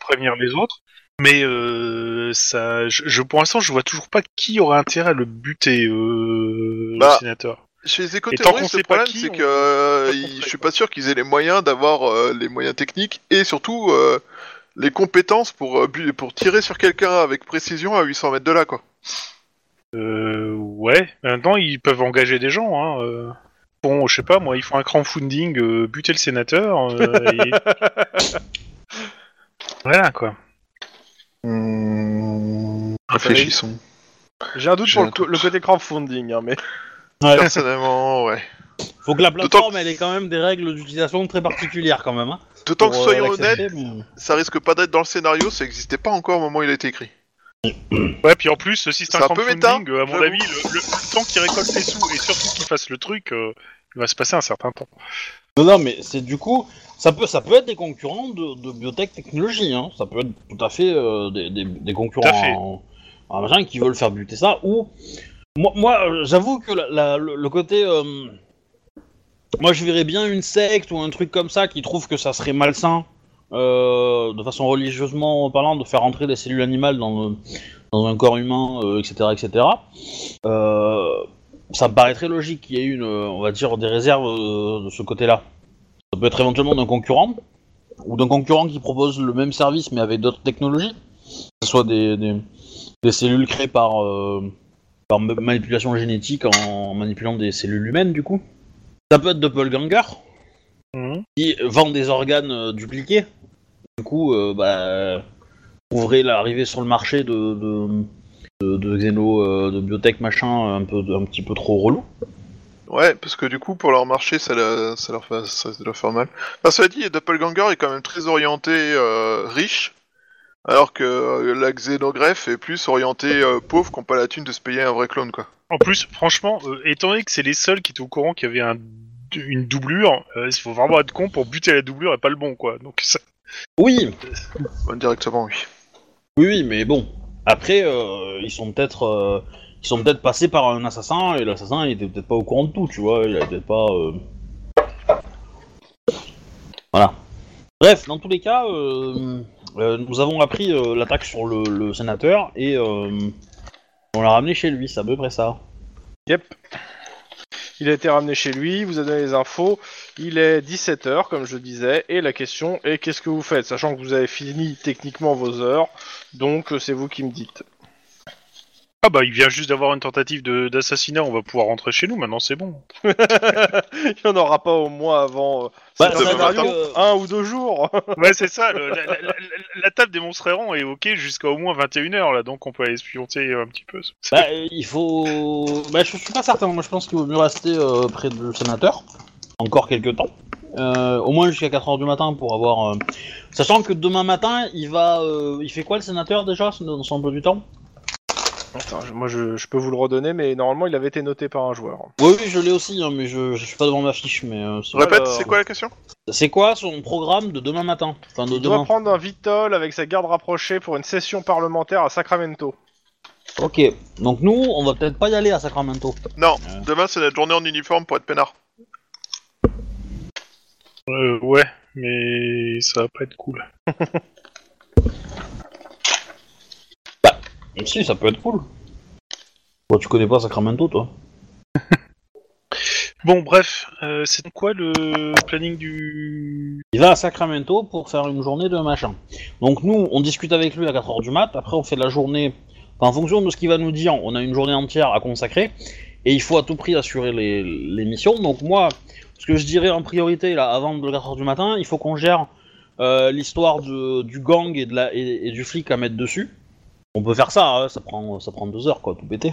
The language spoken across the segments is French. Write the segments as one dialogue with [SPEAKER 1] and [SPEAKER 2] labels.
[SPEAKER 1] prévenir les autres. Mais euh, ça, je, je- pour l'instant, je vois toujours pas qui aurait intérêt à le buter, euh,
[SPEAKER 2] Bah,
[SPEAKER 1] le sénateur.
[SPEAKER 2] Chez les
[SPEAKER 1] qu'on
[SPEAKER 2] éco-terroristes,
[SPEAKER 1] sait
[SPEAKER 2] le
[SPEAKER 1] pas
[SPEAKER 2] problème,
[SPEAKER 1] qui,
[SPEAKER 2] c'est
[SPEAKER 1] on-
[SPEAKER 2] que euh,
[SPEAKER 1] on comprend
[SPEAKER 2] ils-
[SPEAKER 1] pas,
[SPEAKER 2] je suis
[SPEAKER 1] quoi.
[SPEAKER 2] pas sûr qu'ils aient les moyens d'avoir euh, les moyens techniques et surtout euh, les compétences pour, euh, bu- pour tirer sur quelqu'un avec précision à 800 mètres de là, quoi.
[SPEAKER 1] Euh, ouais. Maintenant, ils peuvent engager des gens. Hein, euh. Bon, je sais pas, moi, ils font un crowdfunding, euh, buter le sénateur. euh, et- voilà quoi.
[SPEAKER 2] Réfléchissons.
[SPEAKER 3] J'ai un doute
[SPEAKER 2] J'ai
[SPEAKER 3] pour
[SPEAKER 2] un
[SPEAKER 3] le, co- le côté crowdfunding, hein, mais.
[SPEAKER 2] Personnellement, ouais.
[SPEAKER 4] Faut que la
[SPEAKER 2] D'autant-
[SPEAKER 4] plateforme, elle ait quand même des règles d'utilisation très particulières quand même. Hein,
[SPEAKER 2] D'autant que,
[SPEAKER 4] Pour, euh,
[SPEAKER 2] soyons
[SPEAKER 4] l'accepter,
[SPEAKER 2] honnêtes,
[SPEAKER 4] bon.
[SPEAKER 2] ça risque pas d'être dans le scénario, ça existait pas encore au moment où il a été écrit.
[SPEAKER 1] Ouais, puis en plus, si c'est un
[SPEAKER 2] C'est un peu méta,
[SPEAKER 1] crowdfunding, euh, à mon
[SPEAKER 2] j'avoue.
[SPEAKER 1] avis, le, le- le temps qu'il récolte les sous et surtout qu'il fasse le truc, euh, il va se passer un certain temps.
[SPEAKER 4] Non, non, mais c'est du coup, ça peut, ça peut être des concurrents de, de biotech technologie. Hein. Ça peut être tout à fait euh, des, des- des concurrents
[SPEAKER 1] Tout à fait.
[SPEAKER 4] en, en machin qui veulent faire buter ça. Ou moi, moi euh, j'avoue que la- la- le, le côté, euh, moi, je verrais bien une secte ou un truc comme ça qui trouve que ça serait malsain, euh, de façon religieusement parlant, de faire entrer des cellules animales dans, le- dans un corps humain, euh, etc., etc. Euh, ça me paraît très logique qu'il y ait une, euh, on va dire, des réserves euh, de ce côté-là. Ça peut être éventuellement d'un concurrent, ou d'un concurrent qui propose le même service mais avec d'autres technologies, que ce soit des, des, des cellules créées par, euh, par ma- manipulation génétique en manipulant des cellules humaines, du coup. Ça peut être Doppelganger,
[SPEAKER 1] Mmh.
[SPEAKER 4] qui vend des organes euh, dupliqués. Du coup, euh, bah, ouvrez l'arrivée sur le marché de, de, de, de xéno, euh, de biotech machin, un, peu, un petit peu trop relou.
[SPEAKER 2] Ouais, parce que du coup, pour leur marché, ça, le- ça, leur, fait, ça doit faire mal. Enfin, cela dit, Doppelganger est quand même très orienté euh, riche, alors que euh, la xénogreffe est plus orientée euh, pauvre qu'on pas la thune de se payer un vrai clone, quoi.
[SPEAKER 1] En plus, franchement, euh, étant donné que c'est les seuls qui étaient au courant qu'il y avait un- une doublure, euh, il faut vraiment être con pour buter la doublure et pas le bon, quoi. Donc, ça-
[SPEAKER 4] Oui,
[SPEAKER 2] Ouais, Directement, oui.
[SPEAKER 4] Oui, oui, mais bon. Après, euh, ils sont peut-être, euh, ils sont peut-être passés par un assassin et l'assassin il était peut-être pas au courant de tout, tu vois. Il a peut-être pas. euh, Voilà. Bref, dans tous les cas, euh, euh, nous avons appris euh, l'attaque sur le, le sénateur et euh, on l'a ramené chez lui. C'est à peu près ça.
[SPEAKER 3] Yep. Il a été ramené chez lui, il vous a donné les infos. Il est 17h, comme je disais, et la question est qu'est-ce que vous faites Sachant que vous avez fini techniquement vos heures, donc euh, c'est vous qui me dites.
[SPEAKER 1] Ah bah, il vient juste d'avoir une tentative de- d'assassinat, on va pouvoir rentrer chez nous, maintenant c'est bon.
[SPEAKER 3] Il n'y en aura pas au moins avant euh,
[SPEAKER 4] Bah,
[SPEAKER 3] c'est
[SPEAKER 2] on
[SPEAKER 3] un
[SPEAKER 2] a
[SPEAKER 3] scénario,
[SPEAKER 4] dit que-
[SPEAKER 3] un ou deux jours.
[SPEAKER 1] Ouais, c'est ça, le- la, la- la- la table des monstres errants est ok jusqu'à au moins 21h, là, donc on peut aller espionter euh, un petit peu.
[SPEAKER 4] Bah, euh, il faut. Bah, je suis pas certain. Moi, je pense qu'il vaut mieux rester euh, près du sénateur encore quelques temps. Euh, au moins jusqu'à 4h du matin pour avoir. euh, Sachant que demain matin, il va. euh, Il fait quoi le sénateur déjà dans son emploi du temps
[SPEAKER 3] Attends, je- moi je, je peux vous le redonner, mais normalement il avait été noté par un joueur.
[SPEAKER 4] Oui, oui, je l'ai aussi, hein, mais je, je suis pas devant ma fiche. Mais euh, c'est-
[SPEAKER 2] Répète,
[SPEAKER 3] Alors-
[SPEAKER 2] c'est quoi la question
[SPEAKER 4] c'est quoi son programme de demain matin Enfin, de
[SPEAKER 3] Il doit
[SPEAKER 4] demain.
[SPEAKER 3] prendre un Vitol avec sa garde rapprochée pour une session parlementaire à Sacramento.
[SPEAKER 4] Ok. Donc nous, on va peut-être pas y aller à Sacramento.
[SPEAKER 2] Non,
[SPEAKER 4] Euh.
[SPEAKER 2] demain c'est la journée en uniforme pour être peinard.
[SPEAKER 1] Euh, ouais, mais ça va pas être cool.
[SPEAKER 4] Si, ça peut être cool. Bon, tu connais pas Sacramento, toi
[SPEAKER 1] Bon, bref, euh, c'est quoi le planning du...
[SPEAKER 4] Il va à Sacramento pour faire une journée de machin. Donc nous, on discute avec lui à 4h du mat, après on fait la journée... enfin, en fonction de ce qu'il va nous dire, on a une journée entière à consacrer, et il faut à tout prix assurer les, les missions. Donc moi, ce que je dirais en priorité, là, avant de 4h du matin, il faut qu'on gère euh, l'histoire de- du gang et, de la, et, et du flic à mettre dessus. On peut faire ça, hein, ça prend ça prend deux heures, quoi, tout pété.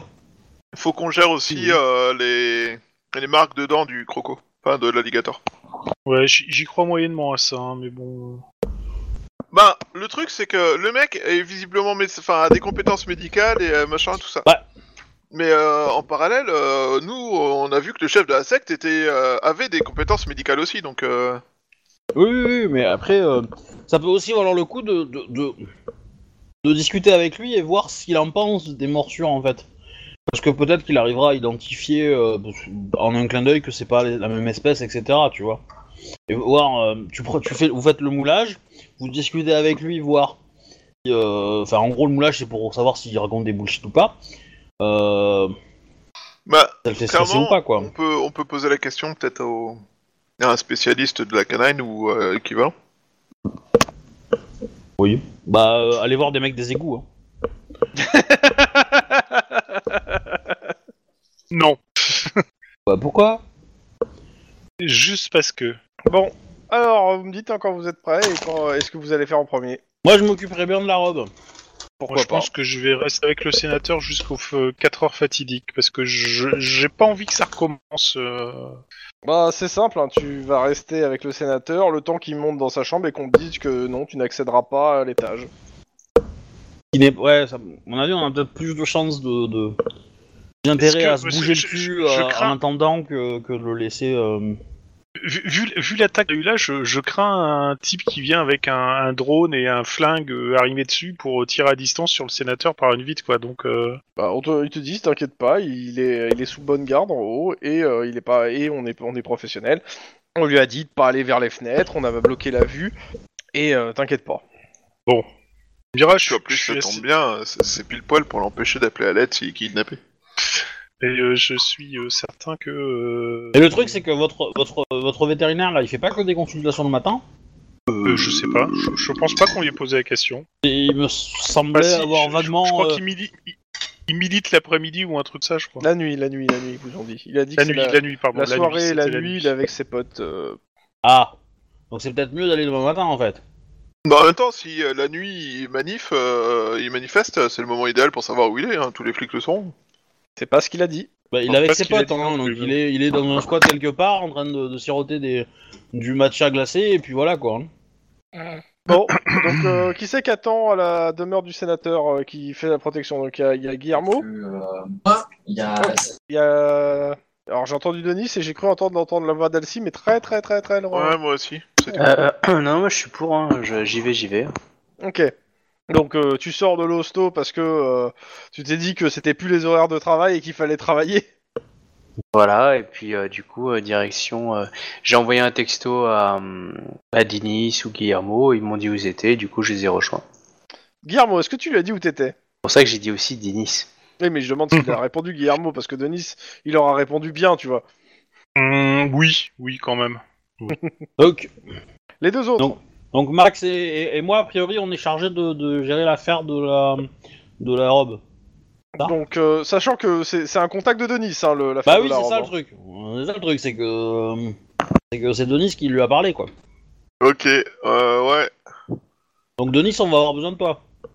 [SPEAKER 2] Faut qu'on gère aussi euh, les... les marques dedans du croco, enfin de l'alligator.
[SPEAKER 1] Ouais, j'y j'y crois moyennement à ça, hein, mais bon...
[SPEAKER 2] Bah, le truc c'est que le mec est visiblement médecin, enfin a des compétences médicales et euh, machin tout ça.
[SPEAKER 4] Ouais.
[SPEAKER 2] Mais euh, en parallèle, euh, nous on a vu que le chef de la secte était euh, avait des compétences médicales aussi, donc euh,
[SPEAKER 4] Oui, oui, oui, mais après, euh, ça peut aussi valoir le coup de, de, de, de discuter avec lui et voir ce qu'il en pense des morsures, en fait. Parce que peut-être qu'il arrivera à identifier euh, en un clin d'œil que c'est pas la même espèce, etc., tu vois. Et voir, euh, tu, pre- tu fais, vous faites le moulage, vous discutez avec lui, voir euh, Enfin, en gros, le moulage, c'est pour savoir s'il raconte des bullshit ou pas. Euh,
[SPEAKER 2] Bah,
[SPEAKER 4] ça le fait stresser
[SPEAKER 2] clairement,
[SPEAKER 4] ou pas, quoi.
[SPEAKER 2] On, peut, on peut poser la question peut-être au... à un spécialiste de la canine ou euh, équivalent.
[SPEAKER 4] Oui. Bah, euh, allez voir des mecs des égouts. Hein.
[SPEAKER 1] Non.
[SPEAKER 4] Bah, pourquoi
[SPEAKER 1] Juste parce que.
[SPEAKER 3] Bon, alors, vous me dites hein, quand vous êtes prêts et quand est-ce que vous allez faire en premier
[SPEAKER 4] Moi, je m'occuperai bien de la robe.
[SPEAKER 1] Moi, je pense que je vais rester avec le sénateur jusqu'aux f- 4 heures fatidiques parce que je j'ai pas envie que ça recommence. euh.
[SPEAKER 3] Bah, c'est simple, hein, tu vas rester avec le sénateur le temps qu'il monte dans sa chambre et qu'on te dise que non, tu n'accéderas pas à l'étage.
[SPEAKER 4] Il est... Ouais, ça... à mon avis, on a peut-être plus de chances de... de... d'intérêt
[SPEAKER 1] Est-ce que-
[SPEAKER 4] à se bouger le
[SPEAKER 1] je- je-
[SPEAKER 4] cul
[SPEAKER 1] je
[SPEAKER 4] euh,
[SPEAKER 1] crains-
[SPEAKER 4] en attendant que, que de le laisser... euh,
[SPEAKER 1] Vu, vu, vu l'attaque qu'il y a eu là, je, je crains un type qui vient avec un, un drone et un flingue euh, arriver dessus pour tirer à distance sur le sénateur par une vitre quoi. Donc euh,
[SPEAKER 3] Bah, on te, ils te disent, t'inquiète pas, il est, il est sous bonne garde en haut et euh, il est pas, et on est, on est professionnel. On lui a dit de pas aller vers les fenêtres, on avait bloqué la vue et euh, t'inquiète pas.
[SPEAKER 1] tu me diras,
[SPEAKER 2] Tu
[SPEAKER 1] je,
[SPEAKER 2] vois, plus
[SPEAKER 1] je
[SPEAKER 2] ça
[SPEAKER 1] suis
[SPEAKER 2] tombe
[SPEAKER 1] assez-
[SPEAKER 2] bien, euh, c'est c'est pile poil pour l'empêcher d'appeler à l'aide s'il est kidnappé.
[SPEAKER 1] mais, euh, je suis euh, certain que. euh,
[SPEAKER 4] Et le truc, c'est que votre, votre, votre vétérinaire, là, il fait pas que des consultations le matin.
[SPEAKER 1] euh, je sais pas. Je, je pense pas qu'on lui ait posé la question.
[SPEAKER 4] Et il me semblait
[SPEAKER 1] Bah, si,
[SPEAKER 4] avoir
[SPEAKER 1] je- je-
[SPEAKER 4] vaguement...
[SPEAKER 1] Je, crois
[SPEAKER 4] euh,
[SPEAKER 1] qu'il milite, il, il milite l'après-midi ou un truc ça, je crois.
[SPEAKER 3] La nuit, la nuit, la nuit, ils vous ont dit. Il a dit que
[SPEAKER 1] La
[SPEAKER 3] c'est
[SPEAKER 1] nuit, la, nuit, pardon.
[SPEAKER 3] la
[SPEAKER 1] nuit,
[SPEAKER 3] soirée et la,
[SPEAKER 1] c'était
[SPEAKER 3] nuit, il est avec ses potes. euh,
[SPEAKER 4] Ah, donc c'est peut-être mieux d'aller demain matin en fait.
[SPEAKER 2] Bah, en même temps, si euh, la nuit il, manif, euh, il manifeste, euh, c'est le moment idéal pour savoir où il est, hein, tous les flics le sauront.
[SPEAKER 3] C'est pas ce qu'il a dit.
[SPEAKER 4] Bah, il
[SPEAKER 1] Non,
[SPEAKER 4] est avec
[SPEAKER 1] parce
[SPEAKER 4] ses
[SPEAKER 1] qu'il a
[SPEAKER 4] potes,
[SPEAKER 1] dit
[SPEAKER 4] hein,
[SPEAKER 1] non
[SPEAKER 4] donc
[SPEAKER 1] plus.
[SPEAKER 4] il est, il est dans un squat quelque part en train de, de siroter des, du matcha glacé et puis voilà quoi. hein.
[SPEAKER 3] Bon, donc euh, qui c'est qu'attend à la demeure du sénateur euh, qui fait la protection Donc il y a- il y, a Guillermo,
[SPEAKER 5] que, euh, moi, il y a.
[SPEAKER 3] il y a. Alors j'ai entendu Denis et j'ai cru entendre, entendre la voix d'Alcy, mais très très très très loin.
[SPEAKER 2] Ouais, moi aussi. C'était-
[SPEAKER 5] Euh, non, moi je suis pour, hein. Je- j'y vais, j'y vais.
[SPEAKER 3] Ok. Donc euh, tu sors de l'hosto parce que euh, tu t'es dit que c'était plus les horaires de travail et qu'il fallait travailler.
[SPEAKER 5] Voilà, et puis euh, du coup, euh, direction. euh, j'ai envoyé un texto à, euh, à Denis ou Guillermo, ils m'ont dit où ils étaient, du coup je les ai rejoints.
[SPEAKER 3] Guillermo, est-ce que tu lui as dit où t'étais
[SPEAKER 5] C'est pour ça que j'ai dit aussi Denis.
[SPEAKER 3] Oui, mais je demande s'il a répondu Guillermo parce que Denis, il aura répondu bien, tu vois.
[SPEAKER 1] Hum, oui, oui, quand même.
[SPEAKER 4] Donc,
[SPEAKER 3] Les deux autres.
[SPEAKER 4] Donc, donc Max et, et- et moi, a priori, on est chargé de, de gérer l'affaire de la, de la robe. ça.
[SPEAKER 3] Donc, euh, sachant que c'est c'est un contact de Denis, hein, le,
[SPEAKER 4] Bah
[SPEAKER 3] la femme
[SPEAKER 4] oui,
[SPEAKER 3] de la
[SPEAKER 4] c'est ça
[SPEAKER 3] robe,
[SPEAKER 4] le truc. C'est ça le truc, c'est que. C'est que c'est Denis qui lui a parlé quoi.
[SPEAKER 2] Ok, euh, ouais.
[SPEAKER 4] Donc Denis, on va avoir besoin de toi.
[SPEAKER 3] hein.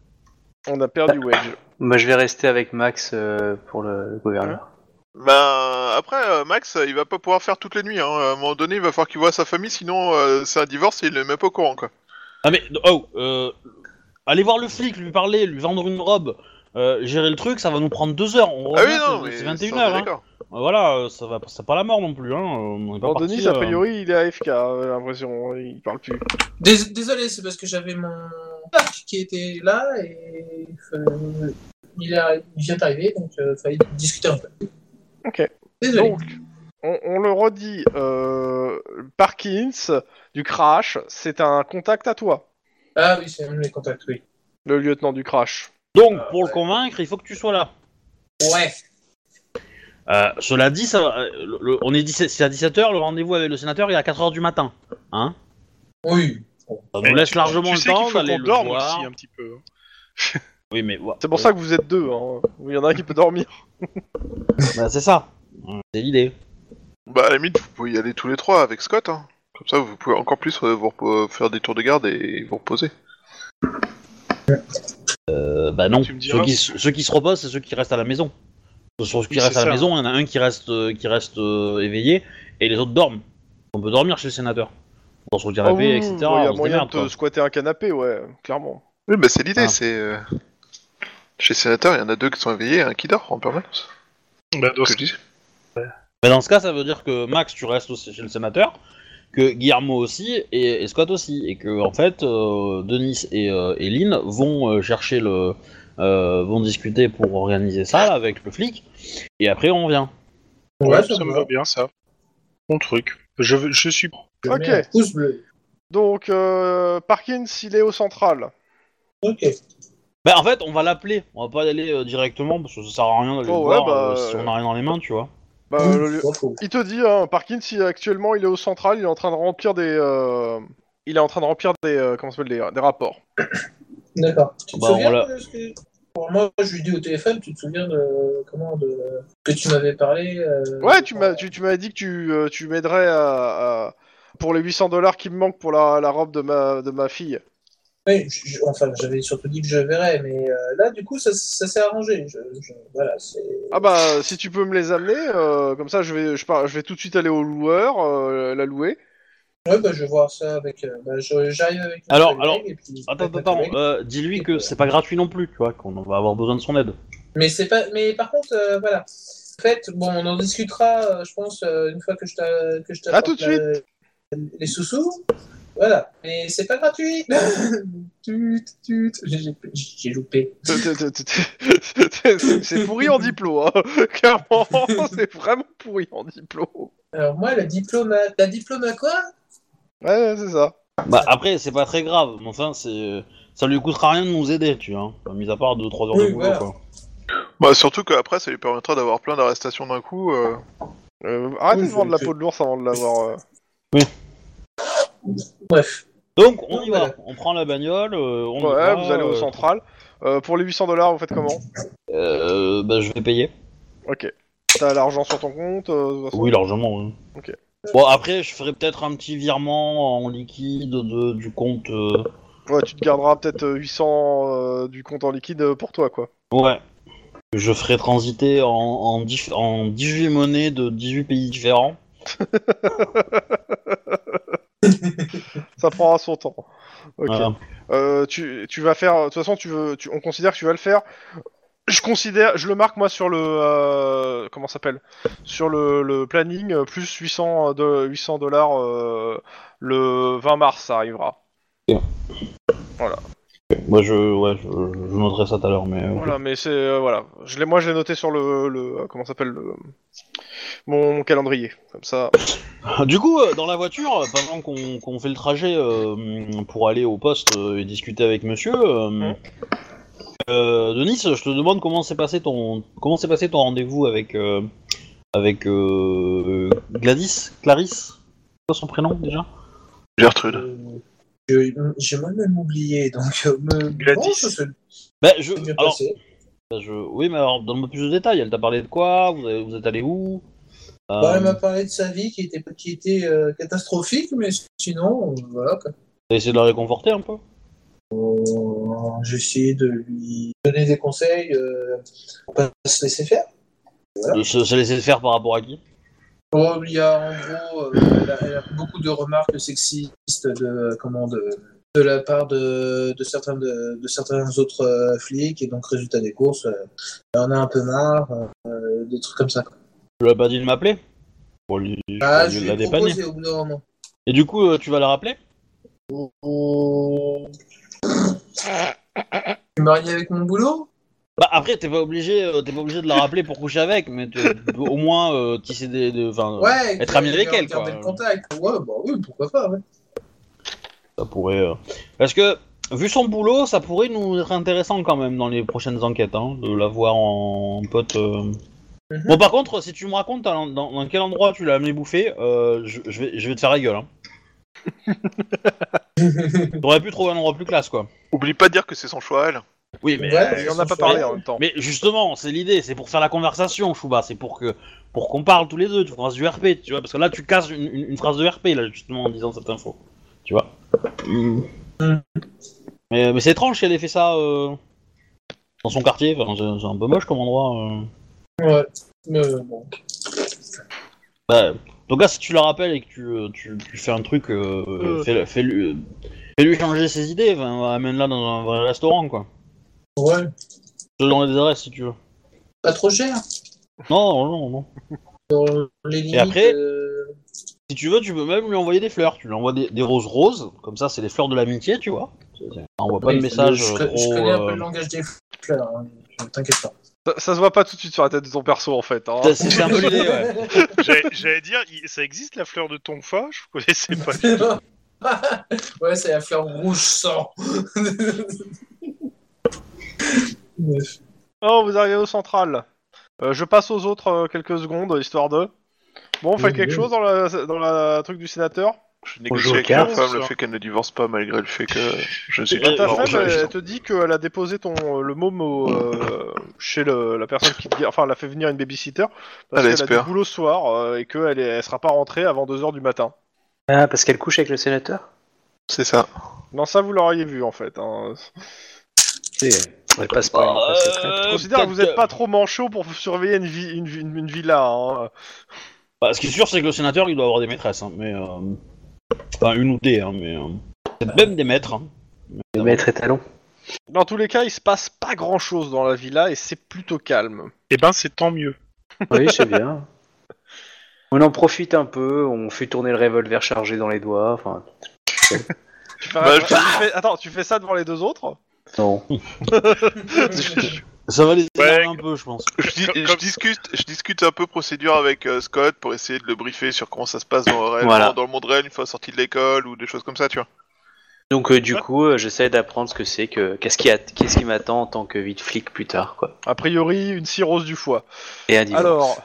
[SPEAKER 3] On a perdu Wedge.
[SPEAKER 5] Bah, je vais rester avec Max euh, pour le, le gouverneur.
[SPEAKER 2] Ben, après, euh, Max, euh, il va pas pouvoir faire toutes les nuits. Hein. À un moment donné, il va falloir qu'il voit sa famille, sinon euh, c'est un divorce et il est même pas au courant, quoi.
[SPEAKER 4] Ah mais, oh, euh, allez voir le flic, lui parler, lui vendre une robe, euh, gérer le truc, ça va nous prendre deux heures. On
[SPEAKER 2] Ah oui,
[SPEAKER 4] revient,
[SPEAKER 2] non,
[SPEAKER 4] c'est-
[SPEAKER 2] mais.
[SPEAKER 4] c'est
[SPEAKER 2] ça,
[SPEAKER 4] 21
[SPEAKER 2] on est
[SPEAKER 4] heures. hein.
[SPEAKER 2] d'accord.
[SPEAKER 4] Voilà, euh, ça va, c'est pas la mort non plus, hein. euh, On est pas
[SPEAKER 3] Bon,
[SPEAKER 4] parti,
[SPEAKER 3] Denis, a
[SPEAKER 4] euh.
[SPEAKER 3] priori, il est AFK, euh, j'ai l'impression, il parle plus.
[SPEAKER 6] Dés- Désolé, c'est parce que j'avais mon plaque qui était là et euh, il, a, il vient d'arriver, donc euh, il fallait discuter un peu.
[SPEAKER 3] Ok.
[SPEAKER 6] Désolé.
[SPEAKER 3] Donc, on, on le redit, euh, Parkins, du Crash, c'est un contact à toi,
[SPEAKER 6] Ah oui, c'est un de mes contacts, oui.
[SPEAKER 3] le lieutenant du Crash.
[SPEAKER 4] Donc, pour le convaincre, il faut que tu sois là.
[SPEAKER 6] Ouais.
[SPEAKER 4] Euh, cela dit, ça, va- euh, le- le- on est 17 c'est à 17h, le rendez-vous avec le sénateur est à 4h du matin. Hein
[SPEAKER 6] Oui.
[SPEAKER 4] ça nous
[SPEAKER 1] Mais
[SPEAKER 4] laisse
[SPEAKER 1] tu-
[SPEAKER 4] largement
[SPEAKER 1] tu
[SPEAKER 4] le
[SPEAKER 1] sais qu'il
[SPEAKER 4] temps
[SPEAKER 1] faut qu'on
[SPEAKER 4] d'aller le
[SPEAKER 1] dorme
[SPEAKER 4] voir.
[SPEAKER 1] aussi un petit peu. hein.
[SPEAKER 4] Oui, mais ouais.
[SPEAKER 3] C'est pour ça que vous êtes deux, hein. il y en a un qui peut dormir.
[SPEAKER 4] Bah, c'est ça. C'est l'idée.
[SPEAKER 2] Bah, à la limite, vous pouvez y aller tous les trois avec Scott. Hein. Comme ça, vous pouvez encore plus euh, vous repo- faire des tours de garde et vous reposer.
[SPEAKER 4] Euh, bah non.
[SPEAKER 1] Tu me diras.
[SPEAKER 4] Ceux qui, se- ceux qui se reposent, c'est ceux qui restent à la maison. Sur ceux qui
[SPEAKER 1] Oui,
[SPEAKER 4] restent
[SPEAKER 1] c'est
[SPEAKER 4] à la
[SPEAKER 1] ça.
[SPEAKER 4] maison, il y en a un qui reste, euh, qui reste euh, éveillé et les autres dorment. On peut dormir chez le sénateur. Dans son
[SPEAKER 3] Ah
[SPEAKER 4] canapé,
[SPEAKER 3] oui,
[SPEAKER 4] etc.
[SPEAKER 3] oui, bon, il y
[SPEAKER 4] on
[SPEAKER 3] a
[SPEAKER 4] se
[SPEAKER 3] moyen
[SPEAKER 4] démerde,
[SPEAKER 3] de
[SPEAKER 4] quoi.
[SPEAKER 3] squatter un canapé, ouais, clairement.
[SPEAKER 2] Oui, bah, c'est l'idée,
[SPEAKER 4] Ah.
[SPEAKER 2] c'est. euh, Chez Sénateur, il y en a deux qui sont éveillés, un qui dort en permanence.
[SPEAKER 1] Bah, dans
[SPEAKER 2] Que
[SPEAKER 1] ce-
[SPEAKER 2] je dis.
[SPEAKER 4] Mais dans ce cas, ça veut dire que Max, tu restes aussi chez le sénateur, que Guillermo aussi et, et Scott aussi, et que en fait, euh, Denis et, euh, et Lynn vont euh, chercher le, euh, vont discuter pour organiser ça là, avec le flic, et après on vient.
[SPEAKER 6] Ouais,
[SPEAKER 1] ouais,
[SPEAKER 6] ça, me
[SPEAKER 1] me va
[SPEAKER 6] va.
[SPEAKER 1] bien ça. Mon truc. Je, veux- je suis.
[SPEAKER 6] Je
[SPEAKER 3] Ok.
[SPEAKER 6] mets un pouce bleu.
[SPEAKER 3] Donc, euh, Parkins, il est au central.
[SPEAKER 6] Ok.
[SPEAKER 4] Bah, en fait, on va l'appeler. On va pas y aller euh, directement parce que ça sert à rien d'aller
[SPEAKER 3] Oh,
[SPEAKER 4] le
[SPEAKER 3] ouais,
[SPEAKER 4] voir euh,
[SPEAKER 3] bah,
[SPEAKER 4] si on a rien dans les mains, tu vois.
[SPEAKER 3] Bah,
[SPEAKER 6] Oui,
[SPEAKER 3] le-
[SPEAKER 6] je m'en fous.
[SPEAKER 3] Il te dit, hein, Parkins, il- actuellement, il est au central, il est en train de remplir des... euh, Il est en train de remplir des... euh, comment ça s'appelle des, des rapports.
[SPEAKER 6] D'accord. Tu te
[SPEAKER 4] Bah, on
[SPEAKER 6] souviens
[SPEAKER 4] l'a-
[SPEAKER 6] de ce que... Pour moi, je lui dis au téléphone, tu te souviens de comment de... que tu m'avais parlé euh,
[SPEAKER 3] Ouais, tu m'as
[SPEAKER 6] euh,
[SPEAKER 3] tu, tu m'avais dit que tu, euh, tu m'aiderais à, à- pour les 800 dollars qui me manquent pour la, la robe de ma, de ma fille.
[SPEAKER 6] Oui, je- je- enfin, j'avais surtout dit que je verrais, mais euh, là, du coup, ça, ça s'est arrangé. Je, je- voilà, c'est...
[SPEAKER 3] Ah bah, si tu peux me les amener, euh, comme ça je vais, je, pars- je vais tout de suite aller au loueur, euh, la louer.
[SPEAKER 6] Ouais, bah, je vais voir ça avec. euh, bah, je- j'arrive avec. ma
[SPEAKER 4] Alors,
[SPEAKER 6] collègue
[SPEAKER 4] alors,
[SPEAKER 6] et puis-
[SPEAKER 4] Attends,
[SPEAKER 6] avec ma
[SPEAKER 4] attends, attends.
[SPEAKER 6] collègue.
[SPEAKER 4] euh, Dis-lui que c'est pas gratuit non plus, tu vois, qu'on va avoir besoin de son aide.
[SPEAKER 6] Mais c'est pas. Mais par contre, euh, voilà. En fait, bon, on en discutera, euh, je pense, euh, une fois que je t'a- que je
[SPEAKER 3] À
[SPEAKER 6] t'apporte
[SPEAKER 3] tout de
[SPEAKER 6] la- les sous-sous. Voilà. Mais c'est pas gratuit. Tut, tut. J'ai- j'ai- J'ai loupé.
[SPEAKER 3] T'es- t'es- t'es- t'es- t'es- t'es- C'est c'est pourri en diplo, hein. clairement, c'est vraiment pourri en diplo.
[SPEAKER 6] Alors moi, la diplomate. La diploma quoi
[SPEAKER 3] Ouais, ouais, c'est ça.
[SPEAKER 4] Bah, après, c'est pas très grave, mais enfin, c'est. Ça lui coûtera rien de nous aider, tu vois. Enfin, Mis à part 2-3 heures
[SPEAKER 6] Oui,
[SPEAKER 4] de boulot,
[SPEAKER 6] voilà.
[SPEAKER 4] quoi.
[SPEAKER 2] Bah, surtout qu'après, ça lui permettra d'avoir plein d'arrestations d'un coup. euh.
[SPEAKER 3] Euh, arrêtez
[SPEAKER 6] Oui,
[SPEAKER 3] de vendre la
[SPEAKER 6] c'est-
[SPEAKER 3] peau de l'ours avant de l'avoir. euh.
[SPEAKER 6] Bref.
[SPEAKER 4] Donc, on y
[SPEAKER 6] Voilà.
[SPEAKER 4] va. On prend la bagnole, euh, on y
[SPEAKER 3] Ouais,
[SPEAKER 4] va,
[SPEAKER 3] vous allez au
[SPEAKER 4] euh,
[SPEAKER 3] central. Euh, pour les 800 dollars, vous faites comment
[SPEAKER 4] Euh, bah, je vais payer.
[SPEAKER 3] Ok. T'as l'argent sur ton compte euh, de toute façon
[SPEAKER 4] Oui, largement, oui.
[SPEAKER 3] Ok.
[SPEAKER 4] Bon, après, je ferai peut-être un petit virement en liquide de, du compte. euh,
[SPEAKER 3] Ouais, tu te garderas peut-être euh, 800 euh, du compte en liquide euh, pour toi, quoi.
[SPEAKER 4] Ouais. Je ferai transiter en, en, dix- en 18 monnaies de 18 pays différents.
[SPEAKER 3] Ça prendra son temps. Ok.
[SPEAKER 4] Voilà.
[SPEAKER 3] Euh, tu, tu vas faire. De toute façon, tu veux. tu- on considère que tu vas le faire. Je considère, je le marque moi sur le euh, comment ça s'appelle sur le, le planning euh, plus 800 de 800 dollars euh, le 20 mars ça arrivera.
[SPEAKER 4] Moi, je, ouais, je, je noterai ça tout à l'heure, mais. euh,
[SPEAKER 3] Voilà, mais c'est euh, voilà. Je l'ai, moi je l'ai noté sur le, le euh, comment ça s'appelle le- mon, mon calendrier comme ça.
[SPEAKER 4] Du coup, euh, dans la voiture, pendant qu'on qu'on fait le trajet euh, pour aller au poste euh, et discuter avec monsieur, euh, euh, Denis, je te demande comment s'est passé ton comment s'est passé ton rendez-vous avec euh, avec euh, Gladys, Clarisse, c'est quoi son prénom déjà Ah.
[SPEAKER 2] Gertrude.
[SPEAKER 6] Euh, je- J'ai moi-même oublié, donc. euh, me...
[SPEAKER 1] Gladys.
[SPEAKER 6] Bon, ça s'est
[SPEAKER 4] Ben, je,
[SPEAKER 6] bien
[SPEAKER 4] alors,
[SPEAKER 6] passé.
[SPEAKER 4] ben, je- oui, mais alors donne-moi plus de détails. Elle t'a parlé de quoi vous, avez- vous êtes allé où Euh,
[SPEAKER 6] Bah, elle m'a parlé de sa vie qui était, qui était euh, catastrophique, mais sinon, euh, voilà. quoi.
[SPEAKER 4] T'as essayé de la réconforter un peu
[SPEAKER 6] Euh, J'ai essayé de lui donner des conseils, euh, pour pas se laisser faire.
[SPEAKER 4] Euh, Se, se laisser faire par rapport à qui
[SPEAKER 6] Bon, Oh, il y a en gros, euh, elle, a, elle a beaucoup de remarques sexistes de, comment, de, de la part de, de, certains, de, de certains autres euh, flics, et donc résultat des courses, euh, elle en a un peu marre, euh, des trucs comme ça.
[SPEAKER 4] Tu l'as pas dit de m'appeler Bon, lui- je
[SPEAKER 6] Ah,
[SPEAKER 4] vais
[SPEAKER 6] je lui
[SPEAKER 4] la
[SPEAKER 6] ai
[SPEAKER 4] dépanner.
[SPEAKER 6] proposé au bout d'un moment.
[SPEAKER 4] Et du coup, euh, tu vas la rappeler
[SPEAKER 6] Oh. Je suis marié avec mon boulot
[SPEAKER 4] Bah après, t'es pas obligé, euh, t'es pas obligé de la rappeler pour coucher avec, mais tu- tu peux au moins euh, tisser des, de, enfin, euh,
[SPEAKER 6] Ouais,
[SPEAKER 4] être ami avec
[SPEAKER 6] garder-
[SPEAKER 4] elle, quoi.
[SPEAKER 6] garder le contact. Ouais, bah oui, pourquoi pas, ouais.
[SPEAKER 4] ça pourrait. euh, Parce que vu son boulot, ça pourrait nous être intéressant quand même dans les prochaines enquêtes, hein, de l'avoir en, en pote. euh.
[SPEAKER 6] Mhm.
[SPEAKER 4] Bon, par contre, si tu me racontes dans, dans- dans quel endroit tu l'as amené bouffer, euh, je, je vais, je vais te faire la gueule. Hein. T'aurais pu trouver un endroit plus classe, quoi.
[SPEAKER 2] Oublie pas de dire que c'est son choix, elle.
[SPEAKER 4] Oui, mais euh,
[SPEAKER 6] Ouais,
[SPEAKER 3] Il en
[SPEAKER 6] sans
[SPEAKER 3] a pas parlé
[SPEAKER 6] choix.
[SPEAKER 3] en même temps.
[SPEAKER 4] Mais justement, c'est l'idée, c'est pour faire la conversation, Chouba, c'est pour que pour qu'on parle tous les deux, tu fasses du RP, tu vois, parce que là tu casses une, une- une phrase de RP là justement en disant cette info, tu vois. Mais, mais c'est étrange qu'elle ait fait ça euh, dans son quartier, enfin, c'est c'est un peu moche comme endroit. euh.
[SPEAKER 6] Ouais,
[SPEAKER 4] hein.
[SPEAKER 6] mais euh, bon.
[SPEAKER 4] Bah, en tout cas, si tu la rappelles et que tu, euh, tu, tu fais un truc, euh,
[SPEAKER 1] Euh.
[SPEAKER 4] fais-le- fais-lui euh, fais-lui changer ses idées, enfin, amène-la dans un vrai restaurant quoi.
[SPEAKER 6] Ouais,
[SPEAKER 4] Je te donne des adresses si tu veux.
[SPEAKER 6] pas trop cher.
[SPEAKER 4] Non, non, non.
[SPEAKER 6] Dans les limites.
[SPEAKER 4] après-
[SPEAKER 6] euh,
[SPEAKER 4] Si tu veux, tu peux même lui envoyer des fleurs. Tu lui envoies des, des roses roses, comme ça, c'est les fleurs de l'amitié, tu vois. C'est- c'est- On voit pas
[SPEAKER 6] oui,
[SPEAKER 4] de message
[SPEAKER 6] Je,
[SPEAKER 4] euh,
[SPEAKER 6] co- je
[SPEAKER 4] trop,
[SPEAKER 6] connais un peu
[SPEAKER 4] euh,
[SPEAKER 6] le langage des fleurs, hein, je- t'inquiète pas.
[SPEAKER 3] Ça, ça se voit pas tout de suite sur la tête de ton perso en fait. hein.
[SPEAKER 4] c'est- C'est un peu l'idée, ouais.
[SPEAKER 1] J'allais- J'allais dire, il- ça existe la fleur de tonfa Je connaissais pas.
[SPEAKER 6] ouais, c'est la fleur rouge sang. Bref.
[SPEAKER 3] Oh, vous arrivez au central. Euh, je passe aux autres euh, quelques secondes, histoire de. Bon, on fait
[SPEAKER 6] Oui,
[SPEAKER 3] quelque
[SPEAKER 6] oui.
[SPEAKER 3] chose dans la, dans la truc du sénateur
[SPEAKER 2] Je négocie
[SPEAKER 5] Bonjour,
[SPEAKER 2] avec
[SPEAKER 5] Karl,
[SPEAKER 2] ma femme
[SPEAKER 1] bonsoir.
[SPEAKER 2] le fait qu'elle ne divorce pas malgré le fait que je ne suis
[SPEAKER 4] Euh,
[SPEAKER 2] pas
[SPEAKER 3] Ta
[SPEAKER 4] non,
[SPEAKER 3] femme,
[SPEAKER 2] divorcé.
[SPEAKER 3] elle, elle te dit qu'elle a déposé ton, euh, le môme au, euh, chez le- la personne qui te garde- Enfin, elle a fait venir une babysitter. Parce
[SPEAKER 4] Ah, bah,
[SPEAKER 2] Elle
[SPEAKER 3] qu'elle a du
[SPEAKER 2] espère.
[SPEAKER 3] boulot ce soir euh, et qu'elle est- elle sera pas rentrée avant 2h du matin.
[SPEAKER 5] Ah, parce qu'elle couche avec le sénateur
[SPEAKER 2] C'est ça.
[SPEAKER 3] Non, ça, vous l'auriez vu en fait. hein.
[SPEAKER 5] Elle passe pas une place secrète.
[SPEAKER 3] Je
[SPEAKER 4] Euh,
[SPEAKER 3] considère que
[SPEAKER 4] peut-être
[SPEAKER 3] vous n'êtes
[SPEAKER 4] que-
[SPEAKER 3] pas trop manchot pour surveiller une, vi- une, vi- une- une villa. hein.
[SPEAKER 4] Bah, ce qui est sûr, c'est que le sénateur, il doit avoir des maîtresses, hein, mais. euh, Enfin, une ou des, hein, mais. euh, peut-être Même des maîtres. hein.
[SPEAKER 5] Le maître étalon.
[SPEAKER 3] Dans tous les cas, il se passe pas grand chose dans la villa et c'est plutôt calme.
[SPEAKER 1] Eh ben, c'est tant mieux.
[SPEAKER 5] Oui, c'est bien. On en profite un peu, on fait tourner le revolver chargé dans les doigts, enfin...
[SPEAKER 3] Tu fais-
[SPEAKER 2] Bah, je-
[SPEAKER 3] tu fais- Attends, tu fais ça devant les deux autres
[SPEAKER 5] Non.
[SPEAKER 4] Ça va les
[SPEAKER 1] Ouais.
[SPEAKER 4] énerver un peu, je pense.
[SPEAKER 2] Je, dis-
[SPEAKER 1] Comme-
[SPEAKER 2] je
[SPEAKER 1] comme-
[SPEAKER 2] discute, je discute un peu procédure avec euh, Scott pour essayer de le briefer sur comment ça se passe dans, le réel-
[SPEAKER 5] Voilà.
[SPEAKER 2] dans le monde réel une fois sorti de l'école ou des choses comme ça, tu vois.
[SPEAKER 5] Donc euh, du coup, euh, j'essaie d'apprendre ce que c'est que... Qu'est-ce qui, a- qu'est-ce qui m'attend en tant que vite flic plus tard, quoi.
[SPEAKER 3] A priori, une cirrhose du foie.
[SPEAKER 5] Et un divorce.
[SPEAKER 3] Alors,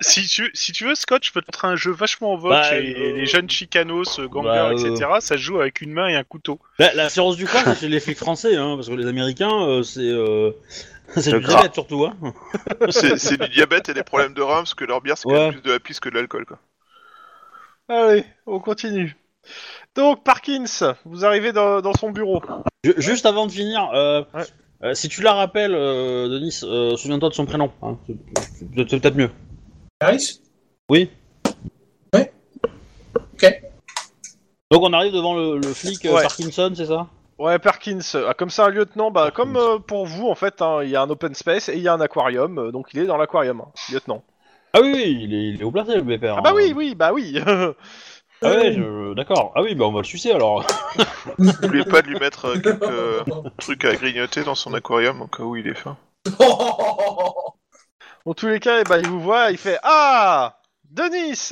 [SPEAKER 1] si, tu, si tu veux, Scott, je peux te montrer un jeu vachement en vogue
[SPEAKER 4] Bah,
[SPEAKER 1] chez
[SPEAKER 4] euh,
[SPEAKER 1] les jeunes chicanos, euh,
[SPEAKER 4] bah,
[SPEAKER 1] gangers,
[SPEAKER 4] euh.
[SPEAKER 1] etc. Ça se joue avec une main et un couteau.
[SPEAKER 4] La, Bah, la séance du foie, c'est chez les flics français, hein, parce que les américains, euh, c'est. euh, c'est
[SPEAKER 5] Le
[SPEAKER 4] du
[SPEAKER 5] gras.
[SPEAKER 4] diabète surtout, hein.
[SPEAKER 2] C'est c'est du diabète et des problèmes de reins parce que leur bière c'est quand même
[SPEAKER 4] Ouais.
[SPEAKER 2] plus de la pisse que de l'alcool, quoi.
[SPEAKER 3] allez, on continue. Donc, Parkins, vous arrivez dans, dans son bureau.
[SPEAKER 4] Ju- Juste avant de finir, euh,
[SPEAKER 3] Ouais.
[SPEAKER 4] euh, si tu la rappelles, euh, Denis, euh, souviens-toi de son prénom. hein. C'est- C'est c'est peut-être mieux.
[SPEAKER 6] Paris
[SPEAKER 4] Donc on arrive devant le, le flic euh,
[SPEAKER 3] Ouais.
[SPEAKER 4] Parkinson, c'est ça
[SPEAKER 3] Ouais, Parkins, ah, comme ça, un lieutenant, bah, comme euh, pour vous, en fait, hein, il y a un open space et il y a un aquarium, euh, donc il est dans l'aquarium, hein, lieutenant.
[SPEAKER 4] Ah oui, oui, il est, il est au placé, le BPR.
[SPEAKER 3] Ah bah
[SPEAKER 4] hein.
[SPEAKER 3] oui, oui, bah oui
[SPEAKER 4] Ah ouais, je- d'accord. Ah oui, bah on va le sucer alors.
[SPEAKER 2] N'oubliez pas de lui mettre euh, quelques euh, trucs à grignoter dans son aquarium au cas où il est faim.
[SPEAKER 3] En tous les cas, eh bah, il vous voit, il fait « Ah Denis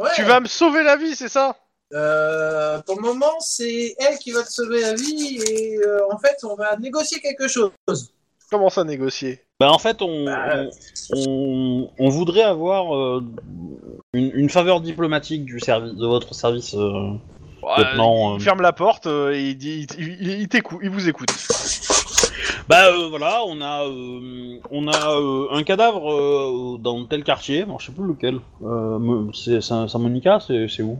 [SPEAKER 6] Ouais.
[SPEAKER 3] Tu vas me sauver la vie, c'est ça
[SPEAKER 6] Euh, pour le moment, c'est elle qui va te sauver la vie et euh, en fait, on va négocier quelque chose. ?»
[SPEAKER 3] Commence à négocier.
[SPEAKER 4] Bah en fait, on,
[SPEAKER 6] Bah.
[SPEAKER 4] on, on- on voudrait avoir euh, une, une faveur diplomatique du service de votre service. euh, lieutenant, euh.
[SPEAKER 3] Il ferme la porte euh, et il, dit, il, il- il t'écoute, il vous écoute.
[SPEAKER 4] Bah euh, voilà, on a euh, on a euh, un cadavre euh, dans tel quartier, bon, je sais plus lequel. Euh, me- c'est Saint- Saint-Monica, c'est c'est où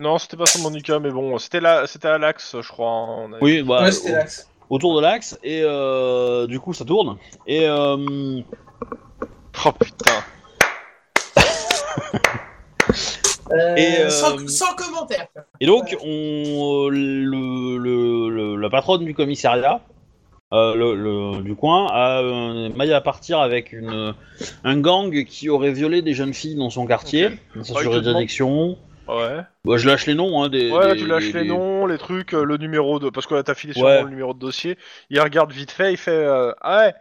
[SPEAKER 3] Non, c'était pas son Monica, mais bon, c'était là, c'était à l'axe, je crois. hein, on a-
[SPEAKER 4] Oui, bah,
[SPEAKER 6] Ouais, c'était
[SPEAKER 4] au-
[SPEAKER 6] l'axe.
[SPEAKER 4] autour de l'axe et euh, du coup ça tourne et euh,
[SPEAKER 3] Oh putain.
[SPEAKER 6] Euh,
[SPEAKER 4] Et, euh,
[SPEAKER 6] sans, sans commentaire.
[SPEAKER 4] Et donc, on, euh, le, le- le- la patronne du commissariat euh, le, le- du coin a euh, maille à partir avec une, un gang qui aurait violé des jeunes filles dans son quartier,
[SPEAKER 3] Ouais,
[SPEAKER 4] sa
[SPEAKER 3] je te
[SPEAKER 4] juridiction.
[SPEAKER 3] Ouais.
[SPEAKER 4] Bah, je lâche les noms. Hein, des,
[SPEAKER 3] Ouais,
[SPEAKER 4] des-
[SPEAKER 3] tu lâches
[SPEAKER 4] des-
[SPEAKER 3] les noms, les trucs, euh, le numéro de. Parce que là, t'as filé sûrement
[SPEAKER 4] Ouais.
[SPEAKER 3] le numéro de dossier. Il regarde vite fait, il fait euh, Ah ouais,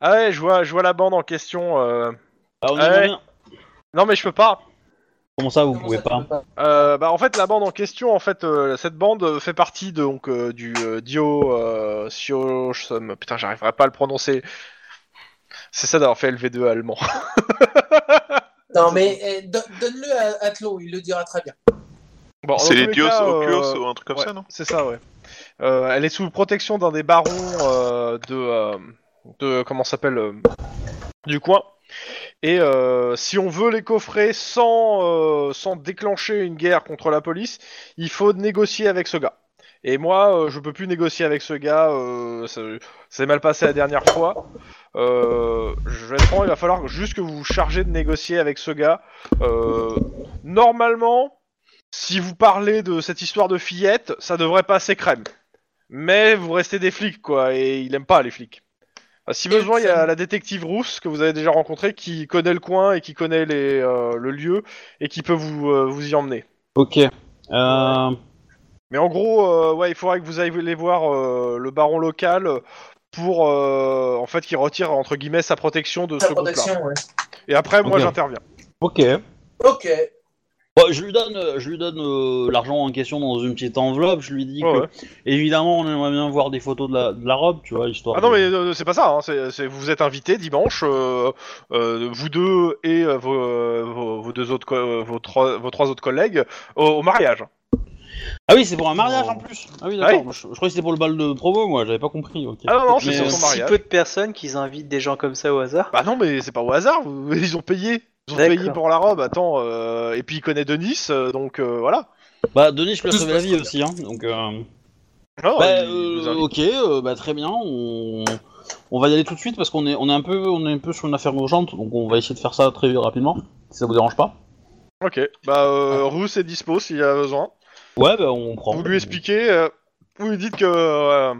[SPEAKER 3] ah ouais, je vois, je vois la bande en question. euh,
[SPEAKER 4] Ah, on y
[SPEAKER 3] Ouais.
[SPEAKER 4] revient.
[SPEAKER 3] Non, mais je peux pas.
[SPEAKER 4] Comment ça, vous
[SPEAKER 6] Comment
[SPEAKER 4] pouvez
[SPEAKER 6] ça, tu
[SPEAKER 4] pas
[SPEAKER 6] peux pas
[SPEAKER 3] Euh, bah, en fait, la bande en question, en fait, euh, cette bande euh, fait partie de, donc euh, du euh, Dio euh, Siochsum. Putain, j'arriverai pas à le prononcer. C'est ça d'avoir fait LV2 allemand.
[SPEAKER 6] Non, mais eh, don- donne-le à Athlon, il le dira très bien.
[SPEAKER 3] Bon, dans
[SPEAKER 2] C'est
[SPEAKER 3] tous
[SPEAKER 2] les dios
[SPEAKER 3] cas,
[SPEAKER 2] au
[SPEAKER 3] euh,
[SPEAKER 2] Oculus ou un truc comme
[SPEAKER 3] ouais,
[SPEAKER 2] ça, non
[SPEAKER 3] C'est ça, ouais. Euh, elle est sous protection d'un des barons euh, de, euh, de comment ça s'appelle euh, du coin. Et euh, si on veut les coffrer sans euh, sans déclencher une guerre contre la police, il faut négocier avec ce gars. Et moi, euh, je peux plus négocier avec ce gars. Euh, ça ça s'est mal passé la dernière fois. Euh, je vais être franc, il va falloir juste que vous vous chargez de négocier avec ce gars. Euh, normalement, si vous parlez de cette histoire de fillette, ça devrait passer crème. Mais vous restez des flics, quoi, et il aime pas les flics. Ah, Si besoin, il y a la détective rousse que vous avez déjà rencontrée qui connaît le coin et qui connaît les, euh, le lieu et qui peut vous, euh, vous y emmener.
[SPEAKER 4] Ok. Euh,
[SPEAKER 3] Mais en gros, euh, ouais, il faudrait que vous ayez les voir euh, le baron local pour euh, en fait qu'il retire entre guillemets sa protection de
[SPEAKER 6] Sa
[SPEAKER 3] ce groupe-là.
[SPEAKER 6] protection, ouais.
[SPEAKER 3] Et après, moi,
[SPEAKER 4] Ok.
[SPEAKER 3] j'interviens.
[SPEAKER 4] ok.
[SPEAKER 6] Ok.
[SPEAKER 4] Bon, je lui donne, euh, je lui donne euh, l'argent en question dans une petite enveloppe. Je lui dis
[SPEAKER 3] Ouais,
[SPEAKER 4] que,
[SPEAKER 3] ouais.
[SPEAKER 4] évidemment, on aimerait bien voir des photos de la, de la robe, tu vois, histoire.
[SPEAKER 3] Ah non,
[SPEAKER 4] de-
[SPEAKER 3] mais euh, c'est pas ça, hein, c'est- c'est- vous êtes invités dimanche, euh, euh, vous deux et euh, vos, euh, vos, vos deux autres, co- euh, vos, trois, vos trois autres collègues, au, au mariage.
[SPEAKER 4] Ah oui, c'est pour un mariage en plus. Ah oui, d'accord.
[SPEAKER 3] Ouais.
[SPEAKER 4] Je, je croyais que c'était pour le bal de promo, moi. J'avais pas compris. ok.
[SPEAKER 3] Ah non, non, c'est
[SPEAKER 4] Mais,
[SPEAKER 3] sur
[SPEAKER 4] euh,
[SPEAKER 3] son
[SPEAKER 5] si
[SPEAKER 3] mariage.
[SPEAKER 5] peu de personnes qu'ils invitent des gens comme ça au hasard.
[SPEAKER 3] Bah non, mais c'est pas au hasard, vous- ils ont payé. Ils ont
[SPEAKER 5] D'accord.
[SPEAKER 3] payé pour la robe, attends, euh, et puis il connaît Denis, euh, donc euh, voilà.
[SPEAKER 4] Bah, Denis, je peux
[SPEAKER 6] Tout
[SPEAKER 4] lui
[SPEAKER 6] se
[SPEAKER 4] sauver la
[SPEAKER 6] passe
[SPEAKER 4] vie
[SPEAKER 6] très
[SPEAKER 4] aussi, hein. Donc. euh,
[SPEAKER 3] Non,
[SPEAKER 4] Bah,
[SPEAKER 3] Oh, il vous
[SPEAKER 4] euh,
[SPEAKER 3] invite.
[SPEAKER 4] ok, euh, bah, très bien. On... on va y aller tout de suite parce qu'on est, on est un peu, on est un peu sur une affaire urgente, donc on va essayer de faire ça très rapidement, si ça vous dérange pas.
[SPEAKER 3] Ok, bah euh, Rousse est dispo s'il y a besoin.
[SPEAKER 4] Ouais, bah, on prend.
[SPEAKER 3] Vous lui expliquez, euh, vous lui dites que, euh,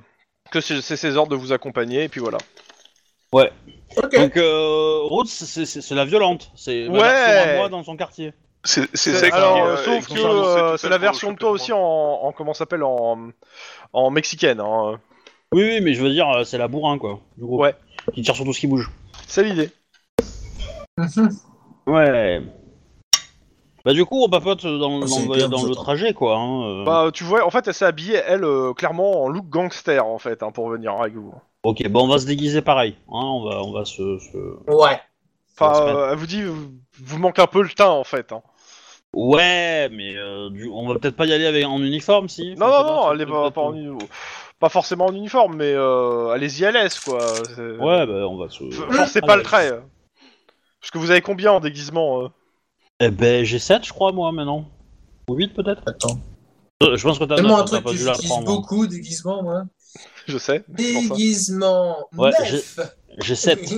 [SPEAKER 3] que c'est c'est ses ordres de vous accompagner, et puis voilà.
[SPEAKER 6] Ok.
[SPEAKER 4] Donc, euh, Roots, c'est c'est- c'est la violente. C'est
[SPEAKER 3] Ouais.
[SPEAKER 4] ma version à moi dans son quartier.
[SPEAKER 2] C'est c'est
[SPEAKER 3] C'est-
[SPEAKER 2] ça qui,
[SPEAKER 3] alors,
[SPEAKER 2] euh,
[SPEAKER 3] sauf
[SPEAKER 2] qui
[SPEAKER 3] que
[SPEAKER 2] annonçait
[SPEAKER 3] euh,
[SPEAKER 2] tout à
[SPEAKER 3] c'est la
[SPEAKER 2] l'heure
[SPEAKER 3] version
[SPEAKER 2] au
[SPEAKER 3] de toi
[SPEAKER 2] chapitre.
[SPEAKER 3] aussi en, en comment ça s'appelle en, en mexicaine. hein.
[SPEAKER 4] Oui, oui, mais je veux dire, euh, c'est la bourrin, quoi. Du groupe.
[SPEAKER 3] Ouais.
[SPEAKER 4] Qui tire sur tout ce qui bouge.
[SPEAKER 3] C'est l'idée.
[SPEAKER 6] Mhm.
[SPEAKER 4] Ouais. Bah, du coup, on papote dans,
[SPEAKER 6] Oh,
[SPEAKER 4] dans,
[SPEAKER 6] c'est
[SPEAKER 4] le-
[SPEAKER 6] bien,
[SPEAKER 4] dans
[SPEAKER 6] vous
[SPEAKER 4] le
[SPEAKER 6] autres.
[SPEAKER 4] trajet, quoi. hein, euh.
[SPEAKER 3] Bah tu vois, en fait, elle s'est habillée elle euh, clairement en look gangster en fait hein, pour venir avec vous.
[SPEAKER 4] Ok, bah, on va se déguiser pareil. hein, on va, on va se. se-
[SPEAKER 6] Ouais.
[SPEAKER 3] Enfin,
[SPEAKER 4] se mettre-
[SPEAKER 3] euh, elle vous dit, vous, vous manque un peu le teint en fait. hein.
[SPEAKER 4] Ouais, mais euh, du- on va peut-être pas y aller avec... en uniforme, si Enfin,
[SPEAKER 3] Non, non,
[SPEAKER 4] c'est
[SPEAKER 3] non,
[SPEAKER 4] un
[SPEAKER 3] elle est
[SPEAKER 4] truc
[SPEAKER 3] pas,
[SPEAKER 4] de-
[SPEAKER 3] pas en uni- pas forcément en uniforme, mais euh, allez-y à l'aise quoi. C'est-
[SPEAKER 4] Ouais, bah on va se.
[SPEAKER 3] F- Forcez pas le trait. euh. Parce que vous avez combien en déguisement euh
[SPEAKER 4] Eh ben, j'ai 7, je crois, moi, maintenant. Ou 8 peut-être
[SPEAKER 6] Attends.
[SPEAKER 4] Euh, Je pense que t'as
[SPEAKER 6] Tellement
[SPEAKER 4] t'as-
[SPEAKER 6] un
[SPEAKER 4] t'as
[SPEAKER 6] truc
[SPEAKER 4] pas
[SPEAKER 6] que
[SPEAKER 4] dû la
[SPEAKER 6] j'utilise
[SPEAKER 4] prendre. hein.
[SPEAKER 6] beaucoup, déguisement, moi.
[SPEAKER 3] Je sais. c'est pour ça.
[SPEAKER 6] Déguisement
[SPEAKER 4] Ouais,
[SPEAKER 6] neuf.
[SPEAKER 4] J'ai 7.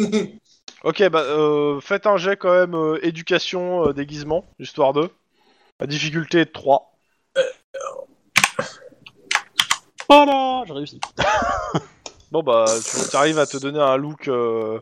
[SPEAKER 3] Ok, bah euh, faites un jet quand même euh, éducation euh, déguisement, histoire 2. La difficulté est 3.
[SPEAKER 4] Voilà, j'ai réussi.
[SPEAKER 3] Bon bah tu arrives à te donner un look euh,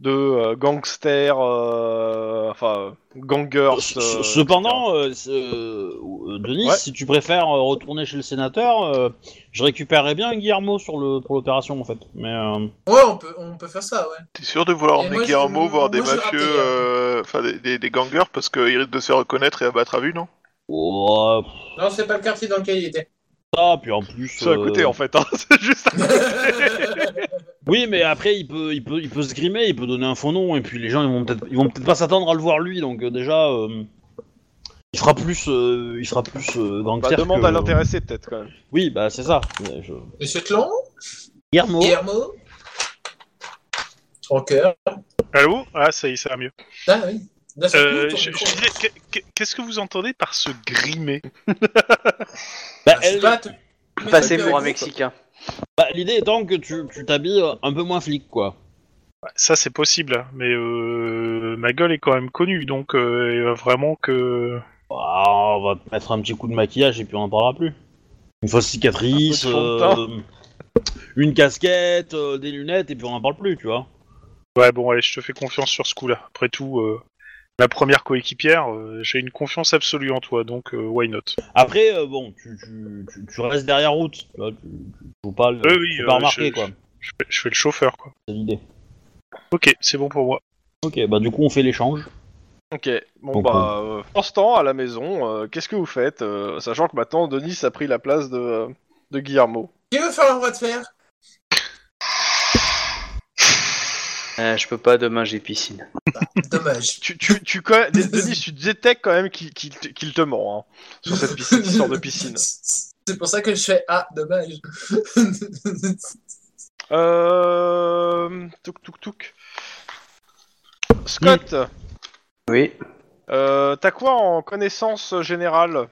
[SPEAKER 3] de euh, gangster, euh, enfin euh, gangers. euh,
[SPEAKER 4] Cependant, euh, c'est- euh, Denis,
[SPEAKER 3] Ouais.
[SPEAKER 4] si tu préfères euh, retourner chez le sénateur, euh, je récupérerais bien Guillermo sur le, pour l'opération en fait. Mais euh,
[SPEAKER 6] ouais, on peut, on peut faire ça, ouais.
[SPEAKER 3] hein.
[SPEAKER 2] T'es sûr de vouloir
[SPEAKER 6] Et
[SPEAKER 2] emmener
[SPEAKER 6] moi, je-
[SPEAKER 2] Guillermo voir des
[SPEAKER 6] moi, je
[SPEAKER 2] mafieux,
[SPEAKER 6] rappelle, hein.
[SPEAKER 2] euh, enfin des, des, des gangers, parce qu'ils risquent de se faire reconnaître et abattre à vue, non
[SPEAKER 4] oh, pff,
[SPEAKER 6] Non, c'est pas le quartier dans lequel il était.
[SPEAKER 4] ça, puis en plus.
[SPEAKER 3] C'est à côté
[SPEAKER 4] euh,
[SPEAKER 3] en fait, hein, c'est juste à côté.
[SPEAKER 4] Oui, mais après il peut, il peut, il peut se grimer, il peut donner un faux nom, et puis les gens ils vont peut-être, ils vont peut-être pas s'attendre à le voir lui, donc euh, déjà, euh, il fera plus, euh, il fera plus euh,
[SPEAKER 3] Bah,
[SPEAKER 4] gangster.
[SPEAKER 3] demande
[SPEAKER 4] que-
[SPEAKER 3] à l'intéressé peut-être quand même.
[SPEAKER 4] Oui, bah c'est ça. Mais je-
[SPEAKER 6] Monsieur Clon
[SPEAKER 4] Guillermo.
[SPEAKER 6] Guillermo Ton cœur.
[SPEAKER 1] Allô Ah, ça y est, ça va mieux.
[SPEAKER 6] Ah oui. D'un seul coup,
[SPEAKER 1] Euh,
[SPEAKER 6] ton
[SPEAKER 1] je,
[SPEAKER 6] micro.
[SPEAKER 1] je disais, qu'e- qu'e- qu'est-ce que vous entendez par se grimer
[SPEAKER 4] Bah,
[SPEAKER 6] Je sais
[SPEAKER 4] elle-
[SPEAKER 6] Ah, pas, te-
[SPEAKER 5] Passer
[SPEAKER 6] Mais-
[SPEAKER 5] pour un Mexicain.
[SPEAKER 4] bah, l'idée étant que tu, tu t'habilles euh, un peu moins flic, quoi.
[SPEAKER 1] Bah, Ça, c'est possible, mais euh, ma gueule est quand même connue, donc euh, il va vraiment que...
[SPEAKER 4] Bah, on va te mettre un petit coup de maquillage et puis on en parlera plus. Une fausse cicatrice,
[SPEAKER 3] Un peu de fond de
[SPEAKER 4] euh, une casquette, euh, des lunettes et puis on en parle plus, tu vois.
[SPEAKER 1] Ouais, bon, allez, je te fais confiance sur ce coup-là. Après tout, euh, ma première coéquipière, euh, j'ai une confiance absolue en toi, donc euh, why not
[SPEAKER 4] Après, euh, bon, tu, tu, tu, tu restes derrière route, tu vois, tu, tu joues pas, le,
[SPEAKER 1] Euh, oui,
[SPEAKER 4] tu fais pas
[SPEAKER 1] euh,
[SPEAKER 4] remarquer,
[SPEAKER 1] je-
[SPEAKER 4] quoi.
[SPEAKER 1] je, fais- je fais le chauffeur, quoi.
[SPEAKER 4] C'est l'idée.
[SPEAKER 1] Ok, c'est bon pour moi.
[SPEAKER 4] Ok, bah du coup on fait l'échange.
[SPEAKER 3] Ok, bon
[SPEAKER 4] Donc,
[SPEAKER 3] bah, euh, en ce temps à la maison, euh, qu'est-ce que vous faites euh, Sachant que maintenant Denis a pris la place de, euh, de Guillermo.
[SPEAKER 6] Qui veut faire un bras de fer
[SPEAKER 5] Euh, je peux pas demain, j'ai piscine.
[SPEAKER 6] Dommage.
[SPEAKER 3] Tu, tu, tu connais- Denis, tu détectes quand même qu'il qu'il te- qu'il te ment hein, sur cette piscine, cette histoire de piscine.
[SPEAKER 6] C'est pour ça que je fais Ah, dommage.
[SPEAKER 3] Euh... Touk touk touk. Scott,
[SPEAKER 5] Oui.
[SPEAKER 3] euh, t'as quoi en connaissance générale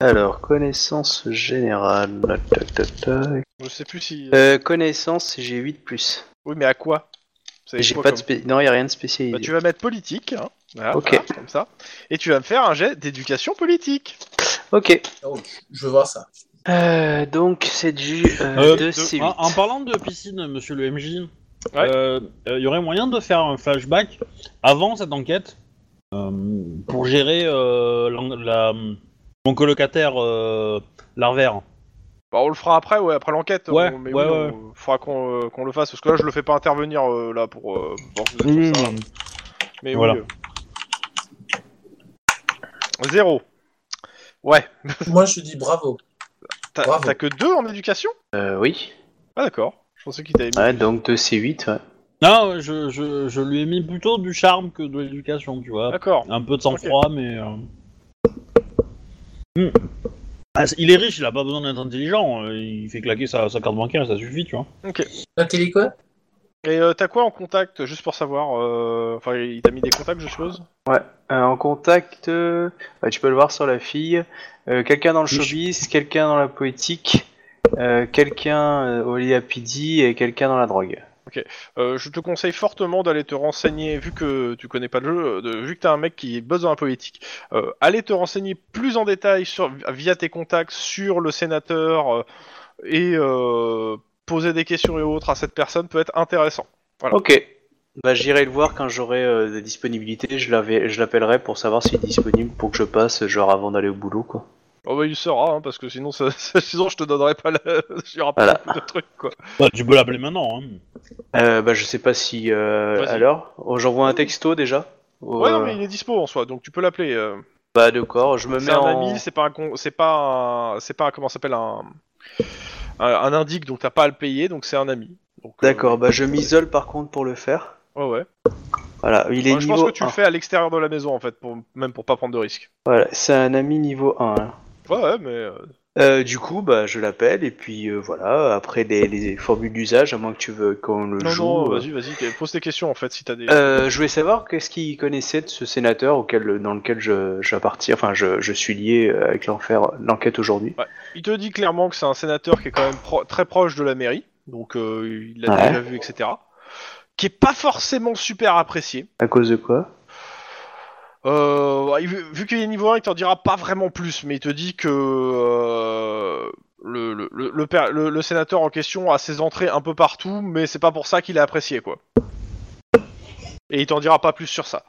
[SPEAKER 5] Alors, connaissance générale. Tac, tac, tac.
[SPEAKER 3] Je sais plus si.
[SPEAKER 5] Euh, connaissance, j'ai 8 plus.
[SPEAKER 3] Oui, mais à quoi C'est
[SPEAKER 5] J'ai
[SPEAKER 3] quoi
[SPEAKER 5] pas de
[SPEAKER 3] comme-
[SPEAKER 5] spé- Non, y a rien de
[SPEAKER 3] Bah,
[SPEAKER 5] spécialisé.
[SPEAKER 3] tu vas mettre politique, hein. Voilà,
[SPEAKER 5] Ok.
[SPEAKER 3] voilà, comme ça. Et tu vas me faire un jet d'éducation politique.
[SPEAKER 5] Ok.
[SPEAKER 6] je veux voir ça.
[SPEAKER 5] Euh, donc, c'est du
[SPEAKER 4] Euh,
[SPEAKER 5] 2
[SPEAKER 4] de-
[SPEAKER 5] C8.
[SPEAKER 4] en, en parlant de piscine, monsieur le MJ, il
[SPEAKER 3] Ouais.
[SPEAKER 4] euh, y aurait moyen de faire un flashback avant cette enquête euh, pour gérer euh, l'en- la, mon colocataire euh, larvaire.
[SPEAKER 3] Bah, on le fera après, ouais, après l'enquête.
[SPEAKER 4] Ouais,
[SPEAKER 3] on- mais
[SPEAKER 4] ouais,
[SPEAKER 3] oui,
[SPEAKER 4] ouais.
[SPEAKER 3] on- faudra qu'on euh, qu'on le fasse parce que là, je le fais pas intervenir euh, là pour. euh, pour voir si vous êtes sur ça.
[SPEAKER 4] Mmh.
[SPEAKER 3] Mais
[SPEAKER 4] Voilà.
[SPEAKER 3] oui, euh. Zéro. Ouais,
[SPEAKER 6] Moi, je dis bravo.
[SPEAKER 3] t'as
[SPEAKER 6] Bravo.
[SPEAKER 3] t'as que deux en éducation
[SPEAKER 5] Euh, oui.
[SPEAKER 3] Ah d'accord, je pensais qu'il t'avait mis...
[SPEAKER 5] Ouais, donc 2 C8, ouais.
[SPEAKER 4] Non, ouais, je, je, je lui ai mis plutôt du charme que de l'éducation, tu vois.
[SPEAKER 3] D'accord.
[SPEAKER 4] Un peu de sang-froid, mais. euh, hmm. Ah, c'est- il est riche, il a pas besoin d'être intelligent. euh, Il fait claquer sa, sa carte bancaire et ça suffit, tu vois.
[SPEAKER 6] La télé, quoi
[SPEAKER 3] Et euh, t'as quoi en contact, juste pour savoir euh, Enfin, il t'a mis des contacts, je suppose
[SPEAKER 5] Euh, en contact, euh, bah, tu peux le voir sur la fille, euh, quelqu'un dans le
[SPEAKER 4] Oui.
[SPEAKER 5] showbiz, quelqu'un dans la poétique, euh, quelqu'un euh, au liapidi et quelqu'un dans la drogue.
[SPEAKER 3] Euh, je te conseille fortement d'aller te renseigner, vu que tu connais pas le jeu, euh, de- vu que t'as un mec qui est buzz dans la politique, euh, aller te renseigner plus en détail sur, via tes contacts sur le sénateur euh, et euh, poser des questions et autres à cette personne peut être intéressant. Voilà.
[SPEAKER 5] Ok. Bah, J'irai le voir quand j'aurai euh, des disponibilités, je l'avais- je l'appellerai pour savoir s'il est disponible pour que je passe, genre avant d'aller au boulot, quoi.
[SPEAKER 3] Oh bah il sera, hein, parce que sinon, ça- sinon je te donnerai pas le... y aura pas
[SPEAKER 5] Voilà.
[SPEAKER 3] beaucoup de trucs, quoi.
[SPEAKER 4] Bah, tu peux l'appeler maintenant. Hein.
[SPEAKER 5] Euh, bah, je sais pas si. Euh,
[SPEAKER 3] Vas-y.
[SPEAKER 5] alors Oh, J'envoie un texto déjà au- euh,
[SPEAKER 3] Ouais, non, mais il est dispo en soi, donc tu peux l'appeler. euh.
[SPEAKER 5] Bah, d'accord, je me
[SPEAKER 3] C'est
[SPEAKER 5] mets
[SPEAKER 3] un
[SPEAKER 5] en.
[SPEAKER 3] ami, c'est pas un con- c'est pas un- c'est pas un- comment ça s'appelle un... un un indique donc t'as pas à le payer donc c'est un ami. Donc, euh,
[SPEAKER 5] D'accord, bah, je m'isole par contre pour le faire.
[SPEAKER 3] Ouais ouais.
[SPEAKER 5] Voilà, il est
[SPEAKER 3] Ouais, je pense
[SPEAKER 5] niveau
[SPEAKER 3] que tu le
[SPEAKER 5] 1.
[SPEAKER 3] fais à l'extérieur de la maison en fait pour même pour pas prendre de risques.
[SPEAKER 5] Voilà, c'est un ami niveau 1. hein.
[SPEAKER 3] Ouais ouais mais euh,
[SPEAKER 5] Euh, du coup, bah, je l'appelle et puis euh, voilà. Après les, les formules d'usage, à moins que tu veux qu'on le
[SPEAKER 3] non
[SPEAKER 5] joue.
[SPEAKER 3] non
[SPEAKER 5] euh.
[SPEAKER 3] vas-y vas-y t'es- pose tes questions en fait si t'as des
[SPEAKER 5] Euh, je voulais savoir qu'est-ce qu'il connaissait de ce sénateur auquel, dans lequel je, j'appartiens, enfin je, je suis lié euh, avec l'enfer, l'enquête aujourd'hui.
[SPEAKER 3] Il te dit clairement que c'est un sénateur qui est quand même pro- très proche de la mairie donc euh, il l'a
[SPEAKER 5] Ouais.
[SPEAKER 3] déjà vu etc. Qui est pas forcément super apprécié.
[SPEAKER 5] À cause de quoi
[SPEAKER 3] Euh, ouais, vu vu qu'il est niveau 1, il t'en dira pas vraiment plus, mais il te dit que euh, le, le, le, le per- le- le sénateur en question a ses entrées un peu partout, mais c'est pas pour ça qu'il est apprécié, quoi. Et il t'en dira pas plus sur ça.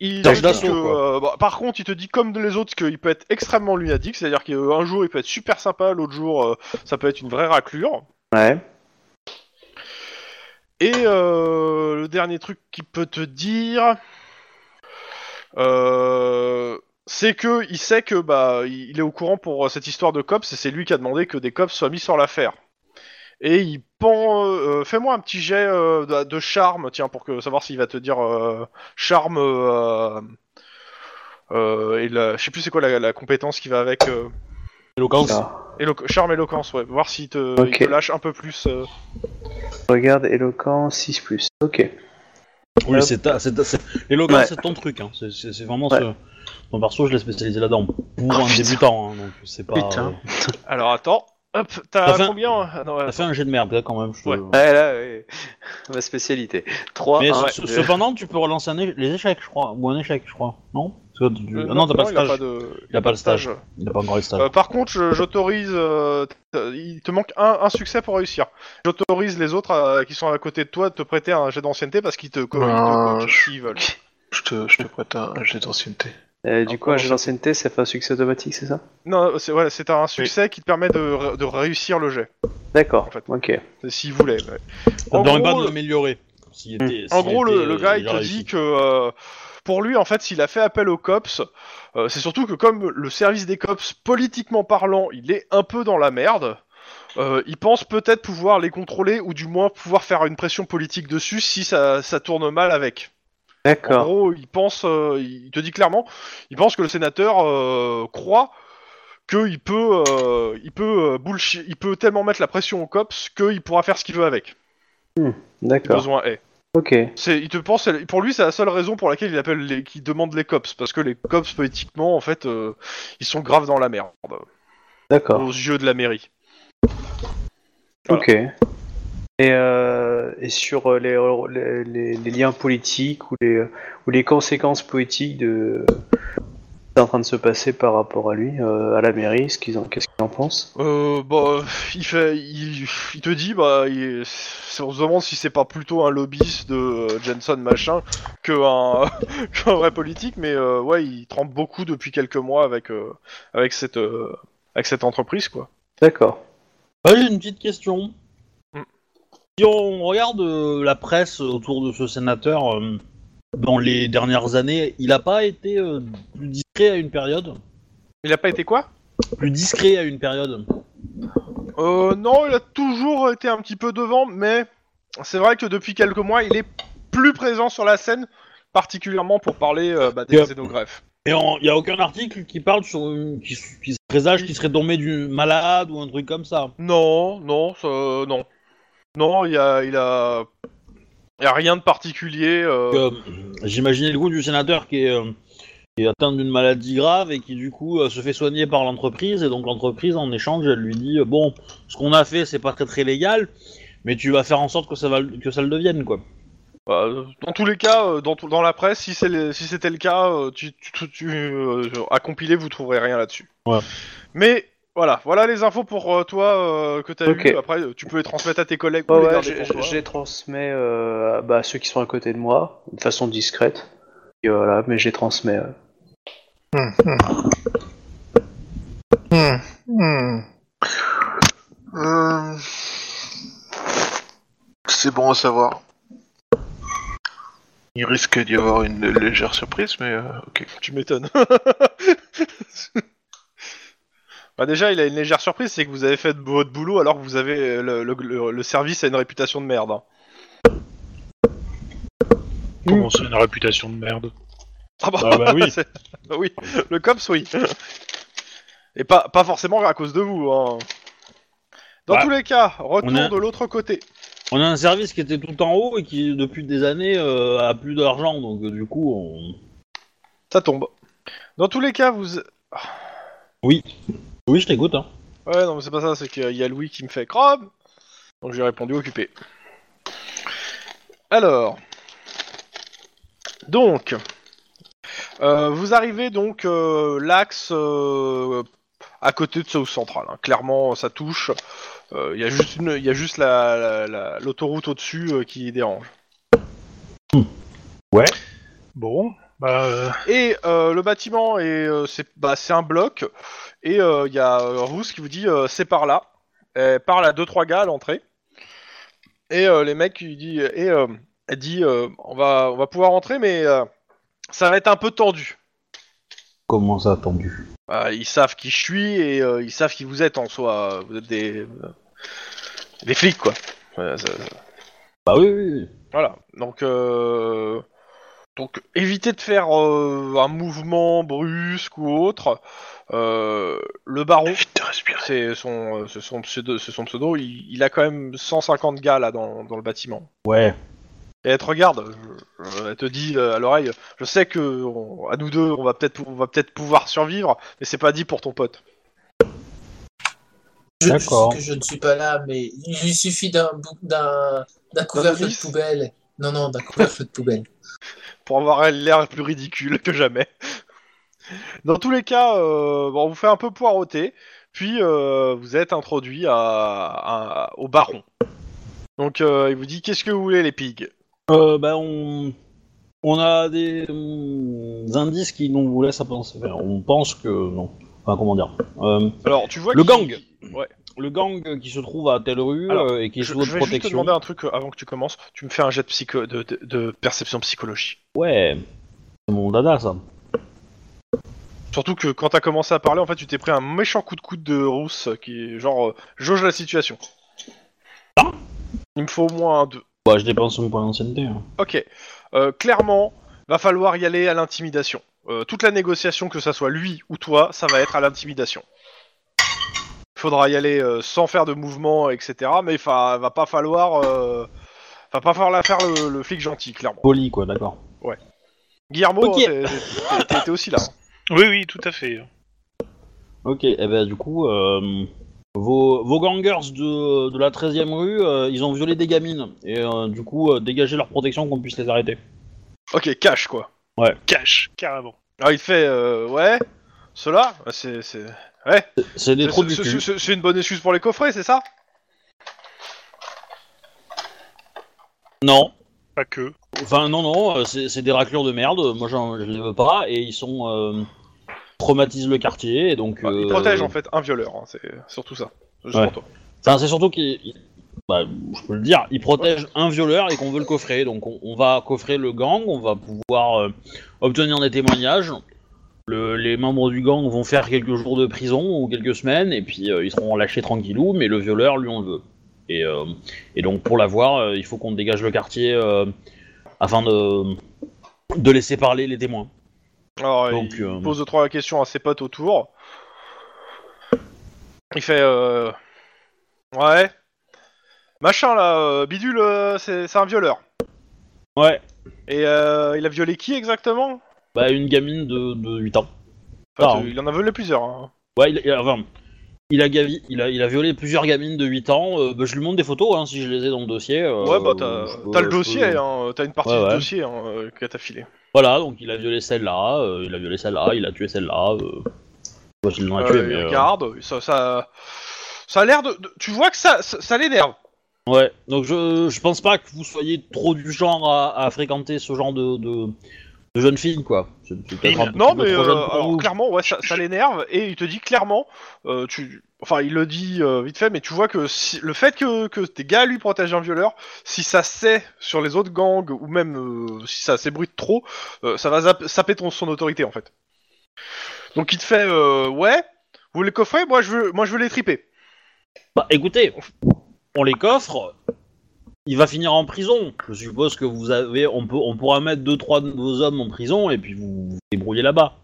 [SPEAKER 3] Il te
[SPEAKER 4] Tâche
[SPEAKER 3] dit
[SPEAKER 4] d'assaut,
[SPEAKER 3] que,
[SPEAKER 4] quoi.
[SPEAKER 3] euh, bah, par contre, il te dit comme les autres qu'il peut être extrêmement lunatique, c'est-à-dire qu'un jour il peut être super sympa, l'autre jour euh, ça peut être une vraie raclure.
[SPEAKER 5] Ouais.
[SPEAKER 3] Et euh, le dernier truc qu'il peut te dire, euh, c'est que il sait que bah il il est au courant pour euh, cette histoire de cops et c'est lui qui a demandé que des cops soient mis sur l'affaire. Et il pend. euh, euh, Fais-moi un petit jet euh, de, de charme, tiens, pour que savoir s'il va te dire euh, charme. euh, euh, et la- je sais plus c'est quoi la, la compétence qui va avec. euh,
[SPEAKER 4] Éloquence.
[SPEAKER 5] Alors,
[SPEAKER 3] élo- charme éloquence, ouais. Voir s'il te, il
[SPEAKER 5] Ok.
[SPEAKER 3] te lâche un peu plus. euh.
[SPEAKER 5] regarde éloquence 6 plus. Ok.
[SPEAKER 4] Oui,
[SPEAKER 5] Hop.
[SPEAKER 4] c'est ta, c'est ta- c'est- l'éloquence,
[SPEAKER 5] Euh, Ouais.
[SPEAKER 4] c'est ton truc. Hein. C'est, c'est- c'est vraiment
[SPEAKER 5] Ouais. Oh,
[SPEAKER 4] ce. Ton perso, je l'ai spécialisé là-dedans. Pour un
[SPEAKER 5] putain.
[SPEAKER 4] débutant, hein, donc c'est pas.
[SPEAKER 5] Putain.
[SPEAKER 4] euh,
[SPEAKER 3] Alors attends, hop,
[SPEAKER 4] Ça
[SPEAKER 3] t'as
[SPEAKER 4] fait un-
[SPEAKER 3] combien Ah, non, ouais.
[SPEAKER 4] t'as fait un jet de merde, là, quand même. Je te...
[SPEAKER 3] Ouais.
[SPEAKER 5] Ouais là, ouais. ma spécialité. 3,
[SPEAKER 4] Mais
[SPEAKER 5] 1,
[SPEAKER 4] ce- cependant, tu peux relancer un é- les échecs, je crois. Ou un échec, je crois. Non Parce que tu-
[SPEAKER 3] Euh,
[SPEAKER 4] ah Non, t'as pas le
[SPEAKER 3] il a
[SPEAKER 4] stage.
[SPEAKER 3] de-
[SPEAKER 4] Il a pas le stage. Il a pas encore le stage.
[SPEAKER 3] Euh, par contre, je- j'autorise. euh, t- il te manque un, un succès pour réussir. J'autorise les autres euh, qui sont à côté de toi de te prêter un jet d'ancienneté parce qu'ils te, co- ils te
[SPEAKER 2] Ah,
[SPEAKER 3] coachent
[SPEAKER 2] je-
[SPEAKER 3] s'ils veulent.
[SPEAKER 2] Je te, je te prête un, un jet d'ancienneté.
[SPEAKER 5] Euh, du coup, un jeu d'ancienneté, ça fait un succès automatique, c'est ça
[SPEAKER 3] Non, c'est voilà, c'est un succès qui te permet de, ré- de réussir le jet,
[SPEAKER 5] D'accord.
[SPEAKER 3] En fait.
[SPEAKER 5] Ok.
[SPEAKER 3] s'ils voulaient. ouais.
[SPEAKER 4] Ça
[SPEAKER 3] En
[SPEAKER 4] te permet pas
[SPEAKER 3] gros,
[SPEAKER 4] de l'améliorer. S'il était-
[SPEAKER 3] En
[SPEAKER 4] s'il
[SPEAKER 3] gros,
[SPEAKER 4] était,
[SPEAKER 3] le, le
[SPEAKER 4] euh,
[SPEAKER 3] gars, il
[SPEAKER 4] déjà
[SPEAKER 3] te
[SPEAKER 4] réussi.
[SPEAKER 3] dit que euh, pour lui, en fait, s'il a fait appel aux cops, euh, c'est surtout que comme le service des cops, politiquement parlant, il est un peu dans la merde, euh, il pense peut-être pouvoir les contrôler ou du moins pouvoir faire une pression politique dessus si ça, ça tourne mal avec. En
[SPEAKER 5] D'accord.
[SPEAKER 3] gros, il pense, euh, il te dit clairement, il pense que le sénateur euh, croit qu'il peut, euh, il peut euh, bullshit- il peut tellement mettre la pression aux cops qu'il pourra faire ce qu'il veut avec.
[SPEAKER 5] D'accord.
[SPEAKER 3] Besoin est.
[SPEAKER 5] Ok.
[SPEAKER 3] C'est, il te pense, pour lui, c'est la seule raison pour laquelle il appelle les, qui demande les cops, parce que les cops politiquement, en fait, euh, ils sont graves dans la merde
[SPEAKER 5] D'accord.
[SPEAKER 3] aux yeux de la mairie.
[SPEAKER 5] Ok. Et, euh, et sur euh, les, les, les- les liens politiques ou les, ou les conséquences politiques de c'est en train de se passer par rapport à lui, euh, à la mairie, ce qu'ils en- qu'est-ce qu'ils en pensent
[SPEAKER 3] Euh, bah, il fait, il, il te dit, bah, il- c'est- on se demande si c'est pas plutôt un lobbyiste de euh, Jensen machin que un, qu'un vrai politique, mais euh, ouais, il trempe beaucoup depuis quelques mois avec, euh, avec cette, euh, avec cette entreprise, quoi.
[SPEAKER 5] D'accord.
[SPEAKER 4] Ah, j'ai une petite question.
[SPEAKER 3] Mm.
[SPEAKER 4] Si on regarde euh, la presse autour de ce sénateur, euh, dans les dernières années, il n'a pas été euh, plus discret à une période
[SPEAKER 3] Il a pas été quoi
[SPEAKER 4] Plus discret à une période
[SPEAKER 3] Euh, non, il a toujours été un petit peu devant, mais c'est vrai que depuis quelques mois, il est plus présent sur la scène, particulièrement pour parler euh, bah, des
[SPEAKER 4] Yep.
[SPEAKER 3] xénogreffes.
[SPEAKER 4] Et en- il n'y a aucun article qui parle sur une- qui, qui se présage qui serait tombé du malade ou un truc comme ça.
[SPEAKER 3] Non, non, ça- euh, non. Non, il y a, il a, il y a rien de particulier. euh,
[SPEAKER 4] Euh, J'imaginais le coup du sénateur qui est, euh, qui est atteint d'une maladie grave et qui du coup euh, se fait soigner par l'entreprise et donc l'entreprise en échange elle lui dit euh, bon ce qu'on a fait c'est pas très très légal mais tu vas faire en sorte que ça va que ça le devienne quoi.
[SPEAKER 3] Bah, euh, dans tous les cas, euh, dans, tout- dans la presse, si c'est le- si c'était le cas, euh, tu, tu- tu- tu, euh, à compiler, vous trouverez rien là-dessus.
[SPEAKER 4] Ouais.
[SPEAKER 3] Mais voilà, voilà les infos pour euh, toi euh, que t'as
[SPEAKER 5] Ok.
[SPEAKER 3] eues. Après, euh, tu peux les transmettre à tes collègues ou
[SPEAKER 5] Ouais,
[SPEAKER 3] les
[SPEAKER 5] ouais,
[SPEAKER 3] garder
[SPEAKER 5] je,
[SPEAKER 3] pour
[SPEAKER 5] je-
[SPEAKER 3] toi.
[SPEAKER 5] je les transmets euh, à bah, ceux qui sont à côté de moi, de façon discrète. Et voilà, mais je les transmets. euh.
[SPEAKER 2] Hmm, hmm. Euh, C'est bon à savoir. Il risque d'y avoir une légère surprise, mais euh, ok.
[SPEAKER 3] Tu m'étonnes. bah déjà, il a une légère surprise, c'est que vous avez fait de- votre boulot alors que vous avez euh, le, le- le- le service a une réputation de merde. hein.
[SPEAKER 1] Mmh. Comment c'est une réputation de merde
[SPEAKER 3] Ah bah,
[SPEAKER 1] Ah bah oui.
[SPEAKER 3] c'est- bah oui, le cops oui. Et pas, pas forcément à cause de vous. hein. Dans
[SPEAKER 4] Bah,
[SPEAKER 3] tous les cas, retour
[SPEAKER 4] on a-
[SPEAKER 3] de l'autre côté.
[SPEAKER 4] On a un service qui était tout en haut et qui depuis des années euh, a plus d'argent donc euh, du coup on...
[SPEAKER 3] Ça tombe. Dans tous les cas, vous...
[SPEAKER 4] oui je t'écoute hein.
[SPEAKER 3] Ouais, non, mais c'est pas ça, c'est qu'il y a Louis qui me fait crabe. Donc j'ai répondu occupé. Alors. Donc. euh, vous arrivez donc euh, l'axe euh, à côté de South Central. hein. Clairement, ça touche. Euh, Il y a juste, une, il y a juste la- la- la- l'autoroute au-dessus euh, qui dérange.
[SPEAKER 1] Bon, bah... euh,
[SPEAKER 3] Et euh, le bâtiment, est, euh, c'est bah, c'est un bloc. Et euh, il y a euh, Rousse qui vous dit euh, c'est par là. Elle parle à 2-3 gars à l'entrée. Et euh, les mecs, il dit, et, euh, elle dit euh, on, va, on va pouvoir rentrer, mais euh, ça va être un peu tendu.
[SPEAKER 4] Comment ça attendu
[SPEAKER 3] Euh, ils savent qui je suis et euh, ils savent qui vous êtes en soi. Euh, Vous êtes des, euh, des flics, quoi. Euh, ça-
[SPEAKER 4] Bah oui oui. oui.
[SPEAKER 3] Voilà, donc euh, donc évitez de faire euh, un mouvement brusque ou autre. Euh, le baron,
[SPEAKER 2] Vite de respirer.
[SPEAKER 3] c'est son, euh, c'est son pseudo, c'est son pseudo il, il a quand même 150 gars là dans, dans le bâtiment.
[SPEAKER 4] Ouais.
[SPEAKER 3] Et elle te regarde, euh, euh, elle te dit euh, à l'oreille, je sais que on- à nous deux on va peut-être pou- on va peut-être pouvoir survivre, mais c'est pas dit pour ton pote.
[SPEAKER 6] Je, je sais
[SPEAKER 4] D'accord.
[SPEAKER 6] que je ne suis pas là, mais il lui suffit d'un bou- d'un d'un couvercle de
[SPEAKER 3] indice
[SPEAKER 6] poubelle. Non, non, d'un couvercle de poubelle.
[SPEAKER 3] pour avoir l'air plus ridicule que jamais. Dans tous les cas, euh, bon, on vous fait un peu poireauter, puis euh, vous êtes introduit à, à- au baron. Donc euh, il vous dit qu'est-ce que vous voulez les pigs
[SPEAKER 4] Euh, bah on on a des, euh, indices qui nous vous laissent à penser. Enfin, on pense que non. Enfin comment dire. Euh,
[SPEAKER 3] Alors tu vois
[SPEAKER 4] Le
[SPEAKER 3] qu'il-
[SPEAKER 4] gang.
[SPEAKER 3] Ouais.
[SPEAKER 4] le gang qui se trouve à telle rue
[SPEAKER 3] Alors,
[SPEAKER 4] euh, et qui est
[SPEAKER 3] Je,
[SPEAKER 4] sous
[SPEAKER 3] je
[SPEAKER 4] votre
[SPEAKER 3] vais juste te
[SPEAKER 4] protection.
[SPEAKER 3] demander un truc euh, avant que tu commences. Tu me fais un jet de, psycho- de, de- de perception psychologie.
[SPEAKER 4] Ouais. C'est mon dada ça.
[SPEAKER 3] Surtout que quand t'as commencé à parler, en fait, tu t'es pris un méchant coup de coude de rousse qui genre euh, jauge la situation. Il me faut au moins un deux.
[SPEAKER 4] Bah je dépense mon point d'ancienneté. hein.
[SPEAKER 3] Ok. Euh, clairement, va falloir y aller à l'intimidation. Euh, toute la négociation, que ça soit lui ou toi, ça va être à l'intimidation. Faudra y aller euh, sans faire de mouvement, etc. Mais fa- va pas falloir, euh, va pas falloir la faire le, le flic gentil, clairement.
[SPEAKER 4] Poli quoi, d'accord.
[SPEAKER 3] Guillermo,
[SPEAKER 4] Ok.
[SPEAKER 3] hein, t'es- t'es- t'es- t'es aussi là.
[SPEAKER 1] Oui, oui, tout à fait.
[SPEAKER 4] Ok. Et eh ben du coup euh, vos vos gangers de de la 13e rue, euh, ils ont violé des gamines et euh, du coup euh, dégagez leur protection qu'on puisse les arrêter.
[SPEAKER 3] Ok, cash quoi.
[SPEAKER 1] Cash, carrément.
[SPEAKER 3] Alors il te fait, euh, ouais, cela, c'est, c'est, ouais,
[SPEAKER 4] C'est des
[SPEAKER 3] c'est
[SPEAKER 4] trous du
[SPEAKER 3] c'est-
[SPEAKER 4] cul.
[SPEAKER 3] c'est- c'est une bonne excuse pour les coffrets, c'est ça
[SPEAKER 4] Non.
[SPEAKER 1] Pas que.
[SPEAKER 4] Enfin, non, non, euh, c'est c'est des raclures de merde, moi j'en- je les veux pas, et ils sont. euh, traumatisent le quartier, et donc.
[SPEAKER 3] Bah, Ils
[SPEAKER 4] euh,
[SPEAKER 3] protègent en fait un violeur, hein, c'est surtout ça. Juste
[SPEAKER 4] Ouais.
[SPEAKER 3] pour toi.
[SPEAKER 4] Enfin, c'est surtout qu'ils. ils- bah, bah, je peux le dire, il protège un violeur et qu'on veut le coffrer. Donc on, on va coffrer le gang, on va pouvoir euh, obtenir des témoignages. Le- les membres du gang vont faire quelques jours de prison ou quelques semaines et puis euh, ils seront lâchés tranquillou, mais le violeur, lui, on le veut. Et, euh, et donc pour l'avoir, euh, il faut qu'on dégage le quartier euh, afin de, de laisser parler les témoins.
[SPEAKER 3] Alors,
[SPEAKER 4] Donc,
[SPEAKER 3] il
[SPEAKER 4] euh,
[SPEAKER 3] pose deux trois questions à ses potes autour. Il fait euh... ouais, machin là, euh, bidule, euh, c'est c'est un violeur.
[SPEAKER 4] Ouais,
[SPEAKER 3] Et euh, il a violé qui exactement
[SPEAKER 4] bah une gamine de, de 8 ans. Ah,
[SPEAKER 3] Enfin, euh, Il en a violé plusieurs. hein.
[SPEAKER 4] Ouais, il, il- enfin, il a, gavi- il, a, il a violé plusieurs gamines de 8 ans. Euh, bah, je lui montre des photos hein, si je les ai dans le dossier. euh,
[SPEAKER 3] ouais, bah
[SPEAKER 4] je
[SPEAKER 3] t'as
[SPEAKER 4] peux-
[SPEAKER 3] t'as le
[SPEAKER 4] je peux-
[SPEAKER 3] dossier, hein, t'as une partie
[SPEAKER 4] Ouais,
[SPEAKER 3] du
[SPEAKER 4] ouais.
[SPEAKER 3] dossier hein, euh, qu'elle t'a filé.
[SPEAKER 4] Voilà, donc il a violé celle-là, euh, il a violé celle-là, il a tué celle-là. Euh... Je sais pas s'il l'en a tué,
[SPEAKER 3] Euh,
[SPEAKER 4] mais.
[SPEAKER 3] il
[SPEAKER 4] euh,
[SPEAKER 3] regarde, ça, ça, ça a l'air de, de- Tu vois que ça, ça, ça l'énerve.
[SPEAKER 4] Ouais, donc je, je pense pas que vous soyez trop du genre à, à fréquenter ce genre de, de, de jeune fille, quoi. C'est peut-être un peu
[SPEAKER 3] Non,
[SPEAKER 4] trop
[SPEAKER 3] mais
[SPEAKER 4] jeune
[SPEAKER 3] euh,
[SPEAKER 4] pour
[SPEAKER 3] alors,
[SPEAKER 4] vous.
[SPEAKER 3] clairement, ouais, ça, ça l'énerve et il te dit clairement, euh, tu, enfin, il le dit euh, vite fait, mais tu vois que si- le fait que, que tes gars lui protègent un violeur, si ça sait sur les autres gangs ou même euh, si ça s'ébruite trop, euh, ça va zap- saper ton, son autorité en fait. Donc il te fait, euh, ouais, vous les coffrez, moi je veux, moi je veux les triper.
[SPEAKER 4] Bah écoutez, on les coffre, il va finir en prison. Je suppose que vous avez, on peut, on pourra mettre deux trois de vos hommes en prison et puis vous vous débrouillez là-bas.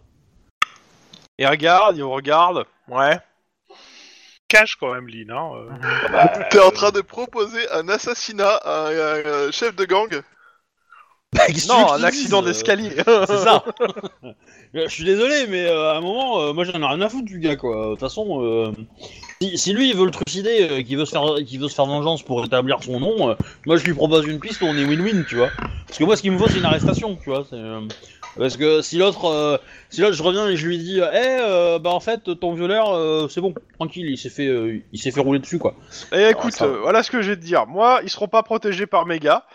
[SPEAKER 3] Et regarde, il regarde, ouais.
[SPEAKER 1] Cache quand même, Lynn. Hein, euh.
[SPEAKER 2] Mmh. T'es en train de proposer un assassinat à un, un chef de gang
[SPEAKER 3] Non, un
[SPEAKER 4] euh,
[SPEAKER 3] accident d'escalier.
[SPEAKER 4] C'est ça. Je suis désolé, mais euh, à un moment, euh, moi j'en ai rien à foutre du gars, quoi. De toute façon, euh, si, si lui il veut le trucider, euh, qu'il veut se faire, qu'il veut se faire vengeance pour rétablir son nom, euh, moi je lui propose une piste où on est win-win, tu vois. Parce que moi, ce qu'il me faut, c'est une arrestation, tu vois. c'est, euh, Parce que si l'autre, euh, si l'autre, je reviens et je lui dis, eh, euh, bah en fait, ton violeur, euh, c'est bon, tranquille, il s'est fait, euh, il s'est fait rouler dessus, quoi.
[SPEAKER 3] Et écoute,
[SPEAKER 4] Ah, ça va.
[SPEAKER 3] euh, voilà ce que j'ai de dire. Moi, ils seront pas protégés par mes gars.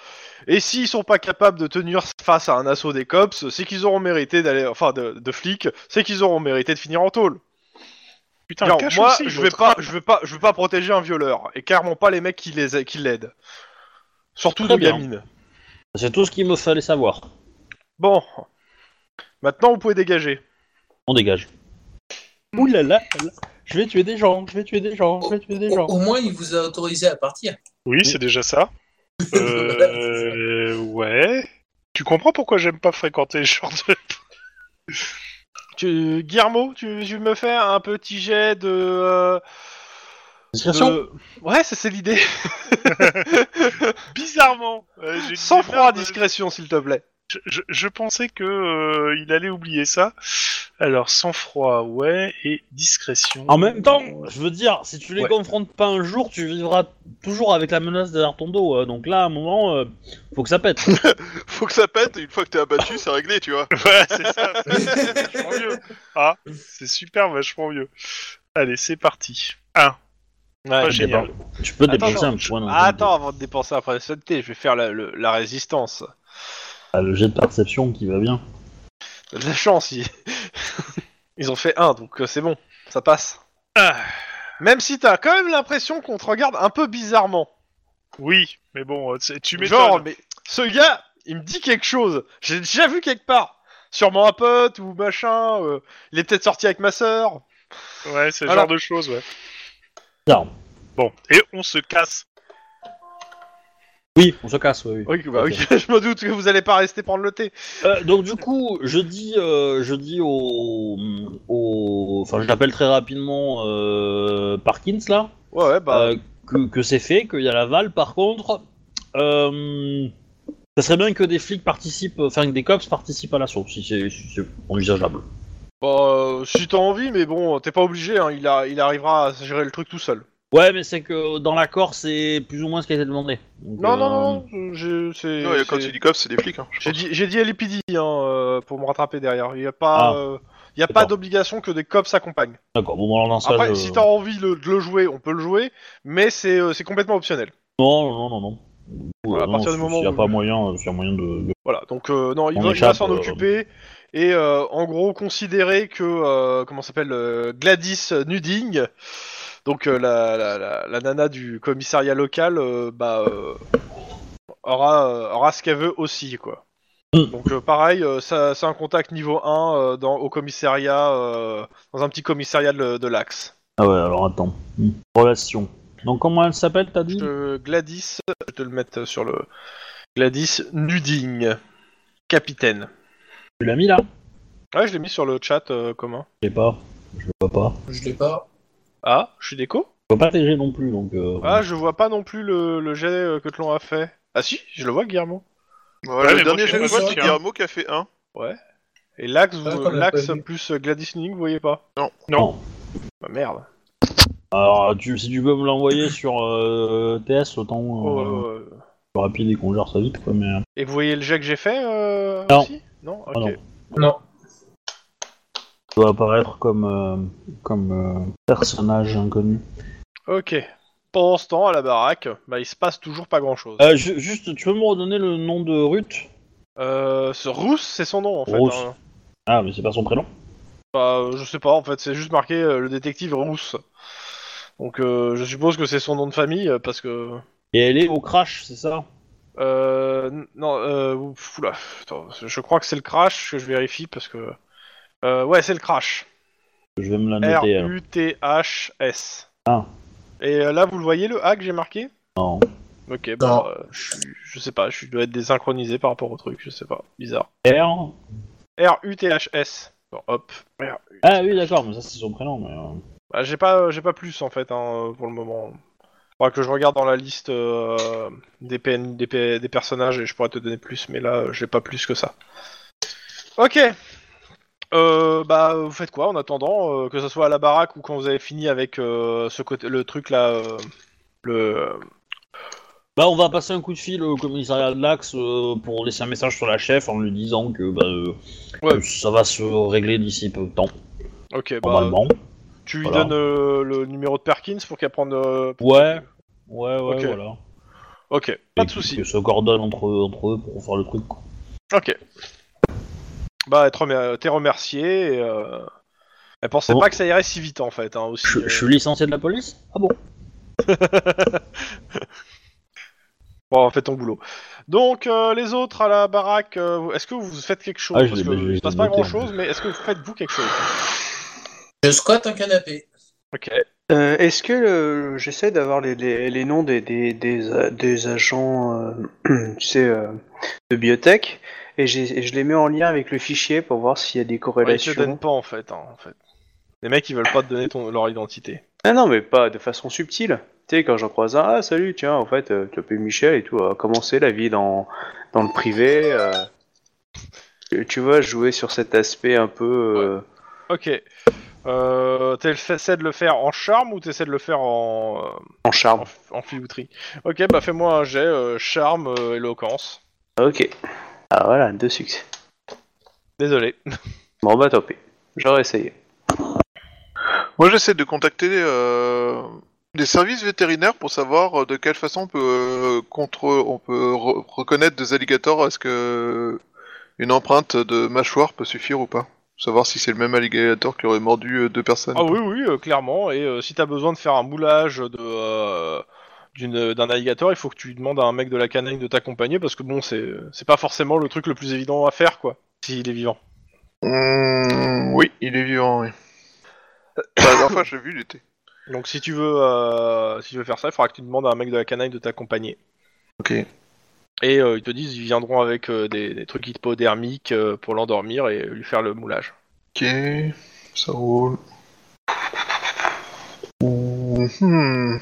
[SPEAKER 3] Et s'ils sont pas capables de tenir face à un assaut des cops, c'est qu'ils auront mérité d'aller, enfin, de, de flics, c'est qu'ils auront mérité de finir en tôle.
[SPEAKER 1] Putain,
[SPEAKER 3] Genre,
[SPEAKER 1] cache
[SPEAKER 3] moi,
[SPEAKER 1] aussi,
[SPEAKER 3] je vais
[SPEAKER 1] l'autre.
[SPEAKER 3] pas, je vais pas, je veux pas protéger un violeur, et clairement pas les mecs qui les, a- qui l'aident. Surtout
[SPEAKER 4] Très
[SPEAKER 3] nos
[SPEAKER 4] bien.
[SPEAKER 3] gamines.
[SPEAKER 4] C'est tout ce qu'il me fallait savoir.
[SPEAKER 3] Bon, maintenant vous pouvez dégager.
[SPEAKER 4] On dégage. Ouh là là, là. je vais tuer des gens, je vais tuer des gens, je vais tuer des
[SPEAKER 6] Au,
[SPEAKER 4] gens.
[SPEAKER 6] au moins, il vous a autorisé à partir.
[SPEAKER 1] Oui, c'est déjà ça. Euh, ouais. Tu comprends pourquoi j'aime pas fréquenter les gens de...
[SPEAKER 3] Tu, Guillermo, tu, tu me fais un petit jet de. euh,
[SPEAKER 4] Discrétion.
[SPEAKER 3] de- Ouais, c'est c'est l'idée.
[SPEAKER 1] Bizarrement. euh, j'ai
[SPEAKER 3] Sans
[SPEAKER 1] dit,
[SPEAKER 3] froid,
[SPEAKER 1] merde,
[SPEAKER 3] discrétion, s'il te plaît.
[SPEAKER 1] Je, je- je pensais que euh, il allait oublier ça. Alors, sang froid, ouais, et discrétion.
[SPEAKER 4] En même temps, Euh, je veux dire, si tu les
[SPEAKER 1] Ouais.
[SPEAKER 4] confrontes pas un jour, tu vivras toujours avec la menace derrière ton dos. euh, donc là, à un moment, euh, faut que ça pète.
[SPEAKER 2] Faut que ça pète, et une fois que t'es abattu, c'est réglé, tu vois.
[SPEAKER 1] Ouais, c'est ça. C'est vachement mieux. Ah, c'est super, vachement mieux. Allez, c'est parti. Un.
[SPEAKER 4] Ah,
[SPEAKER 1] Pas génial.
[SPEAKER 4] tu peux
[SPEAKER 3] Attends,
[SPEAKER 4] dépenser un
[SPEAKER 3] non,
[SPEAKER 4] point. dans
[SPEAKER 3] Ah,
[SPEAKER 4] ton-
[SPEAKER 3] attends, avant de dépenser après la solidité, je vais faire la, le- la résistance.
[SPEAKER 4] Ah, le jet de perception qui va bien.
[SPEAKER 3] De la chance, ils, ils ont fait un, donc euh, c'est bon, ça passe.
[SPEAKER 1] Ah.
[SPEAKER 3] Même si t'as quand même l'impression qu'on te regarde un peu bizarrement.
[SPEAKER 1] Oui, mais bon, euh, c'est- tu
[SPEAKER 3] Genre,
[SPEAKER 1] m'étonnes.
[SPEAKER 3] mais ce gars, il me dit quelque chose. J'ai déjà vu quelque part. Sûrement un pote ou machin. euh, il est peut-être sorti avec ma sœur.
[SPEAKER 1] Ouais, c'est le
[SPEAKER 3] Voilà.
[SPEAKER 1] genre de choses, ouais.
[SPEAKER 4] Bien.
[SPEAKER 1] Bon, et on se casse.
[SPEAKER 4] Oui, on se casse, oui. oui.
[SPEAKER 3] Oui, bah oui, je me doute que vous allez pas rester prendre le thé.
[SPEAKER 4] Euh, donc du coup, je dis, euh, je dis au, au- enfin, je l'appelle très rapidement euh, Parkins là.
[SPEAKER 3] Ouais, ouais, bah.
[SPEAKER 4] Euh, que, que c'est fait, qu'il y a l'aval. Par contre, euh, ça serait bien que des flics participent, enfin que des cops participent à l'assaut, si c'est si c'est envisageable.
[SPEAKER 3] bah, euh, si t'as envie, mais bon, t'es pas obligé, hein, il, a, il arrivera à gérer le truc tout seul.
[SPEAKER 4] Ouais, mais c'est que dans l'accord, c'est plus ou moins ce qui a été demandé. Donc,
[SPEAKER 3] Non,
[SPEAKER 4] euh,
[SPEAKER 3] non, non, non, je- c'est.
[SPEAKER 2] Non, et quand
[SPEAKER 3] c'est-
[SPEAKER 2] tu dis cops, c'est des flics. Hein, je
[SPEAKER 3] J'ai
[SPEAKER 2] pense.
[SPEAKER 3] dit, j'ai dit LAPD, hein, euh, pour me rattraper derrière. Il n'y a pas,
[SPEAKER 4] Ah.
[SPEAKER 3] euh, il y a
[SPEAKER 4] D'accord.
[SPEAKER 3] pas d'obligation que des cops s'accompagnent.
[SPEAKER 4] D'accord, bon, alors dans ça,
[SPEAKER 3] Après,
[SPEAKER 4] je-
[SPEAKER 3] si t'as envie le- de le jouer, on peut le jouer, mais c'est, euh, c'est complètement optionnel.
[SPEAKER 4] Non, non, non, non. non.
[SPEAKER 3] Voilà, à partir du moment
[SPEAKER 4] il n'y a
[SPEAKER 3] où-
[SPEAKER 4] pas moyen, euh, s'il y a moyen de.
[SPEAKER 3] Voilà, donc euh, non, il
[SPEAKER 4] On
[SPEAKER 3] va, il
[SPEAKER 4] échappe,
[SPEAKER 3] va s'en
[SPEAKER 4] euh,
[SPEAKER 3] occuper et euh, en gros considérer que euh, comment ça s'appelle euh, Gladys Nuding Donc euh, la, la, la- la nana du commissariat local euh, bah, euh, aura, euh, aura ce qu'elle veut aussi, quoi.
[SPEAKER 4] Mm.
[SPEAKER 3] Donc euh, pareil, euh, ça- c'est un contact niveau 1 euh, dans, au commissariat, euh, dans un petit commissariat de, de l'Axe.
[SPEAKER 4] Ah ouais, alors attends. Hmm. Relation. Donc comment elle s'appelle, t'as
[SPEAKER 3] Je
[SPEAKER 4] dit
[SPEAKER 3] te- Gladys, je vais te le mettre sur le... Gladys Nuding, capitaine.
[SPEAKER 4] Tu l'as mis là
[SPEAKER 3] Ouais, je l'ai mis sur le chat euh, commun.
[SPEAKER 4] Je sais pas. Je le vois pas.
[SPEAKER 6] Je l'ai pas.
[SPEAKER 3] Ah, je suis déco
[SPEAKER 4] Je vois pas TG non plus, donc... euh,
[SPEAKER 3] Ah, je vois pas non plus le, le jet euh, que l'on a fait. Ah si, je le vois, Guillermo.
[SPEAKER 1] Ouais,
[SPEAKER 2] Voilà, le
[SPEAKER 1] mais moi,
[SPEAKER 2] dernier
[SPEAKER 1] je
[SPEAKER 2] jet de
[SPEAKER 6] suis pas
[SPEAKER 2] boîte,
[SPEAKER 6] sûr,
[SPEAKER 2] c'est
[SPEAKER 6] hein.
[SPEAKER 2] Guillermo qui a fait 1.
[SPEAKER 3] Et l'axe, vous-
[SPEAKER 6] Ah, quand même,
[SPEAKER 3] l'axe
[SPEAKER 6] pas vu.
[SPEAKER 3] plus euh, Gladys Nuding, vous voyez pas
[SPEAKER 4] Non.
[SPEAKER 3] Bah merde.
[SPEAKER 4] Alors, tu, si tu peux me l'envoyer sur euh, TS, autant
[SPEAKER 3] Oh,
[SPEAKER 4] euh,
[SPEAKER 3] euh,
[SPEAKER 4] plus rapide et qu'on gère ça vite, quoi, mais... euh,
[SPEAKER 3] Et vous voyez le jet que j'ai fait euh,
[SPEAKER 4] Non.
[SPEAKER 3] aussi Non Ok.
[SPEAKER 4] Ah non.
[SPEAKER 6] Non.
[SPEAKER 4] Ça doit apparaître comme... euh, comme euh, personnage inconnu.
[SPEAKER 3] Ok. Pendant ce temps, à la baraque, bah, il se passe toujours pas grand chose.
[SPEAKER 4] Euh, ju- juste, tu peux me redonner le nom de Ruth
[SPEAKER 3] Euh, ce Rousse, c'est son nom en fait.
[SPEAKER 4] Rousse.
[SPEAKER 3] hein.
[SPEAKER 4] Ah, mais c'est pas son prénom
[SPEAKER 3] Bah, euh, je sais pas en fait, c'est juste marqué euh, le détective Rousse. Donc euh, je suppose que c'est son nom de famille euh, parce que.
[SPEAKER 4] Et elle est au crash, c'est ça
[SPEAKER 3] Euh, n- non, euh, ouf, oula, attends, je crois que c'est le crash que je vérifie parce que. Euh, ouais, c'est le crash.
[SPEAKER 4] Je vais me la
[SPEAKER 3] R
[SPEAKER 4] noter. alors.
[SPEAKER 3] U T H S.
[SPEAKER 4] Ah.
[SPEAKER 3] Et euh, là, vous le voyez le A que j'ai marqué
[SPEAKER 4] Non.
[SPEAKER 3] Ok,
[SPEAKER 6] Non.
[SPEAKER 3] bon, euh, je, suis- je sais pas, je dois être désynchronisé par rapport au truc, je sais pas, bizarre.
[SPEAKER 4] R
[SPEAKER 3] R U T H S. Bon, hop. R U-
[SPEAKER 4] Ah oui, d'accord, mais ça c'est son prénom. Mais, euh,
[SPEAKER 3] Bah, j'ai pas, euh, j'ai pas plus en fait hein, pour le moment. Faudra que je regarde dans la liste euh, des, PN, des, P- des personnages et je pourrais te donner plus, mais là euh, j'ai pas plus que ça. Ok. Euh, bah vous faites quoi en attendant euh, que ce soit à la baraque ou quand vous avez fini avec euh, ce côté, le truc là, euh, le. euh,
[SPEAKER 4] Bah, on va passer un coup de fil au commissariat de l'Axe euh, pour laisser un message sur la chef en lui disant que bah, euh,
[SPEAKER 3] Ouais.
[SPEAKER 4] que ça va se régler d'ici peu de temps,
[SPEAKER 3] Ok, bah
[SPEAKER 4] normalement.
[SPEAKER 3] tu lui
[SPEAKER 4] voilà.
[SPEAKER 3] donnes euh, le numéro de Perkins pour qu'elle prenne. euh,
[SPEAKER 4] Ouais, ouais, ouais,
[SPEAKER 3] Ok.
[SPEAKER 4] voilà.
[SPEAKER 3] Ok, pas de
[SPEAKER 4] Et
[SPEAKER 3] souci.
[SPEAKER 4] Que se coordonnent entre, entre eux pour faire le truc. quoi.
[SPEAKER 3] Ok. Bah, être remer- t'es remercié. Et, euh, Elle pensait
[SPEAKER 4] Bon.
[SPEAKER 3] pas que ça irait si vite en fait. Hein, aussi,
[SPEAKER 4] Je,
[SPEAKER 3] euh.
[SPEAKER 4] je suis licencié de la police Ah bon
[SPEAKER 3] Bon, fais ton boulot. Donc, euh, les autres à la baraque, euh, est-ce que vous faites quelque chose
[SPEAKER 4] Ah, je
[SPEAKER 3] Parce
[SPEAKER 4] l'ai-
[SPEAKER 3] que
[SPEAKER 4] je l'ai
[SPEAKER 3] il se passe pas
[SPEAKER 4] noté,
[SPEAKER 3] grand
[SPEAKER 4] en
[SPEAKER 3] chose, mais est-ce que vous faites vous quelque chose
[SPEAKER 6] Je squatte un canapé.
[SPEAKER 3] Ok.
[SPEAKER 5] Euh, Est-ce que euh, j'essaie d'avoir les, les- les noms des, des, des, a- des agents euh, tu sais, euh, de biotech et, j'ai- et je les mets en lien avec le fichier pour voir s'il y a des
[SPEAKER 3] Ouais, ils te
[SPEAKER 5] corrélations
[SPEAKER 3] donnent pas en fait, hein, en fait. Les mecs, ils veulent pas te donner ton- leur identité.
[SPEAKER 5] Ah non, mais pas de façon subtile. Tu sais, quand j'en croise un, ah salut, tiens, en fait, euh, tu appelles Michel et tout, euh, comment c'est la vie dans, dans le privé euh, tu- Tu vois, jouer sur cet aspect un peu. euh,
[SPEAKER 3] Ok. Euh, t'essaies de le faire en charme ou t'essaies de le faire en, euh,
[SPEAKER 5] En charme.
[SPEAKER 3] en, en filouterie Ok, bah fais-moi un jet euh, charme, euh, éloquence.
[SPEAKER 5] Ok. Ah voilà, deux succès.
[SPEAKER 3] Désolé.
[SPEAKER 5] Bon bah tant pis. J'aurais essayé.
[SPEAKER 2] Moi, j'essaie de contacter euh, des services vétérinaires pour savoir euh, de quelle façon on peut, euh, contre, on peut re- reconnaître des alligators. Est-ce que une empreinte de mâchoire peut suffire ou pas Savoir si c'est le même alligator qui aurait mordu euh, deux personnes.
[SPEAKER 3] Ah oui, oui, euh, clairement. Et euh, si t'as besoin de faire un moulage de euh, d'une- d'un alligator, il faut que tu demandes à un mec de la canine de t'accompagner parce que bon, c'est c'est pas forcément le truc le plus évident à faire, quoi, s'il est vivant.
[SPEAKER 2] Mmh, oui, il est vivant, oui. Enfin, la dernière fois, je l'ai vu, il était.
[SPEAKER 3] Donc si tu veux euh, si tu veux faire ça, il faudra que tu demandes à un mec de la canine de t'accompagner.
[SPEAKER 2] Ok.
[SPEAKER 3] Et euh, ils te disent, ils viendront avec euh, des, des trucs hypodermiques euh, pour l'endormir et lui faire le moulage.
[SPEAKER 2] Ok, ça roule. Hmm.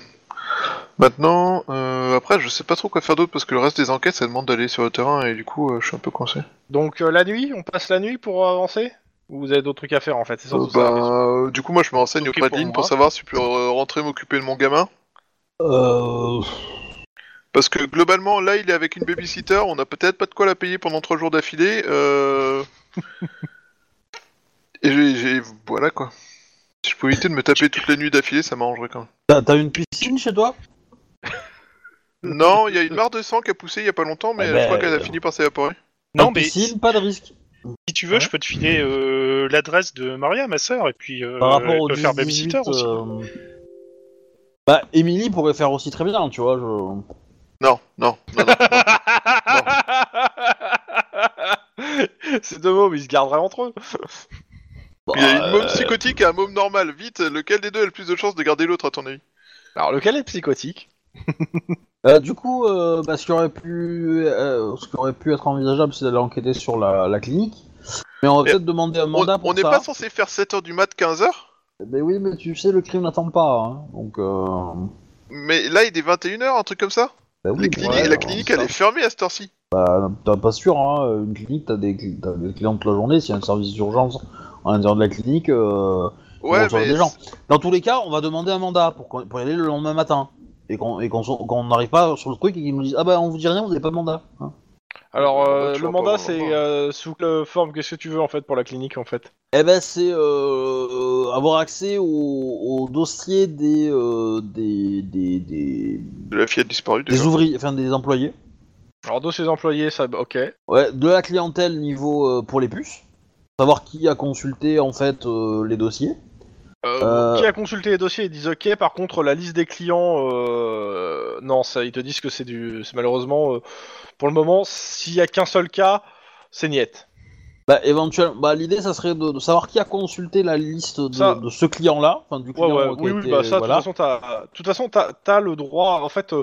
[SPEAKER 2] Maintenant, euh, après, je sais pas trop quoi faire d'autre parce que le reste des enquêtes, ça demande d'aller sur le terrain et du coup, euh, je suis un peu coincé.
[SPEAKER 3] Donc euh, la nuit, on passe la nuit pour avancer Ou vous avez d'autres trucs à faire en fait C'est
[SPEAKER 2] Euh,
[SPEAKER 3] surtout ça.
[SPEAKER 2] bah,
[SPEAKER 3] la question.
[SPEAKER 2] euh, du coup, moi, je me renseigne
[SPEAKER 1] Ok
[SPEAKER 2] auprès de
[SPEAKER 1] pour
[SPEAKER 2] Lynn
[SPEAKER 1] moi.
[SPEAKER 2] pour savoir si je peux euh, rentrer m'occuper de mon gamin.
[SPEAKER 4] Euh.
[SPEAKER 2] Parce que globalement, là, il est avec une babysitter, on a peut-être pas de quoi la payer pendant trois jours d'affilée. euh, et j'ai- j'ai. Voilà quoi. Si je pouvais éviter de me taper toutes les nuits d'affilée, ça m'arrangerait quand même.
[SPEAKER 4] T'as t'as une piscine chez toi
[SPEAKER 2] Non, il y a une mare de sang qui a poussé il y a pas longtemps, mais
[SPEAKER 4] Ah
[SPEAKER 2] je
[SPEAKER 4] ben,
[SPEAKER 2] crois qu'elle a
[SPEAKER 4] alors.
[SPEAKER 2] fini par s'évaporer.
[SPEAKER 1] Non,
[SPEAKER 4] Pas de
[SPEAKER 1] mais si
[SPEAKER 4] piscine, pas de risque.
[SPEAKER 1] si tu veux, je peux te filer euh, l'adresse de Maria, ma sœur, et puis euh,
[SPEAKER 4] Par rapport
[SPEAKER 1] elle
[SPEAKER 4] au
[SPEAKER 1] peut faire
[SPEAKER 4] 12-18,
[SPEAKER 1] babysitter aussi.
[SPEAKER 4] euh, Bah, Émilie pourrait faire aussi très bien, tu vois. Je...
[SPEAKER 2] Non, non, non, non.
[SPEAKER 3] Ces deux mots, mais ils se garderaient entre eux.
[SPEAKER 2] Il y a
[SPEAKER 1] Ah,
[SPEAKER 2] une
[SPEAKER 4] Bah,
[SPEAKER 1] euh.
[SPEAKER 2] môme psychotique et un môme normal. Vite, lequel des deux a le plus de chances de garder l'autre, à ton avis
[SPEAKER 3] Alors, lequel est psychotique
[SPEAKER 4] euh, du coup, euh, bah, ce, qui aurait pu, euh, ce qui aurait pu être envisageable, c'est d'aller enquêter sur la, la clinique. Mais on va
[SPEAKER 2] Mais
[SPEAKER 4] peut-être demander un
[SPEAKER 2] On
[SPEAKER 4] mandat pour
[SPEAKER 2] on n'est
[SPEAKER 4] ça.
[SPEAKER 2] pas censé faire 7h du mat, 15h
[SPEAKER 4] Mais oui, mais tu sais, le crime n'attend pas. hein. Donc, euh...
[SPEAKER 2] Mais là, il est 21h, un truc comme ça
[SPEAKER 4] bah oui,
[SPEAKER 2] Les cliniques-
[SPEAKER 4] ouais,
[SPEAKER 2] La clinique,
[SPEAKER 4] ça-
[SPEAKER 2] elle est fermée à cette heure-ci.
[SPEAKER 4] Bah, t'es pas sûr, hein. Une clinique, t'as des, cli- t'as des clients toute la journée. S'il y a un service d'urgence à l'intérieur de la clinique, euh,
[SPEAKER 2] Ouais,
[SPEAKER 4] Bon, ça va
[SPEAKER 2] mais
[SPEAKER 4] des gens. Dans tous les cas, on va demander un mandat pour, qu'on- pour y aller le lendemain matin. Et qu'on et qu'on so- qu'on n'arrive pas sur le truc et qu'ils nous disent Ah bah on vous dit rien, vous n'avez pas de mandat. hein.
[SPEAKER 3] Alors, euh,
[SPEAKER 2] Ouais, Bah, tu
[SPEAKER 3] le
[SPEAKER 2] vas pas
[SPEAKER 3] mandat,
[SPEAKER 2] voir
[SPEAKER 3] c'est
[SPEAKER 2] l'endroit.
[SPEAKER 3] euh, sous quelle forme Qu'est-ce que tu veux en fait pour la clinique en fait
[SPEAKER 4] Eh ben c'est euh, avoir accès au, au dossier des, euh, des, des, des,
[SPEAKER 2] de la fille a disparu
[SPEAKER 4] des
[SPEAKER 2] déjà.
[SPEAKER 4] ouvriers, enfin des employés.
[SPEAKER 3] Alors, de ses employés, ça. bah, Ok. Euh,
[SPEAKER 4] Ouais, de la clientèle niveau euh, pour les puces. Savoir qui a consulté en fait euh, les dossiers. Euh,
[SPEAKER 3] Qui a consulté les dossiers Ils disent ok. Par contre, la liste des clients, euh, non, ça, ils te disent que c'est du. C'est malheureusement, euh, pour le moment, s'il y a qu'un seul cas, c'est niette.
[SPEAKER 4] Bah, éventuellement, bah, l'idée, ça serait de, de savoir qui a consulté la liste de,
[SPEAKER 3] Ça-
[SPEAKER 4] de ce client-là, enfin du
[SPEAKER 3] Ouais,
[SPEAKER 4] client euh,
[SPEAKER 3] ouais,
[SPEAKER 4] qui a
[SPEAKER 3] oui, oui,
[SPEAKER 4] été-
[SPEAKER 3] bah ça,
[SPEAKER 4] voilà.
[SPEAKER 3] de toute façon, t'as, de toute façon, t'as, t'as le droit, en fait, euh,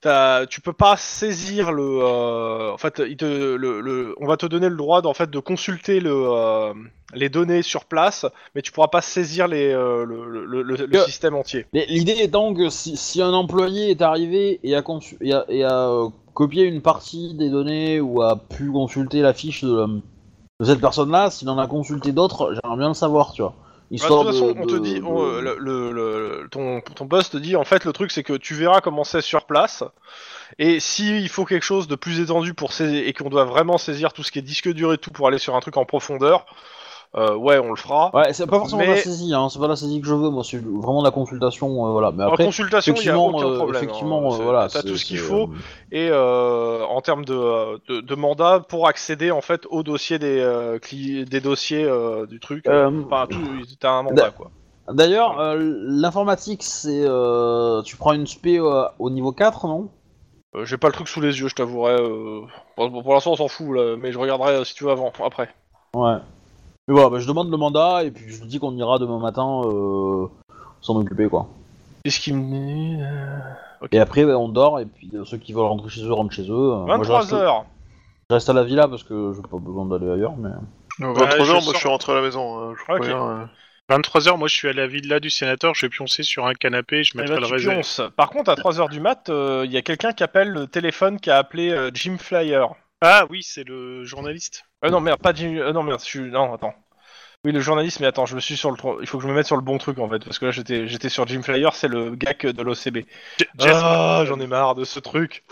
[SPEAKER 3] t'as- tu peux pas saisir le, euh, en fait, il te, le, le- on va te donner le droit, d'en fait, de consulter le, euh, les données sur place, mais tu pourras pas saisir les, euh, le, le- le- le- le
[SPEAKER 4] Que-
[SPEAKER 3] système entier.
[SPEAKER 4] Mais L'idée étant que si, si un employé est arrivé et a, consu- et a- et a, euh, copié une partie des données ou a pu consulter la fiche de, euh, de cette personne-là, s'il en a consulté d'autres, j'aimerais bien le savoir, tu vois.
[SPEAKER 3] Bah, de toute façon, on te dit, on, euh, le, le- le- ton, ton boss te dit, en fait, le truc, c'est que tu verras comment c'est sur place, et si il faut quelque chose de plus étendu pour saisir, et qu'on doit vraiment saisir tout ce qui est disque dur et tout pour aller sur un truc en profondeur, euh, ouais, on le fera.
[SPEAKER 4] Ouais, c'est pas forcément
[SPEAKER 3] Mais-
[SPEAKER 4] la saisie, hein, c'est pas la saisie que je veux, moi, c'est vraiment la consultation, euh, voilà. Mais
[SPEAKER 3] En
[SPEAKER 4] après,
[SPEAKER 3] consultation, il n'y a
[SPEAKER 4] effectivement,
[SPEAKER 3] aucun
[SPEAKER 4] euh,
[SPEAKER 3] problème.
[SPEAKER 4] effectivement,
[SPEAKER 3] hein.
[SPEAKER 4] euh,
[SPEAKER 3] C'est-
[SPEAKER 4] voilà.
[SPEAKER 3] T'as
[SPEAKER 4] c'est-
[SPEAKER 3] tout ce qu'il
[SPEAKER 4] c'est,
[SPEAKER 3] faut.
[SPEAKER 4] euh,
[SPEAKER 3] Et euh, en termes de, euh, de, de mandat, pour accéder en fait au dossier des, euh, cli- des dossiers euh, du truc.
[SPEAKER 5] Euh,
[SPEAKER 3] Enfin, tout- t'as un mandat, quoi.
[SPEAKER 4] D'ailleurs, euh, l'informatique, c'est. euh, tu prends une spé euh, au niveau 4, non
[SPEAKER 3] Euh, J'ai pas le truc sous les yeux, je t'avouerai. euh. Bon, bon, pour l'instant, on s'en fout, là, mais je regarderai euh, si tu veux avant, après.
[SPEAKER 4] Ouais. Mais voilà, bah, je demande le mandat et puis je lui dis qu'on ira demain matin euh, s'en occuper, quoi.
[SPEAKER 3] Qu'est-ce qu'il me dit euh,
[SPEAKER 4] Et après, bah, on dort et puis euh, ceux qui veulent rentrer chez eux rentrent chez eux. Euh, moi, je
[SPEAKER 3] 23
[SPEAKER 4] reste,
[SPEAKER 3] heures.
[SPEAKER 4] je reste à la villa parce que j'ai pas besoin d'aller ailleurs, mais. euh,
[SPEAKER 3] Bah,
[SPEAKER 2] 23h,
[SPEAKER 1] je
[SPEAKER 2] moi
[SPEAKER 1] sors. Ah,
[SPEAKER 2] je suis rentré à la maison. hein, je vous
[SPEAKER 3] Ok.
[SPEAKER 2] préviens, euh.
[SPEAKER 1] 23h, moi je suis à la villa du sénateur, je vais pioncer sur un canapé, je
[SPEAKER 3] Eh
[SPEAKER 1] mettrai
[SPEAKER 3] ben,
[SPEAKER 1] le
[SPEAKER 3] tu
[SPEAKER 1] réserve.
[SPEAKER 3] pionces. Par contre, à 3 heures du mat, euh, il y a quelqu'un qui appelle le téléphone qui a appelé euh, Jim Flyer.
[SPEAKER 1] Ah oui, c'est le journaliste.
[SPEAKER 3] Euh, non, merde, pas Jim. euh, non, merde, je suis. Non, attends. Oui, le journaliste, mais attends, je me suis sur le. tro- Il faut que je me mette sur le bon truc en fait, parce que là, j'étais j'étais sur Jim Flyer, c'est le gars que de l'OCB.
[SPEAKER 1] J- Jasper.
[SPEAKER 3] Ah, j'en ai marre de ce truc.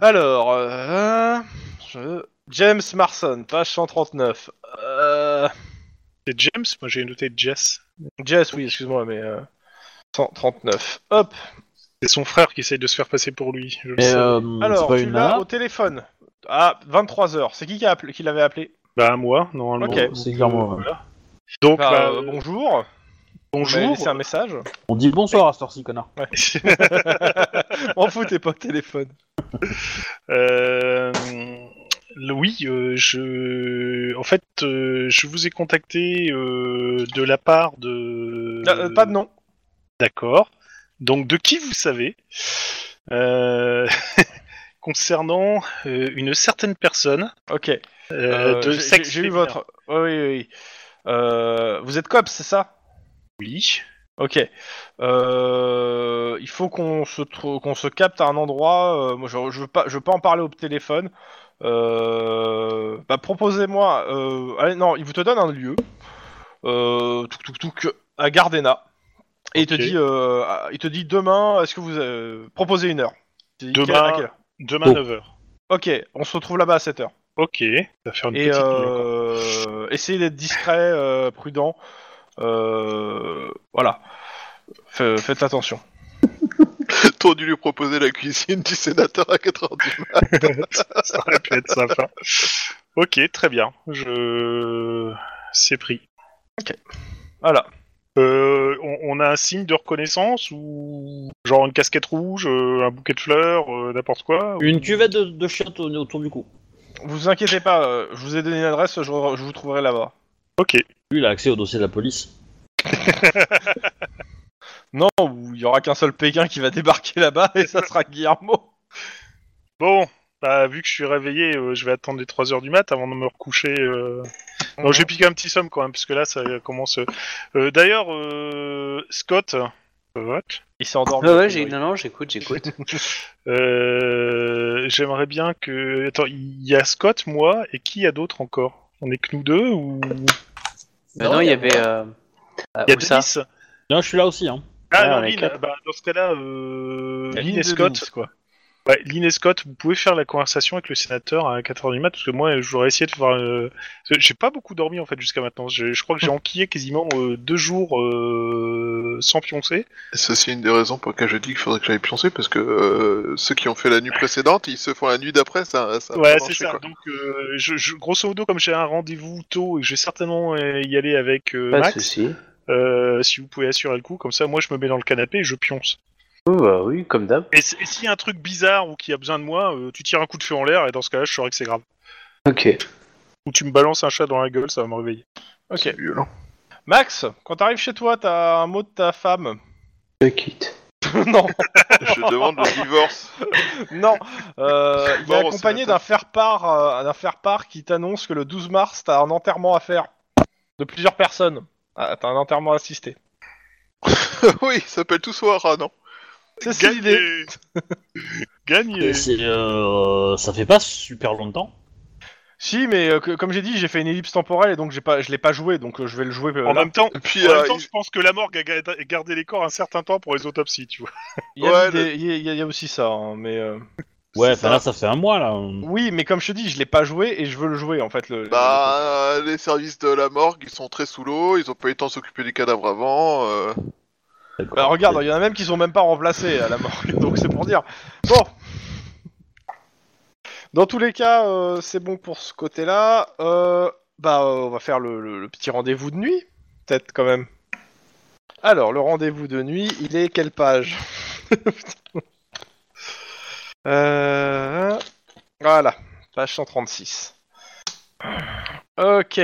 [SPEAKER 3] Alors, euh, je- James Marson, page 139. Euh...
[SPEAKER 1] C'est James, moi j'ai noté Jess.
[SPEAKER 3] Jess, oui, excuse-moi, mais. euh, 139. Hop,
[SPEAKER 1] C'est son frère qui essaye de se faire passer pour lui. je le
[SPEAKER 4] Mais
[SPEAKER 1] sais.
[SPEAKER 4] euh, c'est
[SPEAKER 3] alors,
[SPEAKER 4] pas
[SPEAKER 3] tu
[SPEAKER 4] une
[SPEAKER 3] l'as
[SPEAKER 4] nana,
[SPEAKER 3] au téléphone. À 23h. C'est qui qui, a appelé- qui l'avait appelé
[SPEAKER 1] Bah moi, normalement.
[SPEAKER 3] Ok.
[SPEAKER 4] c'est clairement. ouais.
[SPEAKER 1] Donc
[SPEAKER 3] Bah,
[SPEAKER 1] bah,
[SPEAKER 3] euh, Bonjour.
[SPEAKER 1] bonjour.
[SPEAKER 3] Bonjour. C'est un message.
[SPEAKER 4] On dit bonsoir à cette heure-ci, connard.
[SPEAKER 3] M'en fous, t'es pas au téléphone.
[SPEAKER 1] Euh, le- oui, euh, je. En fait, euh, je vous ai contacté euh, de la part de.
[SPEAKER 3] Ah, euh, pas de nom.
[SPEAKER 1] D'accord. Donc, de qui vous savez euh, concernant euh, une certaine personne
[SPEAKER 3] Ok.
[SPEAKER 1] euh,
[SPEAKER 3] Euh,
[SPEAKER 1] de
[SPEAKER 3] j'ai-
[SPEAKER 1] sexe
[SPEAKER 3] J'ai eu
[SPEAKER 1] féminin.
[SPEAKER 3] votre. Oui, oui, oui. Euh, vous êtes cops, c'est ça
[SPEAKER 1] Oui.
[SPEAKER 3] Ok. Euh, il faut qu'on se trou- qu'on se capte à un endroit. euh, moi, je, je veux pas, je veux pas en parler au téléphone. Euh, bah, proposez-moi. euh, allez, non, il vous te donne un lieu. Euh, touc, touc, touc, à Gardena. Et il
[SPEAKER 1] Ok.
[SPEAKER 3] te dit, euh, ah, il te dit demain. Est-ce que vous euh, proposez une heure Il te dit,
[SPEAKER 1] Demain.
[SPEAKER 3] à quelle heure
[SPEAKER 1] Demain
[SPEAKER 4] Bon.
[SPEAKER 1] 9h.
[SPEAKER 3] Ok, on se retrouve là-bas à 7 heures.
[SPEAKER 1] Ok. Ça va faire une
[SPEAKER 3] Et
[SPEAKER 1] petite nuit, quoi.
[SPEAKER 3] euh, essayez d'être discret, euh, prudent. Euh, voilà. Fe- faites attention.
[SPEAKER 2] T'aurais dû lui proposer la cuisine du sénateur à 4h du mat.
[SPEAKER 1] ça aurait pu être sympa. Ok, très bien. Je. C'est pris.
[SPEAKER 3] Voilà.
[SPEAKER 1] euh, on, on a un signe de reconnaissance ou genre une casquette rouge, euh, un bouquet de fleurs, euh, n'importe quoi. ou-
[SPEAKER 4] Une cuvette de, de chiottes au- autour du cou.
[SPEAKER 3] Vous inquiétez pas, euh, je vous ai donné l'adresse, je, re- je vous trouverai là-bas.
[SPEAKER 1] Ok.
[SPEAKER 4] Lui, il a accès au dossier de la police.
[SPEAKER 3] Non, ou il y aura qu'un seul Pékin qui va débarquer là-bas et ça sera Guillermo.
[SPEAKER 1] Bon, bah, vu que je suis réveillé, euh, je vais attendre les 3 heures du mat avant de me recoucher. euh. Non,
[SPEAKER 3] Mhm.
[SPEAKER 1] j'ai piqué un petit somme quand même, parce que là, ça commence. euh. Euh, D'ailleurs, euh, Scott. Scott
[SPEAKER 3] Il s'est endormi.
[SPEAKER 5] ah Ouais, ouais, j'ai... Non, non, j'écoute, j'écoute.
[SPEAKER 1] euh, J'aimerais bien que. Attends, il y a Scott, moi, et qui y a d'autre encore On est que nous deux ou.
[SPEAKER 5] non, non, il y avait... Euh... euh,
[SPEAKER 1] Il y a
[SPEAKER 5] Oussa.
[SPEAKER 1] Denis
[SPEAKER 4] Non, je suis là aussi. Hein.
[SPEAKER 1] Ah
[SPEAKER 5] Ouais,
[SPEAKER 1] non,
[SPEAKER 5] on est
[SPEAKER 1] Lynn,
[SPEAKER 5] quatre.
[SPEAKER 1] bah, dans ce cas-là, euh,
[SPEAKER 3] La
[SPEAKER 1] Lynn
[SPEAKER 3] ligne
[SPEAKER 1] et
[SPEAKER 3] de
[SPEAKER 1] Scott,
[SPEAKER 3] Denis, quoi.
[SPEAKER 1] ouais, Lynn et Scott, vous pouvez faire la conversation avec le sénateur à 4h du mat, parce que moi, j'aurais essayé de faire... euh, parce que J'ai pas beaucoup dormi, en fait, jusqu'à maintenant. Je, je crois que j'ai enquillé quasiment euh, deux jours euh, sans pioncer.
[SPEAKER 2] Ceci est une des raisons pour lesquelles je dis qu'il faudrait que j'aille pioncer, parce que euh, ceux qui ont fait la nuit précédente, ils se font la nuit d'après, ça, ça a
[SPEAKER 1] ouais,
[SPEAKER 2] pas
[SPEAKER 1] c'est
[SPEAKER 2] marché,
[SPEAKER 1] ça.
[SPEAKER 2] quoi.
[SPEAKER 1] Donc, euh, je, je- grosso modo, comme j'ai un rendez-vous tôt et que je vais certainement euh, y aller avec euh,
[SPEAKER 5] Pas de
[SPEAKER 1] Max,
[SPEAKER 5] soucis.
[SPEAKER 1] euh, si vous pouvez assurer le coup, comme ça, moi, je me mets dans le canapé et je pionce.
[SPEAKER 5] Oh, bah oui, comme d'hab.
[SPEAKER 1] Et, s- et s'il y a un truc bizarre ou qui a besoin de moi, euh, tu tires un coup de feu en l'air, et dans ce cas-là, je saurais que c'est grave.
[SPEAKER 5] Ok.
[SPEAKER 1] Ou tu me balances un chat dans la gueule, ça va me réveiller.
[SPEAKER 3] Ok.
[SPEAKER 2] Violent.
[SPEAKER 3] Max, quand t'arrives chez toi, t'as un mot de ta femme.
[SPEAKER 5] Je quitte.
[SPEAKER 3] non,
[SPEAKER 2] Je demande le divorce.
[SPEAKER 3] non. Euh, il est
[SPEAKER 2] Bon,
[SPEAKER 3] accompagné
[SPEAKER 2] c'est
[SPEAKER 3] d'un faire-part euh, d'un faire-part qui t'annonce que le 12 mars, t'as un enterrement à faire de plusieurs personnes. Ah, t'as un enterrement assisté.
[SPEAKER 2] oui, il s'appelle tout soir, ah non.
[SPEAKER 3] C'est ça l'idée.
[SPEAKER 1] Gagné
[SPEAKER 4] Et c'est, euh, ça fait pas super longtemps.
[SPEAKER 3] Si, mais euh, que- comme j'ai dit, j'ai fait une ellipse temporelle et donc j'ai pas, je l'ai pas joué, donc euh, je vais le jouer. euh,
[SPEAKER 1] En
[SPEAKER 3] là.
[SPEAKER 1] même temps,
[SPEAKER 2] Et puis,
[SPEAKER 1] en
[SPEAKER 2] euh,
[SPEAKER 1] même temps
[SPEAKER 2] il-
[SPEAKER 1] je pense que la morgue a ga- gardé les corps un certain temps pour les autopsies, tu vois.
[SPEAKER 3] Il y, a
[SPEAKER 2] Ouais,
[SPEAKER 3] l'idée- il y a- il y a- il y a aussi ça, hein, mais euh,
[SPEAKER 4] Ouais,
[SPEAKER 2] C'est
[SPEAKER 4] bah
[SPEAKER 2] ça.
[SPEAKER 4] là, ça fait un mois là.
[SPEAKER 3] oui, mais comme je te dis, je l'ai pas joué et je veux le jouer en fait. Le, le-
[SPEAKER 2] bah, euh, les services de la morgue, ils sont très sous l'eau, ils ont pas eu le temps de s'occuper des cadavres avant. euh.
[SPEAKER 3] Bah, regarde, il y en a même qui sont même pas remplacés à la mort, donc c'est pour dire. Bon. Dans tous les cas, euh, c'est bon pour ce côté-là. Euh, bah, euh, on va faire le, le- le petit rendez-vous de nuit, peut-être quand même. Alors, le rendez-vous de nuit, il est quelle page Euh, Voilà, page 136. Ok.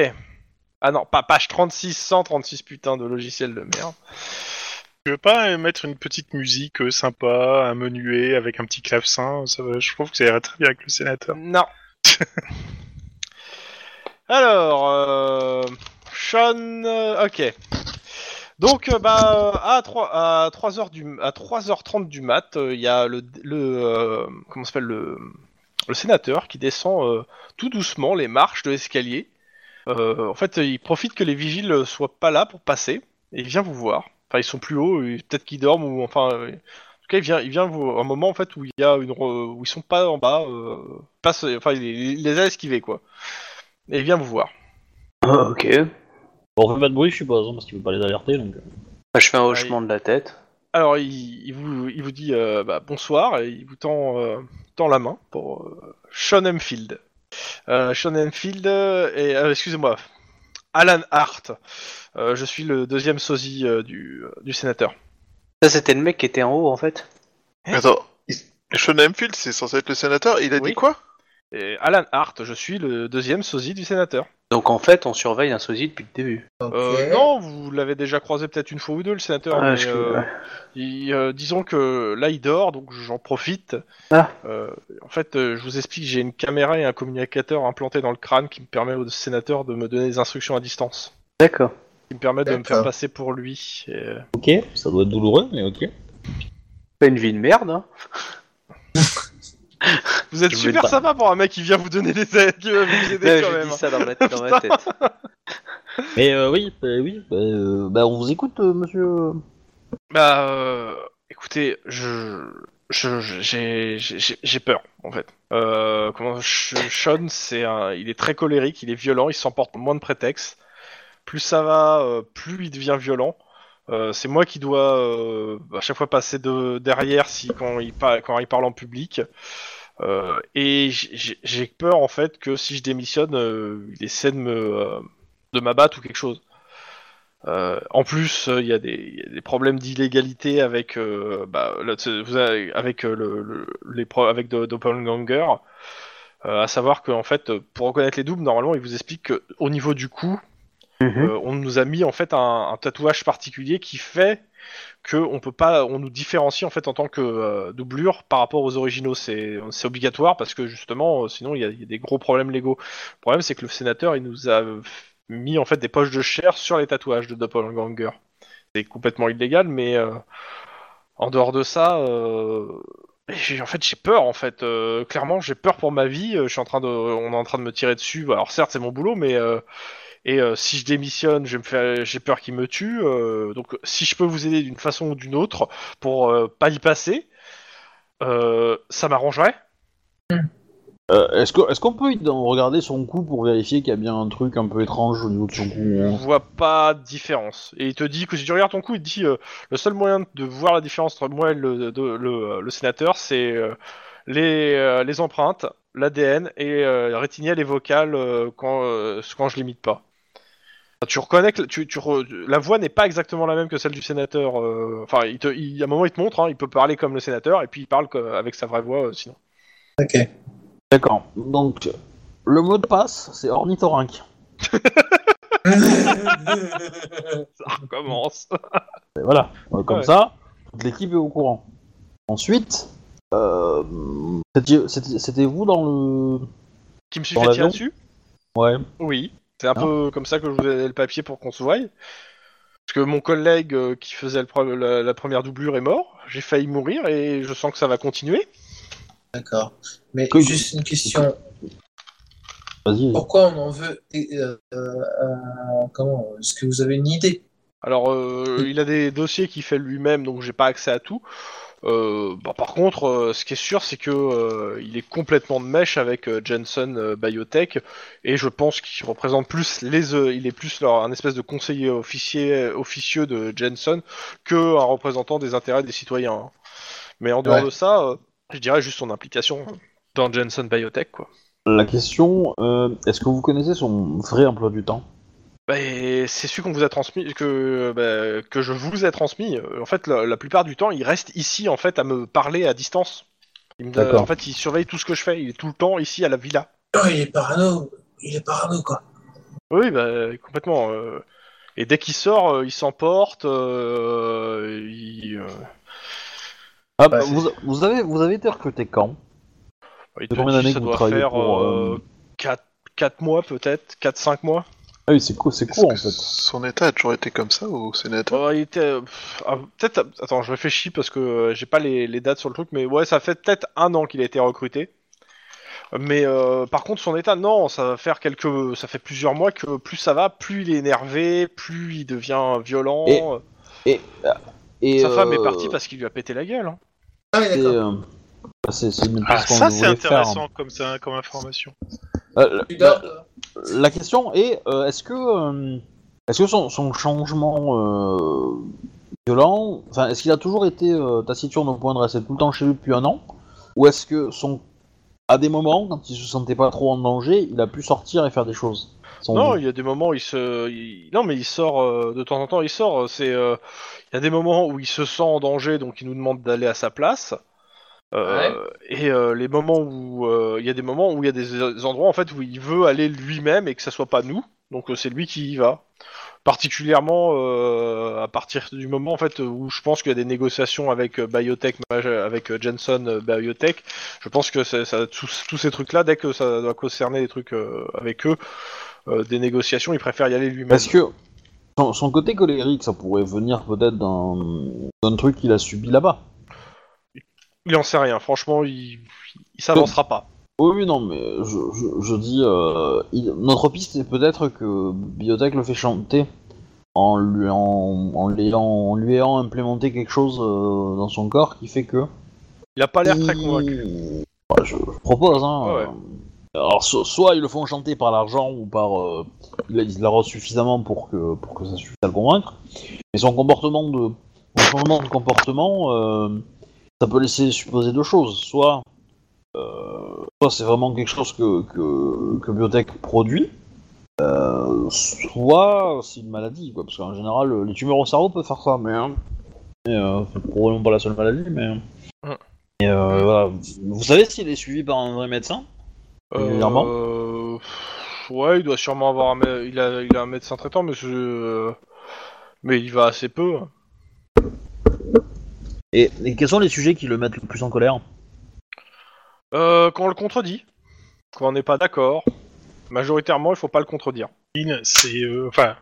[SPEAKER 3] Ah non, pas page 36, 136 putain de logiciel de merde.
[SPEAKER 1] Tu veux pas euh, mettre une petite musique euh, sympa, un menuet avec un petit clavecin ça va- Je trouve que ça irait très bien avec le sénateur.
[SPEAKER 3] Non. Alors, euh, Sean, euh, ok. Donc, euh, bah, euh, à 3 à 3 heures du à 3h30 du mat, euh, il y a le le euh, comment s'appelle le le sénateur qui descend euh, tout doucement les marches de l'escalier. Euh, en fait, il profite que les vigiles soient pas là pour passer et il vient vous voir. Enfin, ils sont plus hauts, euh, peut-être qu'ils dorment ou enfin. euh, en tout cas, il vient, il vient vous- un moment en fait où il y a une re- où ils sont pas en bas, euh, passe, enfin il, il les a esquivés quoi. Et il vient vous voir.
[SPEAKER 5] Ah, ok.
[SPEAKER 4] Bon, on fait pas de bruit, je suppose, hein, parce qu'il veut pas les alerter. Donc... euh,
[SPEAKER 5] Bah, je fais un hochement de la tête.
[SPEAKER 3] Alors il, il vous, il vous dit euh, bah, bonsoir et il vous tend, euh, tend la main pour euh, Sean Enfield. Euh, Sean Enfield euh, et euh, excusez-moi Alan Hart. Euh, je suis le deuxième sosie euh, du, euh, du sénateur.
[SPEAKER 5] Ça, c'était le mec qui était en haut, en fait.
[SPEAKER 2] Attends, Eh, il- Sean Hempfield, c'est censé être le sénateur, il a
[SPEAKER 3] Oui.
[SPEAKER 2] dit quoi
[SPEAKER 3] Et Alan Hart, je suis le deuxième sosie du sénateur.
[SPEAKER 5] Donc, en fait, on surveille un sosie depuis le début.
[SPEAKER 6] Ok.
[SPEAKER 3] Euh, non, vous l'avez déjà croisé peut-être une fois ou deux le sénateur.
[SPEAKER 5] Ah,
[SPEAKER 3] mais,
[SPEAKER 5] je-
[SPEAKER 3] euh, Il- euh, disons que là il dort, donc j'en profite.
[SPEAKER 5] Ah.
[SPEAKER 3] Euh, en fait, euh, je vous explique, j'ai une caméra et un communicateur implanté dans le crâne qui me permet au sénateur de me donner des instructions à distance.
[SPEAKER 5] D'accord.
[SPEAKER 3] Qui me permet de me
[SPEAKER 6] D'accord.
[SPEAKER 3] faire passer pour lui. Et, euh,
[SPEAKER 4] Ok, ça doit être douloureux, mais ok.
[SPEAKER 5] Pas une vie de merde, hein.
[SPEAKER 3] Vous êtes
[SPEAKER 4] Je voulais
[SPEAKER 3] super
[SPEAKER 4] pas.
[SPEAKER 3] sympa pour un mec qui vient vous donner des aides, qui va vous aider
[SPEAKER 5] Ouais,
[SPEAKER 3] quand
[SPEAKER 5] Eh, je
[SPEAKER 3] même. hein.
[SPEAKER 5] dis ça dans ma, dans ma tête.
[SPEAKER 4] Mais euh, oui, bah, oui, bah, euh, bah, on vous écoute, euh, monsieur.
[SPEAKER 3] Bah, euh, écoutez, je, je, je- j'ai, j'ai, j'ai peur, en fait. Euh, comment, Sh- Sean, c'est un, il est très colérique, il est violent, il s'emporte pour moins de prétextes. Plus ça va, euh, plus il devient violent. Euh, c'est moi qui dois euh, à chaque fois passer de, derrière si quand il, par- quand il parle en public. Euh, et j'ai, j'ai peur en fait que si je démissionne, euh, il essaie de me euh, de m'abattre ou quelque chose. Euh, en plus, euh, il y, a des il y a des problèmes d'illégalité avec euh, bah, là, tu sais, vous avez- avec euh, le, le- les pro- avec de- Doppelganger. Euh, à savoir que en fait, euh, pour reconnaître les doubles, normalement, il vous explique qu'au niveau du cou,
[SPEAKER 5] Mhm.
[SPEAKER 3] euh, on nous a mis en fait un, un tatouage particulier qui fait que on peut pas, on nous différencie en fait en tant que euh, doublure par rapport aux originaux. C'est c'est obligatoire parce que justement, euh, sinon il y, a- il y a des gros problèmes légaux. Le problème c'est que le sénateur il nous a euh, mis en fait des poches de chair sur les tatouages de Doppelganger. C'est complètement illégal, mais euh, en dehors de ça, euh, j'ai- en fait j'ai peur en fait. Euh, clairement j'ai peur pour ma vie. Euh, Je suis en train de, on est en train de me tirer dessus. Bah, Alors certes c'est mon boulot, mais euh, et euh, si je démissionne, je vais me faire- j'ai peur qu'il me tue. euh, donc, si je peux vous aider d'une façon ou d'une autre pour euh, pas y passer, euh, ça m'arrangerait.
[SPEAKER 4] Euh, Est-ce que- est-ce qu'on peut y- regarder son cou pour vérifier qu'il y a bien un truc un peu étrange au niveau de son
[SPEAKER 3] On
[SPEAKER 4] cou hein
[SPEAKER 3] voit pas de différence. Et il te dit que si tu regardes ton coup, il te dit euh, le seul moyen de voir la différence entre moi et le, de- le- le sénateur, c'est euh, les, euh, les empreintes, l'ADN et euh, rétiniel et vocal euh, quand, euh, quand je limite pas. Tu reconnais que tu, tu re- la voix n'est pas exactement la même que celle du sénateur. euh, Enfin, il te, il, à un moment, il te montre, hein, il peut parler comme le sénateur et puis il parle co- avec sa vraie voix euh, sinon.
[SPEAKER 6] Ok.
[SPEAKER 4] D'accord. Donc, le mot de passe, c'est ornithorynque.
[SPEAKER 3] Ça recommence.
[SPEAKER 4] Et voilà. Euh, Comme
[SPEAKER 3] Ouais.
[SPEAKER 4] ça, toute l'équipe est au courant. Ensuite, euh, c'était- c'était c'était vous dans le.
[SPEAKER 3] Qui me suis
[SPEAKER 4] Dans
[SPEAKER 3] fait tirer
[SPEAKER 4] l'avion
[SPEAKER 3] dessus
[SPEAKER 4] Ouais.
[SPEAKER 3] Oui, c'est un
[SPEAKER 4] Hein
[SPEAKER 3] peu comme ça que je vous ai donné le papier pour qu'on se voie. Parce que mon collègue euh, qui faisait le pre- la, la première doublure est mort, j'ai failli mourir et je sens que ça va continuer.
[SPEAKER 6] D'accord. Mais
[SPEAKER 4] Que-
[SPEAKER 6] juste une question.
[SPEAKER 4] Vas-y.
[SPEAKER 6] Pourquoi on en veut et, euh, euh, Comment Est-ce que vous avez une idée
[SPEAKER 3] Alors, euh, il a des dossiers qu'il fait lui-même, donc j'ai pas accès à tout. Euh, bah, par contre, euh, ce qui est sûr, c'est que euh, il est complètement de mèche avec euh, Jensen euh, Biotech, et je pense qu'il représente plus les, euh, il est plus leur, un espèce de conseiller officier, officieux de Jensen que un représentant des intérêts des citoyens. hein. Mais en dehors
[SPEAKER 6] Ouais.
[SPEAKER 3] de ça, euh, je dirais juste son implication dans Jensen Biotech, quoi.
[SPEAKER 4] La question, euh, est-ce que vous connaissez son vrai emploi du temps
[SPEAKER 3] Bah, et c'est celui qu'on vous a transmis, que, bah, que je vous ai transmis. Euh, En fait, la, la plupart du temps, il reste ici, en fait, à me parler à distance. Il me,
[SPEAKER 4] D'accord.
[SPEAKER 3] en fait, il surveille tout ce que je fais. Il est tout le temps ici à la villa.
[SPEAKER 6] Oh, il est parano. Il est parano, quoi.
[SPEAKER 3] Oui, bah, complètement. euh. Et dès qu'il sort, euh, il s'emporte. euh, il, euh,
[SPEAKER 4] Ah, bah,
[SPEAKER 6] Ouais, c'est-
[SPEAKER 4] vous, vous avez, vous avez été recruté quand
[SPEAKER 3] il
[SPEAKER 4] combien
[SPEAKER 3] dit,
[SPEAKER 4] d'années
[SPEAKER 3] ça
[SPEAKER 4] que vous
[SPEAKER 3] doit
[SPEAKER 4] travaillez
[SPEAKER 3] faire
[SPEAKER 4] pour, euh,
[SPEAKER 3] 4, mois, peut-être. 4-5 mois.
[SPEAKER 4] Ah oui, c'est court, c'est
[SPEAKER 2] Est-ce
[SPEAKER 4] court en
[SPEAKER 2] que
[SPEAKER 4] fait.
[SPEAKER 2] Son état a toujours été comme ça au sénateur
[SPEAKER 3] Ouais, il était. euh, pff, ah, peut-être. Attends, je réfléchis parce que euh, j'ai pas les, les dates sur le truc, mais ouais, ça fait peut-être un an qu'il a été recruté. Mais euh, par contre, son état, non, ça va faire quelques. Ça fait plusieurs mois que plus ça va, plus il est énervé, plus il devient violent.
[SPEAKER 4] Et- Et,
[SPEAKER 3] Sa femme est
[SPEAKER 4] euh,
[SPEAKER 3] partie parce qu'il lui a pété la gueule. hein.
[SPEAKER 6] Ah, oui,
[SPEAKER 4] c'est,
[SPEAKER 6] d'accord.
[SPEAKER 4] euh, bah, c'est- c'est une
[SPEAKER 1] Ah,
[SPEAKER 4] piste qu'on
[SPEAKER 1] ça
[SPEAKER 4] voulait
[SPEAKER 1] c'est
[SPEAKER 4] faire.
[SPEAKER 1] intéressant comme, ça, comme information.
[SPEAKER 4] Euh,
[SPEAKER 6] Tu
[SPEAKER 4] bah,
[SPEAKER 6] dors, toi
[SPEAKER 4] la question est, euh, est-ce que, euh, est-ce que son, son changement euh, violent, enfin, est-ce qu'il a toujours été euh, taciturne au point de rester tout le temps chez lui depuis un an, ou est-ce que son, à des moments, quand il se sentait pas trop en danger, il a pu sortir et faire des choses Son-
[SPEAKER 3] Non, il y a des moments où il se. il- Non, mais il sort. euh, de temps en temps, il sort. C'est. euh, Il y a des moments où il se sent en danger, donc il nous demande d'aller à sa place. Euh, Et euh, les moments où. euh, Il y a des moments où il y a des, des endroits, en fait, où il veut aller lui-même et que ça soit pas nous. Donc euh, c'est lui qui y va. Particulièrement euh, à partir du moment, en fait, où je pense qu'il y a des négociations avec euh, Biotech, avec euh, Jensen euh, Biotech. Je pense que ça, ça- tous, tous ces trucs-là, dès que ça doit concerner des trucs euh, avec eux, euh, des négociations, il préfère y aller lui-même.
[SPEAKER 4] Parce que son, son côté colérique, ça pourrait venir peut-être d'un d'un truc qu'il a subi là-bas.
[SPEAKER 3] Il en sait rien, franchement, il, il s'avancera pas.
[SPEAKER 4] Oui, oui, non, mais je, je, je dis, euh, il- notre piste c'est peut-être que Biotech le fait chanter en lui, en, en, l'ayant- en lui ayant implémenté quelque chose euh, dans son corps qui fait que.
[SPEAKER 3] Il a pas l'air très
[SPEAKER 4] Il-
[SPEAKER 3] convaincu.
[SPEAKER 4] Ouais, je, je propose, hein.
[SPEAKER 3] Ouais, ouais.
[SPEAKER 4] euh, Alors, so- soit ils le font chanter par l'argent ou par. euh, il il l'arrose suffisamment pour que, pour que ça suffise à le convaincre. Mais son comportement de. Son changement de comportement, euh, ça peut laisser supposer deux choses. Soit. euh, soit c'est vraiment quelque chose que, que, que Biotech produit, Euh, soit c'est une maladie, quoi, parce qu'en général, euh, les tumeurs au cerveau peuvent faire ça, mais. Hein, et, euh, c'est probablement pas la seule maladie, mais. hein.
[SPEAKER 3] Mm.
[SPEAKER 4] Et, euh, voilà. Vous savez s'il est suivi par un vrai médecin Régulièrement
[SPEAKER 3] Euh, pff, Ouais, il doit sûrement avoir un, mé- il a, il a un médecin traitant, mais, je- euh, mais il va assez peu. hein.
[SPEAKER 4] et, et quels sont les sujets qui le mettent le plus en colère
[SPEAKER 3] Euh, quand on le contredit, quand on n'est pas d'accord, majoritairement, il faut pas le contredire.
[SPEAKER 1] Lynn, c'est euh, enfin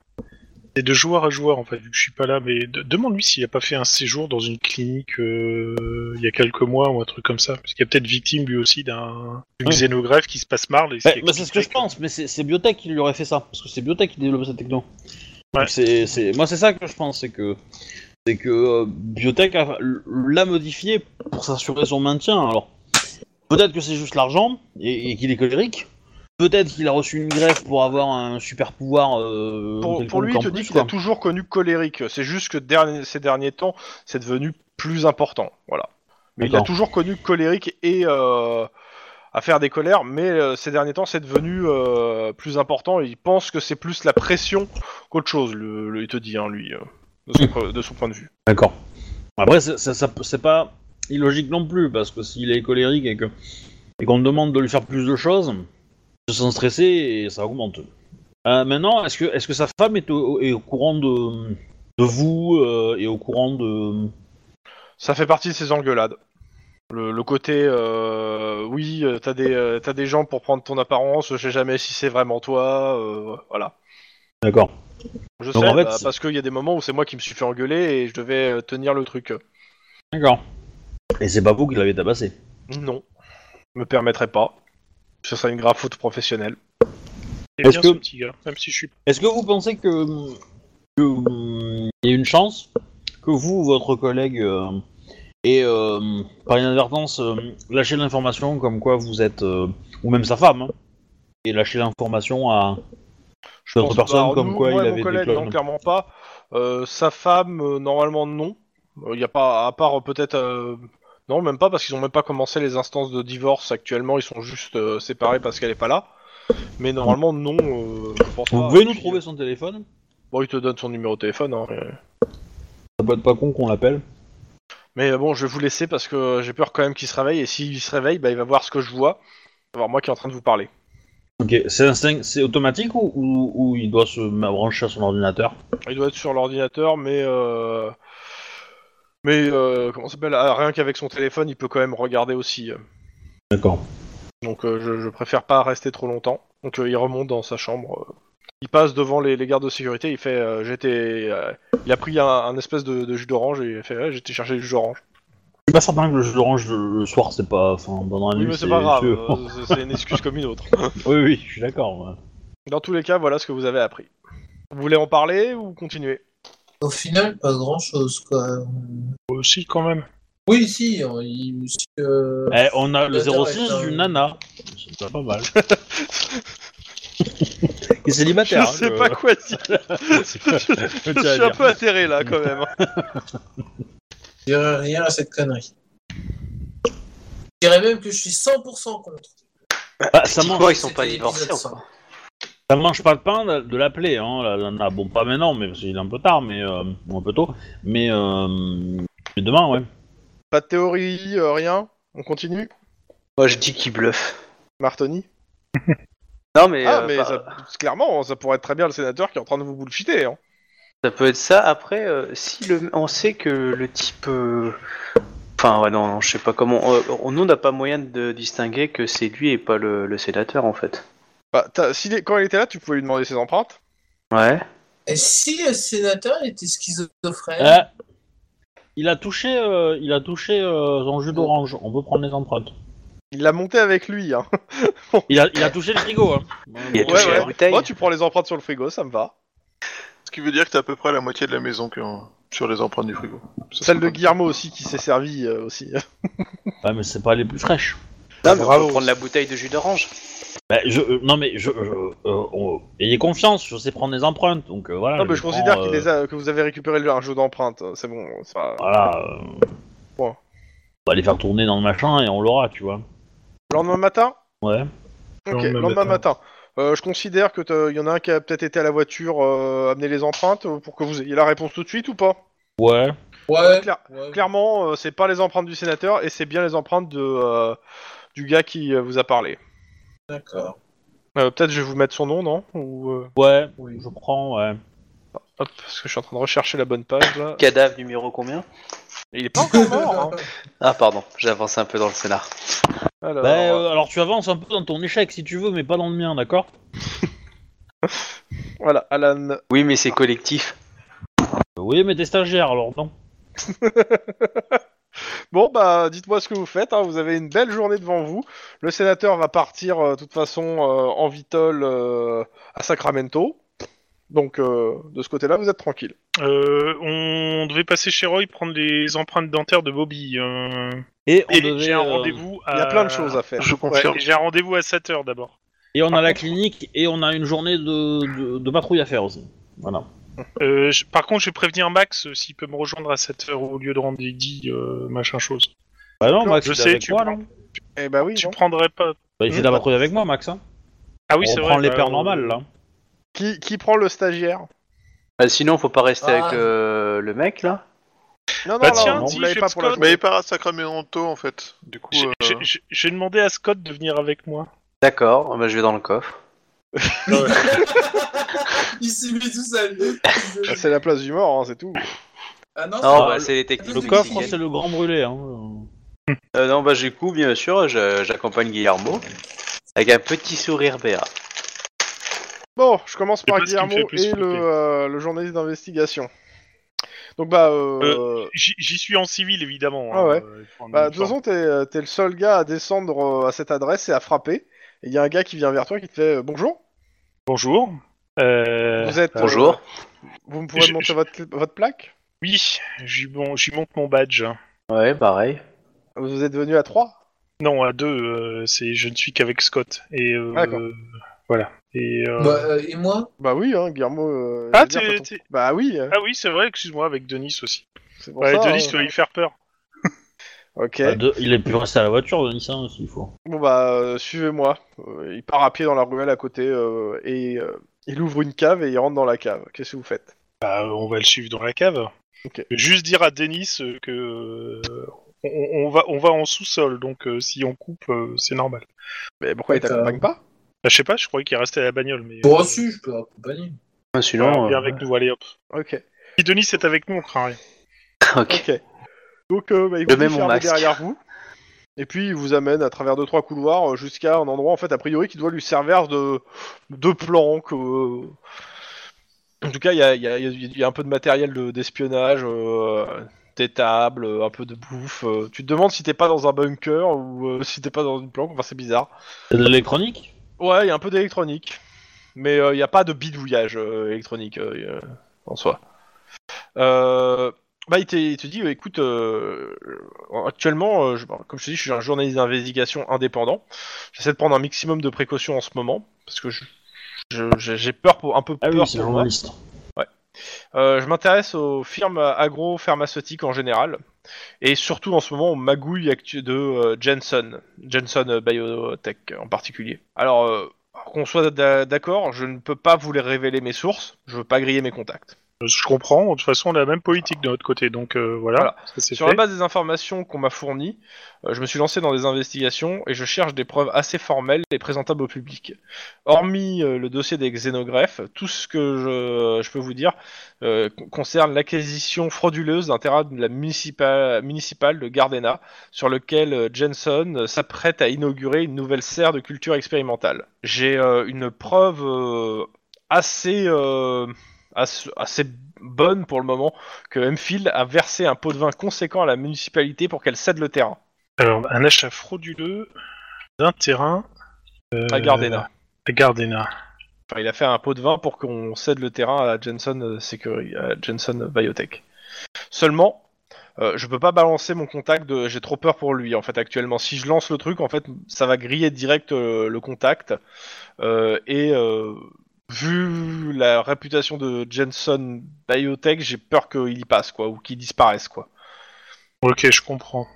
[SPEAKER 1] c'est de joueur à joueur en fait vu que je suis pas là mais de- demande-lui s'il a pas fait un séjour dans une clinique euh, il y a quelques mois ou un truc comme ça parce qu'il est peut-être victime lui aussi d'un d'une
[SPEAKER 4] Oui.
[SPEAKER 1] xénogreffe qui se passe marre et
[SPEAKER 4] Bah,
[SPEAKER 1] qui
[SPEAKER 4] bah, c'est ce que je pense, mais c'est c'est Biotech qui lui aurait fait ça, parce que c'est Biotech qui développe cette techno. Donc c'est- c'est- moi, c'est ça que je pense, c'est que, c'est que euh, Biotech a- l'a modifié pour s'assurer son maintien. Alors, peut-être que c'est juste l'argent et, et qu'il est colérique. Peut-être qu'il a reçu une greffe pour avoir un super pouvoir. euh,
[SPEAKER 3] Pour,
[SPEAKER 4] quelconque
[SPEAKER 3] pour lui, il
[SPEAKER 4] en
[SPEAKER 3] te
[SPEAKER 4] plus,
[SPEAKER 3] dit qu'il
[SPEAKER 4] quoi.
[SPEAKER 3] a toujours connu colérique. C'est juste que derni- ces derniers temps, c'est devenu plus important. Voilà. Mais il a
[SPEAKER 4] D'accord.
[SPEAKER 3] toujours connu colérique et euh, à faire des colères, mais euh, ces derniers temps, c'est devenu euh, plus important. Il pense que c'est plus la pression qu'autre chose. Le, le- il te dit, hein, lui, euh, de, son, pre- de son point de vue.
[SPEAKER 4] D'accord. Après, c'est- ça- ça- c'est pas illogique non plus, parce que s'il est colérique et que et qu'on te demande de lui faire plus de choses, il se sent stressé et ça augmente. Euh, maintenant, est-ce que, est que sa femme est au, est au courant de, de vous euh, et au courant de...
[SPEAKER 3] Ça fait partie de ces engueulades. Le, le côté, euh, oui, euh, t'as des, euh, t'as des gens pour prendre ton apparence, je sais jamais si c'est vraiment toi, euh, voilà.
[SPEAKER 4] D'accord.
[SPEAKER 3] Je
[SPEAKER 4] Donc,
[SPEAKER 3] sais,
[SPEAKER 4] en fait,
[SPEAKER 3] bah,
[SPEAKER 4] c'est-
[SPEAKER 3] parce qu'il y a des moments où c'est moi qui me suis fait engueuler et je devais euh, tenir le truc.
[SPEAKER 4] D'accord. Et c'est pas vous qui l'avez tabassé.
[SPEAKER 3] Non, je me permettrai pas. Ce serait une grave faute professionnelle.
[SPEAKER 1] est
[SPEAKER 4] Est-ce
[SPEAKER 1] bien
[SPEAKER 4] que-
[SPEAKER 1] ce petit gars même si je suis
[SPEAKER 4] Est-ce que vous pensez que que, hum, il y a une chance que vous ou votre collègue euh, et par inadvertance euh, lâché l'information comme quoi vous êtes euh, ou même sa femme hein, et lâché l'information à
[SPEAKER 3] Je
[SPEAKER 4] D'autres personnes,
[SPEAKER 3] alors,
[SPEAKER 4] comme
[SPEAKER 3] nous,
[SPEAKER 4] quoi,
[SPEAKER 3] moi
[SPEAKER 4] il
[SPEAKER 3] et
[SPEAKER 4] avait
[SPEAKER 3] mon
[SPEAKER 4] des
[SPEAKER 3] collègue,
[SPEAKER 4] clones.
[SPEAKER 3] non, clairement pas. Euh, sa femme, euh, normalement, non. Il y a pas, à part euh, peut-être. euh, Non, même pas, parce qu'ils ont même pas commencé les instances de divorce actuellement, ils sont juste euh, séparés parce qu'elle est pas là. Mais normalement, non, euh, je pense
[SPEAKER 4] vous
[SPEAKER 3] pas.
[SPEAKER 4] pouvez
[SPEAKER 3] Et
[SPEAKER 4] nous
[SPEAKER 3] puis,
[SPEAKER 4] trouver son téléphone
[SPEAKER 3] Bon, il te donne son numéro de téléphone, hein.
[SPEAKER 4] ça peut être pas con qu'on l'appelle
[SPEAKER 3] Mais euh, bon, je vais vous laisser parce que euh, j'ai peur quand même qu'il se réveille. Et s'il se réveille, bah, il va voir ce que je vois. Il va voir moi qui est en train de vous parler.
[SPEAKER 4] ok c'est instinct- c'est automatique ou, ou- ou il doit se brancher à son ordinateur
[SPEAKER 3] Il doit être sur l'ordinateur, mais. euh, Mais euh, comment ça s'appelle Ah, Rien qu'avec son téléphone, il peut quand même regarder aussi.
[SPEAKER 4] d'accord
[SPEAKER 3] Donc euh, je, je préfère pas rester trop longtemps. Donc euh, il remonte dans sa chambre. euh. Il passe devant les, les gardes de sécurité. Il fait euh, J'étais. euh, Il a pris un, un espèce de, de jus d'orange et il fait Ouais, J'étais chercher du jus d'orange.
[SPEAKER 4] je suis pas certain que le jeu d'orange le, le soir c'est pas enfin pendant la
[SPEAKER 3] Ah Oui,
[SPEAKER 4] nuit
[SPEAKER 3] mais c'est pas grave.
[SPEAKER 4] c'est-
[SPEAKER 3] euh, c'est- c'est une excuse comme une autre.
[SPEAKER 4] oui oui je suis d'accord ouais.
[SPEAKER 3] Dans tous les cas, voilà ce que vous avez appris. Vous voulez en parler ou continuer
[SPEAKER 6] euh, Au final, pas grand chose, quoi.
[SPEAKER 1] aussi quand même
[SPEAKER 6] Oui, si, on- il- si, euh,
[SPEAKER 4] Eh, on a le
[SPEAKER 6] Attends,
[SPEAKER 4] 06
[SPEAKER 6] attends.
[SPEAKER 4] du nana. C'est pas mal. Qui est
[SPEAKER 3] Je
[SPEAKER 4] célibataire. hein,
[SPEAKER 3] sais
[SPEAKER 4] le-
[SPEAKER 3] pas quoi dire. je,
[SPEAKER 4] le
[SPEAKER 3] je
[SPEAKER 4] tiens à
[SPEAKER 3] suis un
[SPEAKER 4] dire.
[SPEAKER 3] peu atterré là quand même. hein.
[SPEAKER 6] je dirais rien à cette connerie. Je dirais même que je suis 100% contre.
[SPEAKER 4] Bah, ça, mange,
[SPEAKER 5] Pourquoi ils sont pas
[SPEAKER 6] C'était
[SPEAKER 5] divorcés
[SPEAKER 6] l'épisode
[SPEAKER 5] encore
[SPEAKER 4] ça mange pas de pain de, de l'appeler, hein, la nana. Bon, pas maintenant, mais parce qu'il est un peu tard, mais euh, ou un peu tôt. Mais, euh, mais demain, ouais.
[SPEAKER 3] Pas de théorie, euh, rien. On continue
[SPEAKER 5] Moi, je dis qu'il bluffe.
[SPEAKER 3] Martoni
[SPEAKER 5] Non, mais,
[SPEAKER 3] Ah,
[SPEAKER 5] euh,
[SPEAKER 3] mais
[SPEAKER 5] bah,
[SPEAKER 3] ça- clairement, hein, ça pourrait être très bien le sénateur qui est en train de vous bullshiter. Hein.
[SPEAKER 5] ça peut être ça. Après, euh, si le, on sait que le type. euh, Enfin, ouais, non, non, je sais pas comment. euh, on- nous, on n'a pas moyen de distinguer que c'est lui et pas le, le sénateur, en fait.
[SPEAKER 3] Bah, t'as- s'il est- quand il était là, tu pouvais lui demander ses empreintes.
[SPEAKER 5] Ouais.
[SPEAKER 6] Et si le sénateur était schizophrène
[SPEAKER 4] Euh, il a touché, euh, il a touché euh, son jus d'orange. On peut prendre les empreintes.
[SPEAKER 3] Il l'a monté avec lui. Hein.
[SPEAKER 4] Il a, il a touché le frigo. Hein.
[SPEAKER 5] Il a
[SPEAKER 4] Ouais,
[SPEAKER 5] touché
[SPEAKER 4] ouais.
[SPEAKER 5] la bouteille.
[SPEAKER 3] Moi, tu prends les empreintes sur le frigo, ça me va.
[SPEAKER 2] Ce qui veut dire que t'as à peu près la moitié de la maison que- sur les empreintes du frigo. Ça,
[SPEAKER 3] Celle
[SPEAKER 2] c'est
[SPEAKER 3] de
[SPEAKER 2] pas-
[SPEAKER 3] Guillermo aussi qui s'est servi euh, aussi.
[SPEAKER 4] Ouais, mais c'est pas les plus fraîches.
[SPEAKER 5] Non, mais oh. on
[SPEAKER 3] Bravo.
[SPEAKER 5] peut prendre la bouteille de jus d'orange.
[SPEAKER 4] Bah, je, euh, non mais je, je- euh, on- ayez confiance, je sais prendre des empreintes, donc euh, voilà.
[SPEAKER 3] non, mais je considère
[SPEAKER 4] prends,
[SPEAKER 3] qu'il
[SPEAKER 4] euh,
[SPEAKER 3] les a- que vous avez récupéré le- un jeu d'empreintes. hein. C'est bon. c'est pas-
[SPEAKER 4] Voilà. euh,
[SPEAKER 3] Point.
[SPEAKER 4] On va les faire tourner dans le machin et on l'aura, tu vois.
[SPEAKER 3] Le lendemain matin
[SPEAKER 4] Ouais.
[SPEAKER 3] Ok,
[SPEAKER 1] Lendemain
[SPEAKER 3] lendemain matin. Euh, je considère que t'as- il y en a un qui a peut-être été à la voiture euh, amener les empreintes euh, pour que vous ayez la réponse tout de suite ou pas
[SPEAKER 4] Ouais.
[SPEAKER 6] Ouais.
[SPEAKER 3] Claire-
[SPEAKER 6] ouais.
[SPEAKER 3] Clairement, euh, c'est pas les empreintes du sénateur et c'est bien les empreintes de, euh, du gars qui euh, vous a parlé.
[SPEAKER 6] D'accord.
[SPEAKER 3] Euh, peut-être je vais vous mettre son nom, non Ou euh,
[SPEAKER 4] Ouais,
[SPEAKER 6] Oui.
[SPEAKER 4] je prends, ouais.
[SPEAKER 3] hop, parce que je suis en train de rechercher la bonne page là.
[SPEAKER 5] Cadavre numéro combien
[SPEAKER 3] Il est pas encore mort. hein.
[SPEAKER 5] Ah, pardon, j'avance un peu dans le scénar.
[SPEAKER 3] Alors,
[SPEAKER 4] Bah, euh, alors tu avances un peu dans ton échec si tu veux, mais pas dans le mien, d'accord
[SPEAKER 3] Voilà, Alan.
[SPEAKER 5] Oui, mais c'est collectif.
[SPEAKER 4] Euh, Oui, mais t'es stagiaire alors, non
[SPEAKER 3] Bon, bah, dites-moi ce que vous faites. hein, Vous avez une belle journée devant vous. Le sénateur va partir, euh, de toute façon, euh, en vitole euh, à Sacramento. Donc, euh, de ce côté-là, vous êtes tranquille.
[SPEAKER 1] Euh, on devait passer chez Roy prendre les empreintes dentaires de Bobby. euh,
[SPEAKER 4] Et on
[SPEAKER 1] Et
[SPEAKER 4] devait,
[SPEAKER 1] j'ai un
[SPEAKER 4] euh,
[SPEAKER 1] rendez-vous à...
[SPEAKER 3] Il y a plein de choses à faire.
[SPEAKER 2] Je confirme.
[SPEAKER 1] Et J'ai un rendez-vous à 7h d'abord.
[SPEAKER 4] Et on a la clinique et on a une journée de, de, de patrouille à faire aussi. Voilà.
[SPEAKER 1] Euh, je- par contre, je vais prévenir Max euh, s'il peut me rejoindre à 7h au lieu de rendez-vous, euh, machin chose.
[SPEAKER 4] Bah non, Max,
[SPEAKER 1] je
[SPEAKER 4] il est
[SPEAKER 1] sais,
[SPEAKER 4] avec
[SPEAKER 1] tu
[SPEAKER 4] moi,
[SPEAKER 1] prends-
[SPEAKER 4] non
[SPEAKER 3] Eh bah oui.
[SPEAKER 1] Euh, Tu
[SPEAKER 3] non
[SPEAKER 1] prendrais pas...
[SPEAKER 4] Bah, il fait de la patrouille avec moi, Max. Hein.
[SPEAKER 1] Ah oui,
[SPEAKER 4] on
[SPEAKER 1] c'est vrai.
[SPEAKER 4] prend les
[SPEAKER 1] bah,
[SPEAKER 4] paires
[SPEAKER 1] euh,
[SPEAKER 4] normales, là.
[SPEAKER 3] Qui, qui prend le stagiaire
[SPEAKER 5] Euh, sinon, faut pas rester
[SPEAKER 6] Ah.
[SPEAKER 5] avec euh, le mec là
[SPEAKER 3] Non, non,
[SPEAKER 1] Bah
[SPEAKER 3] non,
[SPEAKER 1] tiens,
[SPEAKER 3] non,
[SPEAKER 1] dis,
[SPEAKER 3] vous l'avez pas
[SPEAKER 1] James
[SPEAKER 3] pour la
[SPEAKER 1] Scott.
[SPEAKER 3] journée.
[SPEAKER 2] Mais il part à Sacramento en fait. Du coup,
[SPEAKER 1] j'ai-
[SPEAKER 2] euh,
[SPEAKER 1] j'ai- j'ai- J'ai demandé à Scott de venir avec moi.
[SPEAKER 5] D'accord, ah bah, je vais dans le coffre.
[SPEAKER 6] Il s'est mis tout seul.
[SPEAKER 3] C'est la place du mort, hein, c'est tout.
[SPEAKER 6] Ah non,
[SPEAKER 5] Non,
[SPEAKER 4] Ah,
[SPEAKER 5] bah,
[SPEAKER 4] le-
[SPEAKER 5] c'est les techniques.
[SPEAKER 4] Le
[SPEAKER 6] C'est
[SPEAKER 4] coffre,
[SPEAKER 5] mexicaines.
[SPEAKER 4] c'est le grand brûlé. Hein.
[SPEAKER 5] Euh, non, bah, du coup, bien sûr, je- j'accompagne Guillermo avec un petit sourire béat.
[SPEAKER 3] Bon, je commence par
[SPEAKER 1] pas ce qui me
[SPEAKER 3] Guillermo
[SPEAKER 1] fait le plus
[SPEAKER 3] et le,
[SPEAKER 1] flipper.
[SPEAKER 3] euh, le journaliste d'investigation. Donc bah, euh,
[SPEAKER 1] J'y j'y suis en civil, évidemment.
[SPEAKER 3] Ah ouais.
[SPEAKER 1] euh, pour un
[SPEAKER 3] bah, de toute
[SPEAKER 1] uniforme.
[SPEAKER 3] façon, t'es euh, t'es le seul gars à descendre euh, à cette adresse et à frapper. Et il y a un gars qui vient vers toi qui te fait euh, bonjour.
[SPEAKER 1] Bonjour. Euh,
[SPEAKER 3] vous êtes. euh,
[SPEAKER 5] Bonjour.
[SPEAKER 3] vous me pouvez
[SPEAKER 1] Je-
[SPEAKER 3] me montrer
[SPEAKER 1] je-
[SPEAKER 3] votre, votre plaque
[SPEAKER 1] Oui, j'y bon, j'y monte mon badge.
[SPEAKER 5] Ouais, pareil.
[SPEAKER 3] Vous êtes venu à 3
[SPEAKER 1] Non, à deux, euh, c'est je ne suis qu'avec Scott. Et euh,
[SPEAKER 3] Ah, D'accord.
[SPEAKER 1] voilà. Et, euh,
[SPEAKER 6] Bah, euh, et moi
[SPEAKER 3] Bah oui, hein, Guillermo. euh,
[SPEAKER 1] Ah,
[SPEAKER 3] il vient
[SPEAKER 1] t'es-
[SPEAKER 3] faire ton-
[SPEAKER 1] t'es-
[SPEAKER 3] Bah oui, hein,
[SPEAKER 1] Ah oui, c'est vrai, excuse-moi, avec Denis aussi.
[SPEAKER 3] c'est pour
[SPEAKER 1] Ouais,
[SPEAKER 3] ça.
[SPEAKER 1] Denis,
[SPEAKER 3] hein.
[SPEAKER 1] tu vas lui faire peur.
[SPEAKER 3] Ok.
[SPEAKER 4] Bah, de- il est pu rester à la voiture, Denis, hein, s'il faut.
[SPEAKER 3] Bon bah euh, suivez-moi. Euh, il part à pied dans la ruelle à côté euh, et euh, il ouvre une cave et il rentre dans la cave. Qu'est-ce que vous faites
[SPEAKER 1] Bah, euh, on va le suivre dans la cave.
[SPEAKER 3] Ok.
[SPEAKER 1] Juste dire à Denis euh, que euh, on, on va, on va en sous-sol, donc euh, si on coupe, euh, c'est normal.
[SPEAKER 3] Mais pourquoi il
[SPEAKER 6] D'accord.
[SPEAKER 3] t'accompagne pas
[SPEAKER 1] Bah, je sais pas, je croyais qu'il restait à la bagnole, mais. euh,
[SPEAKER 6] Bon, si, je peux accompagner.
[SPEAKER 5] Ah,
[SPEAKER 1] non,
[SPEAKER 5] Sinon,
[SPEAKER 1] viens
[SPEAKER 5] euh,
[SPEAKER 1] avec nous, allez hop.
[SPEAKER 3] Ok.
[SPEAKER 1] Si Denis est avec nous, on craint rien.
[SPEAKER 5] ok.
[SPEAKER 3] Ok. Donc euh, bah, il
[SPEAKER 5] Le
[SPEAKER 3] vous dit
[SPEAKER 5] même
[SPEAKER 3] fermez
[SPEAKER 5] en masque.
[SPEAKER 3] derrière vous. Et puis il vous amène à travers deux trois couloirs euh, jusqu'à un endroit en fait a priori qui doit lui servir de de planque. euh. En tout cas il y a, il y a- il y a- il y a un peu de matériel de- d'espionnage, euh, des tables, euh, un peu de bouffe. euh. Tu te demandes si t'es pas dans un bunker ou euh, si t'es pas dans une planque. Enfin c'est bizarre.
[SPEAKER 4] C'est de l'électronique
[SPEAKER 3] Ouais, il y a un peu d'électronique. Mais euh, il n'y a pas de bidouillage euh, électronique euh, y a- en soi. Euh, bah, il, t'est- il te dit euh, écoute, euh, euh, actuellement, euh, je- bon, comme je te dis, je suis un journaliste d'investigation indépendant. J'essaie de prendre un maximum de précautions en ce moment. Parce que je- je- j'ai j'ai peur pour un peu
[SPEAKER 4] Ah
[SPEAKER 3] peur
[SPEAKER 4] oui,
[SPEAKER 3] pour
[SPEAKER 4] c'est
[SPEAKER 3] moi.
[SPEAKER 4] journaliste.
[SPEAKER 3] Euh, je m'intéresse aux firmes agro-pharmaceutiques en général, et surtout en ce moment aux magouilles actu- de euh, Jensen, Jensen euh, Biotech en particulier. Alors, euh, qu'on soit d'a- d'accord, je ne peux pas vous les révéler mes sources, je veux pas griller mes contacts.
[SPEAKER 1] Euh, Je comprends, de toute façon, on a la même politique de notre côté, donc euh, voilà.
[SPEAKER 3] Voilà.
[SPEAKER 1] ça, c'est
[SPEAKER 3] Sur
[SPEAKER 1] fait.
[SPEAKER 3] la base des informations qu'on m'a fournies, euh, je me suis lancé dans des investigations et je cherche des preuves assez formelles et présentables au public. Hormis euh, le dossier des xénogreffes, tout ce que je, je peux vous dire euh, con- concerne l'acquisition frauduleuse d'un terrain de la municipale, municipale de Gardena, sur lequel euh, Jensen euh, s'apprête à inaugurer une nouvelle serre de culture expérimentale. J'ai euh, une preuve euh, assez, euh, assez, assez bonne pour le moment que Hemphill a versé un pot de vin conséquent à la municipalité pour qu'elle cède le terrain
[SPEAKER 1] Alors, un achat frauduleux d'un terrain euh,
[SPEAKER 3] à Gardena.
[SPEAKER 1] à Gardena.
[SPEAKER 3] Enfin, il a fait un pot de vin pour qu'on cède le terrain à Jensen, euh, Securi- à Jensen Biotech. Seulement, euh, je peux pas balancer mon contact, de... j'ai trop peur pour lui en fait actuellement. Si je lance le truc, en fait, ça va griller direct euh, le contact. Euh, et euh, vu la réputation de Jensen Biotech, j'ai peur qu'il y passe quoi, ou qu'il disparaisse quoi.
[SPEAKER 1] Ok, je comprends.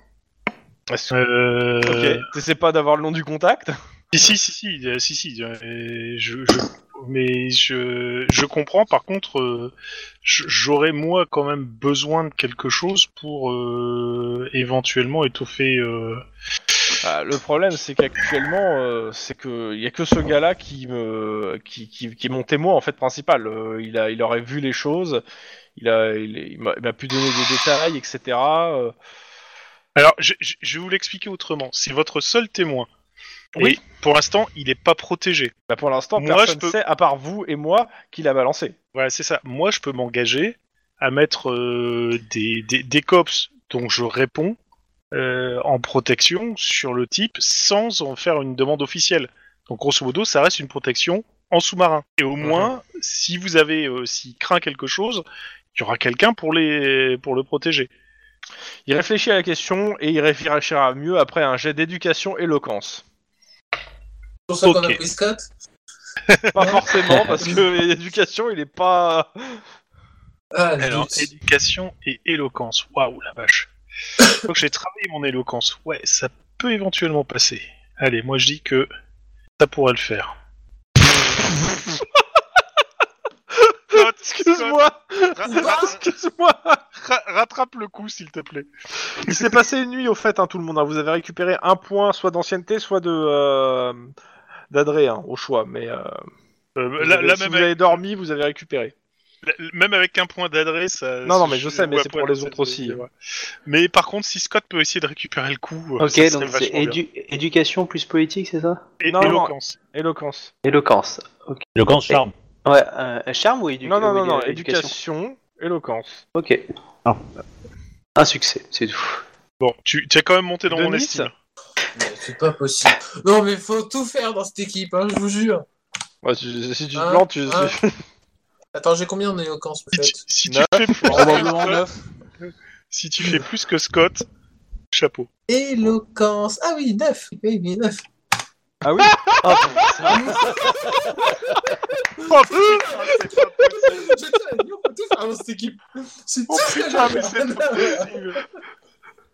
[SPEAKER 3] Est-ce-
[SPEAKER 1] Euh,
[SPEAKER 3] Ok, t'essaies pas d'avoir le nom du contact
[SPEAKER 1] Si, si, si, si, euh, si, si, euh, et je, je- mais je, je comprends, par contre, euh, j- j'aurais moi quand même besoin de quelque chose pour euh, éventuellement étoffer. euh,
[SPEAKER 3] Ah, le problème, c'est qu'actuellement, euh, c'est que il y a que ce gars-là qui me, qui, qui, qui est mon témoin en fait principal. Euh, il a, il aurait vu les choses. Il a, il, il m'a il m'a pu donner des détails, etc. Euh,
[SPEAKER 1] Alors, je, je- je vais vous l'expliquer autrement. C'est votre seul témoin.
[SPEAKER 3] Oui.
[SPEAKER 1] Et pour l'instant, il n'est pas protégé.
[SPEAKER 3] bah, pour l'instant,
[SPEAKER 1] Moi,
[SPEAKER 3] personne
[SPEAKER 1] je peux-
[SPEAKER 3] sait, à part vous et moi, qui l'a balancé.
[SPEAKER 1] Voilà, c'est ça. Moi, je peux m'engager à mettre euh, des, des, des cops dont je réponds euh, en protection sur le type sans en faire une demande officielle. Donc, grosso modo, ça reste une protection en sous-marin. Et au moins, si vous avez, euh, s'il craint quelque chose, il y aura quelqu'un pour les pour le protéger.
[SPEAKER 3] Il réfléchit à la question et il réfléchira mieux après un jet d'éducation éloquence.
[SPEAKER 6] pour ça qu'on
[SPEAKER 1] Ok.
[SPEAKER 6] a pris Scott.
[SPEAKER 3] Pas forcément, parce que l'éducation, il est pas.
[SPEAKER 6] Ah,
[SPEAKER 1] Alors,
[SPEAKER 6] zut.
[SPEAKER 1] éducation et éloquence. Waouh, la vache. Donc, j'ai travaillé mon éloquence. Ouais, ça peut éventuellement passer. Allez, moi, je dis que ça pourrait le faire.
[SPEAKER 3] Excuse-moi, excuse-moi.
[SPEAKER 1] rattrape le coup, s'il te plaît.
[SPEAKER 3] Il s'est passé une nuit au fait, hein, tout le monde. hein. Vous avez récupéré un point, soit d'ancienneté, soit de euh, d'adré, hein, au choix. Mais euh, vous
[SPEAKER 1] bah, là,
[SPEAKER 3] avez-
[SPEAKER 1] là,
[SPEAKER 3] si
[SPEAKER 1] même,
[SPEAKER 3] vous
[SPEAKER 1] avec,
[SPEAKER 3] avez dormi, vous avez récupéré.
[SPEAKER 1] là- même avec un point d'adresse. ça-
[SPEAKER 3] Non, non, mais
[SPEAKER 1] ça-
[SPEAKER 3] je sais, mais
[SPEAKER 1] ouais,
[SPEAKER 3] c'est pour
[SPEAKER 1] ouais,
[SPEAKER 3] les autres
[SPEAKER 1] c'est-
[SPEAKER 3] aussi. hein.
[SPEAKER 1] ouais. Mais par contre, si Scott peut essayer de récupérer le coup, euh, ça
[SPEAKER 5] Ok,
[SPEAKER 1] serait
[SPEAKER 5] donc c'est
[SPEAKER 1] vachement bien.
[SPEAKER 5] édu- éducation plus politique, c'est ça
[SPEAKER 1] Et-
[SPEAKER 3] non, non.
[SPEAKER 1] éloquence.
[SPEAKER 3] Éloquence.
[SPEAKER 5] Éloquence. Ok.
[SPEAKER 4] Le camp charme.
[SPEAKER 5] Ouais, un, un charme ou éducation
[SPEAKER 3] non, non, non, non. Éducation, éloquence.
[SPEAKER 5] Ok.
[SPEAKER 4] Ah.
[SPEAKER 5] Un succès, c'est tout.
[SPEAKER 1] Bon, tu, tu es quand même monté dans mon
[SPEAKER 3] Denis
[SPEAKER 1] estime.
[SPEAKER 6] Mais C'est pas possible. Non, mais faut tout faire dans cette équipe, hein, je vous jure.
[SPEAKER 3] Ouais, si, si tu te
[SPEAKER 6] Un,
[SPEAKER 3] plantes, tu.
[SPEAKER 6] un. Attends, j'ai combien en éloquence
[SPEAKER 1] Si tu,
[SPEAKER 6] peut-être
[SPEAKER 1] si tu
[SPEAKER 3] Neuf.
[SPEAKER 1] fais plus,
[SPEAKER 6] Probablement neuf.
[SPEAKER 1] si tu fais plus que Scott, chapeau.
[SPEAKER 6] Éloquence. Ah oui, 9. Oui, oui, 9.
[SPEAKER 3] Ah oui.
[SPEAKER 5] Euh,
[SPEAKER 1] Oh putain, c'est pas possible.
[SPEAKER 6] Je te l'ai dit, on peut tout faire dans cette équipe. C'est tout ce que
[SPEAKER 1] Oh, Putain, mais c'est pas
[SPEAKER 6] j'ai
[SPEAKER 1] possible.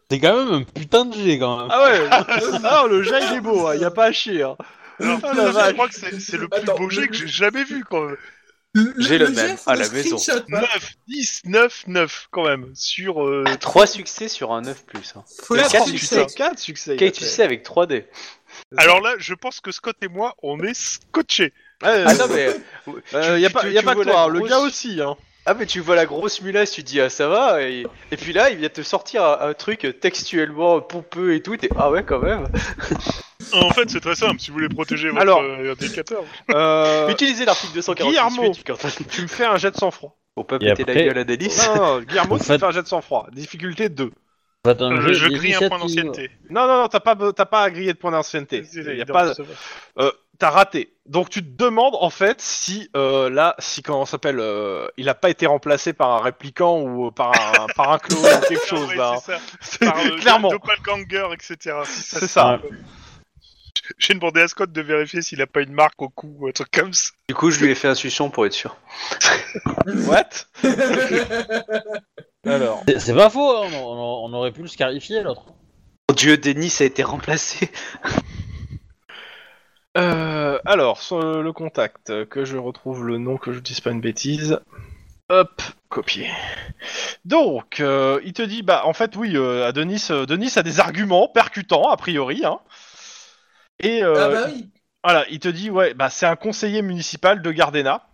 [SPEAKER 4] C'est quand même un putain de G quand même.
[SPEAKER 3] Ah ouais. ah, le jet il est beau. Il y a pas à chier. hein.
[SPEAKER 1] Alors,
[SPEAKER 3] Ah, la
[SPEAKER 1] putain,
[SPEAKER 3] vache.
[SPEAKER 1] je crois que c'est c'est le plus
[SPEAKER 6] Attends,
[SPEAKER 1] beau jet
[SPEAKER 6] le-
[SPEAKER 1] que j'ai jamais vu quand même.
[SPEAKER 7] J'ai le même,
[SPEAKER 6] geste
[SPEAKER 7] à
[SPEAKER 6] de
[SPEAKER 7] la maison.
[SPEAKER 6] screenshot, hein.
[SPEAKER 1] 9, 10, 9, 9 quand même. Sur. euh,
[SPEAKER 5] 3 succès sur un 9 plus. Hein.
[SPEAKER 6] Faut
[SPEAKER 5] Le
[SPEAKER 6] la
[SPEAKER 5] quatre
[SPEAKER 6] prendre,
[SPEAKER 5] succès.
[SPEAKER 6] putain.
[SPEAKER 3] Quatre succès. il a
[SPEAKER 5] Qu'est-ce que tu
[SPEAKER 3] fait.
[SPEAKER 5] sais avec 3D
[SPEAKER 1] Alors là, je pense que Scott et moi, on est scotchés.
[SPEAKER 3] Ouais,
[SPEAKER 7] Ah non, mais.
[SPEAKER 3] euh, y a pas,
[SPEAKER 7] tu-
[SPEAKER 3] y a
[SPEAKER 7] tu
[SPEAKER 3] pas que
[SPEAKER 7] vois la
[SPEAKER 3] toi. hein, Le
[SPEAKER 7] grosse-
[SPEAKER 3] gars aussi. Hein.
[SPEAKER 5] Ah mais tu vois la grosse mulasse, tu te dis ah ça va et, et puis là il vient te sortir un, un truc textuellement pompeux et tout et ah ouais quand même.
[SPEAKER 1] En fait, c'est très simple. Si vous voulez protéger votre
[SPEAKER 3] Alors-
[SPEAKER 1] euh, indicateur.
[SPEAKER 3] Euh,
[SPEAKER 5] Utilisez l'article 248
[SPEAKER 3] Guillermo.
[SPEAKER 5] du canton.
[SPEAKER 3] tu me fais un jet de sang froid.
[SPEAKER 5] Pour pas
[SPEAKER 4] Et
[SPEAKER 5] péter la
[SPEAKER 4] après-
[SPEAKER 5] gueule à Denis.
[SPEAKER 3] Non, non, non, Guillermo,
[SPEAKER 4] En
[SPEAKER 3] tu
[SPEAKER 4] fait-
[SPEAKER 3] me fais un jet de sang-froid. Difficulté 2.
[SPEAKER 4] Faites un
[SPEAKER 1] Euh,
[SPEAKER 4] jet
[SPEAKER 1] je grille un point
[SPEAKER 4] d'initiative.
[SPEAKER 1] d'ancienneté.
[SPEAKER 3] Non, non, non, t'as pas, t'as pas à griller de points d'ancienneté. Y a pas, euh, t'as raté. Donc tu te demandes en fait si euh, là, si comment ça s'appelle, euh, il a pas été remplacé par un répliquant ou euh, par un, par un clone ou quelque
[SPEAKER 1] Ah ouais,
[SPEAKER 3] chose là.
[SPEAKER 1] c'est ça.
[SPEAKER 3] C'est-
[SPEAKER 1] Par, euh,
[SPEAKER 3] Clairement,
[SPEAKER 1] Doppelganger, etc. Si ça,
[SPEAKER 3] c'est ça.
[SPEAKER 1] J'ai demandé à Scott de vérifier s'il a pas une marque au cou ou un truc comme ça.
[SPEAKER 5] Du coup je lui ai fait un suçon pour être sûr.
[SPEAKER 3] What Alors,
[SPEAKER 4] C'est- C'est pas faux, hein, on, on- on aurait pu le scarifier l'autre.
[SPEAKER 5] Mon dieu Denis a été remplacé.
[SPEAKER 3] euh, alors sur le le contact, euh, que je retrouve le nom, que je dise pas une bêtise. Hop, copier. Donc, euh, il te dit, bah, en fait, oui, euh, à Denis, euh, Denis a des arguments percutants, a priori, hein. Et euh,
[SPEAKER 6] Ah bah oui.
[SPEAKER 3] voilà, il te dit, ouais, bah, c'est un conseiller municipal de Gardena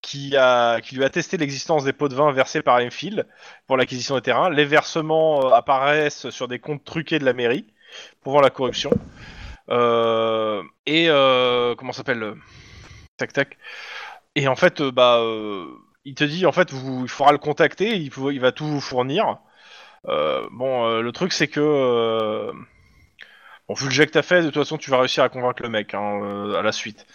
[SPEAKER 3] qui, a, qui lui a testé l'existence des pots de vin versés par Enfield pour l'acquisition des terrains. Les versements euh, apparaissent sur des comptes truqués de la mairie, prouvant la corruption. Euh, et euh, comment ça s'appelle euh, Tac tac. Et en fait, euh, bah, euh, il te dit en fait, vous, il faudra le contacter, il, faut- il va tout vous fournir. Euh, bon, euh, le truc c'est que euh, bon, vu le jet que t'as fait, de toute façon, tu vas réussir à convaincre le mec hein, euh, à la suite.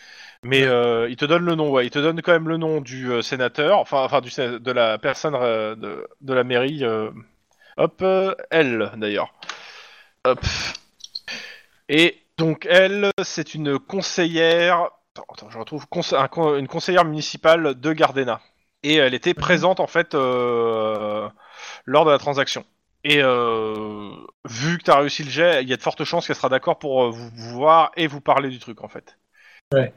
[SPEAKER 3] Mais euh, il te donne le nom, ouais, il te donne quand même le nom du euh, sénateur, enfin, enfin du, sé- de la personne euh, de, de la mairie. euh, hop, euh, elle d'ailleurs. Hop. Et donc elle, c'est une conseillère. Attends, attends, je retrouve conse- un con- une conseillère municipale de Gardena. Et elle était présente en fait euh, lors de la transaction. Et euh, vu que t'as réussi le jet, il y a de fortes chances qu'elle sera d'accord pour euh, vous, vous voir et vous parler du truc en fait.
[SPEAKER 6] Ouais.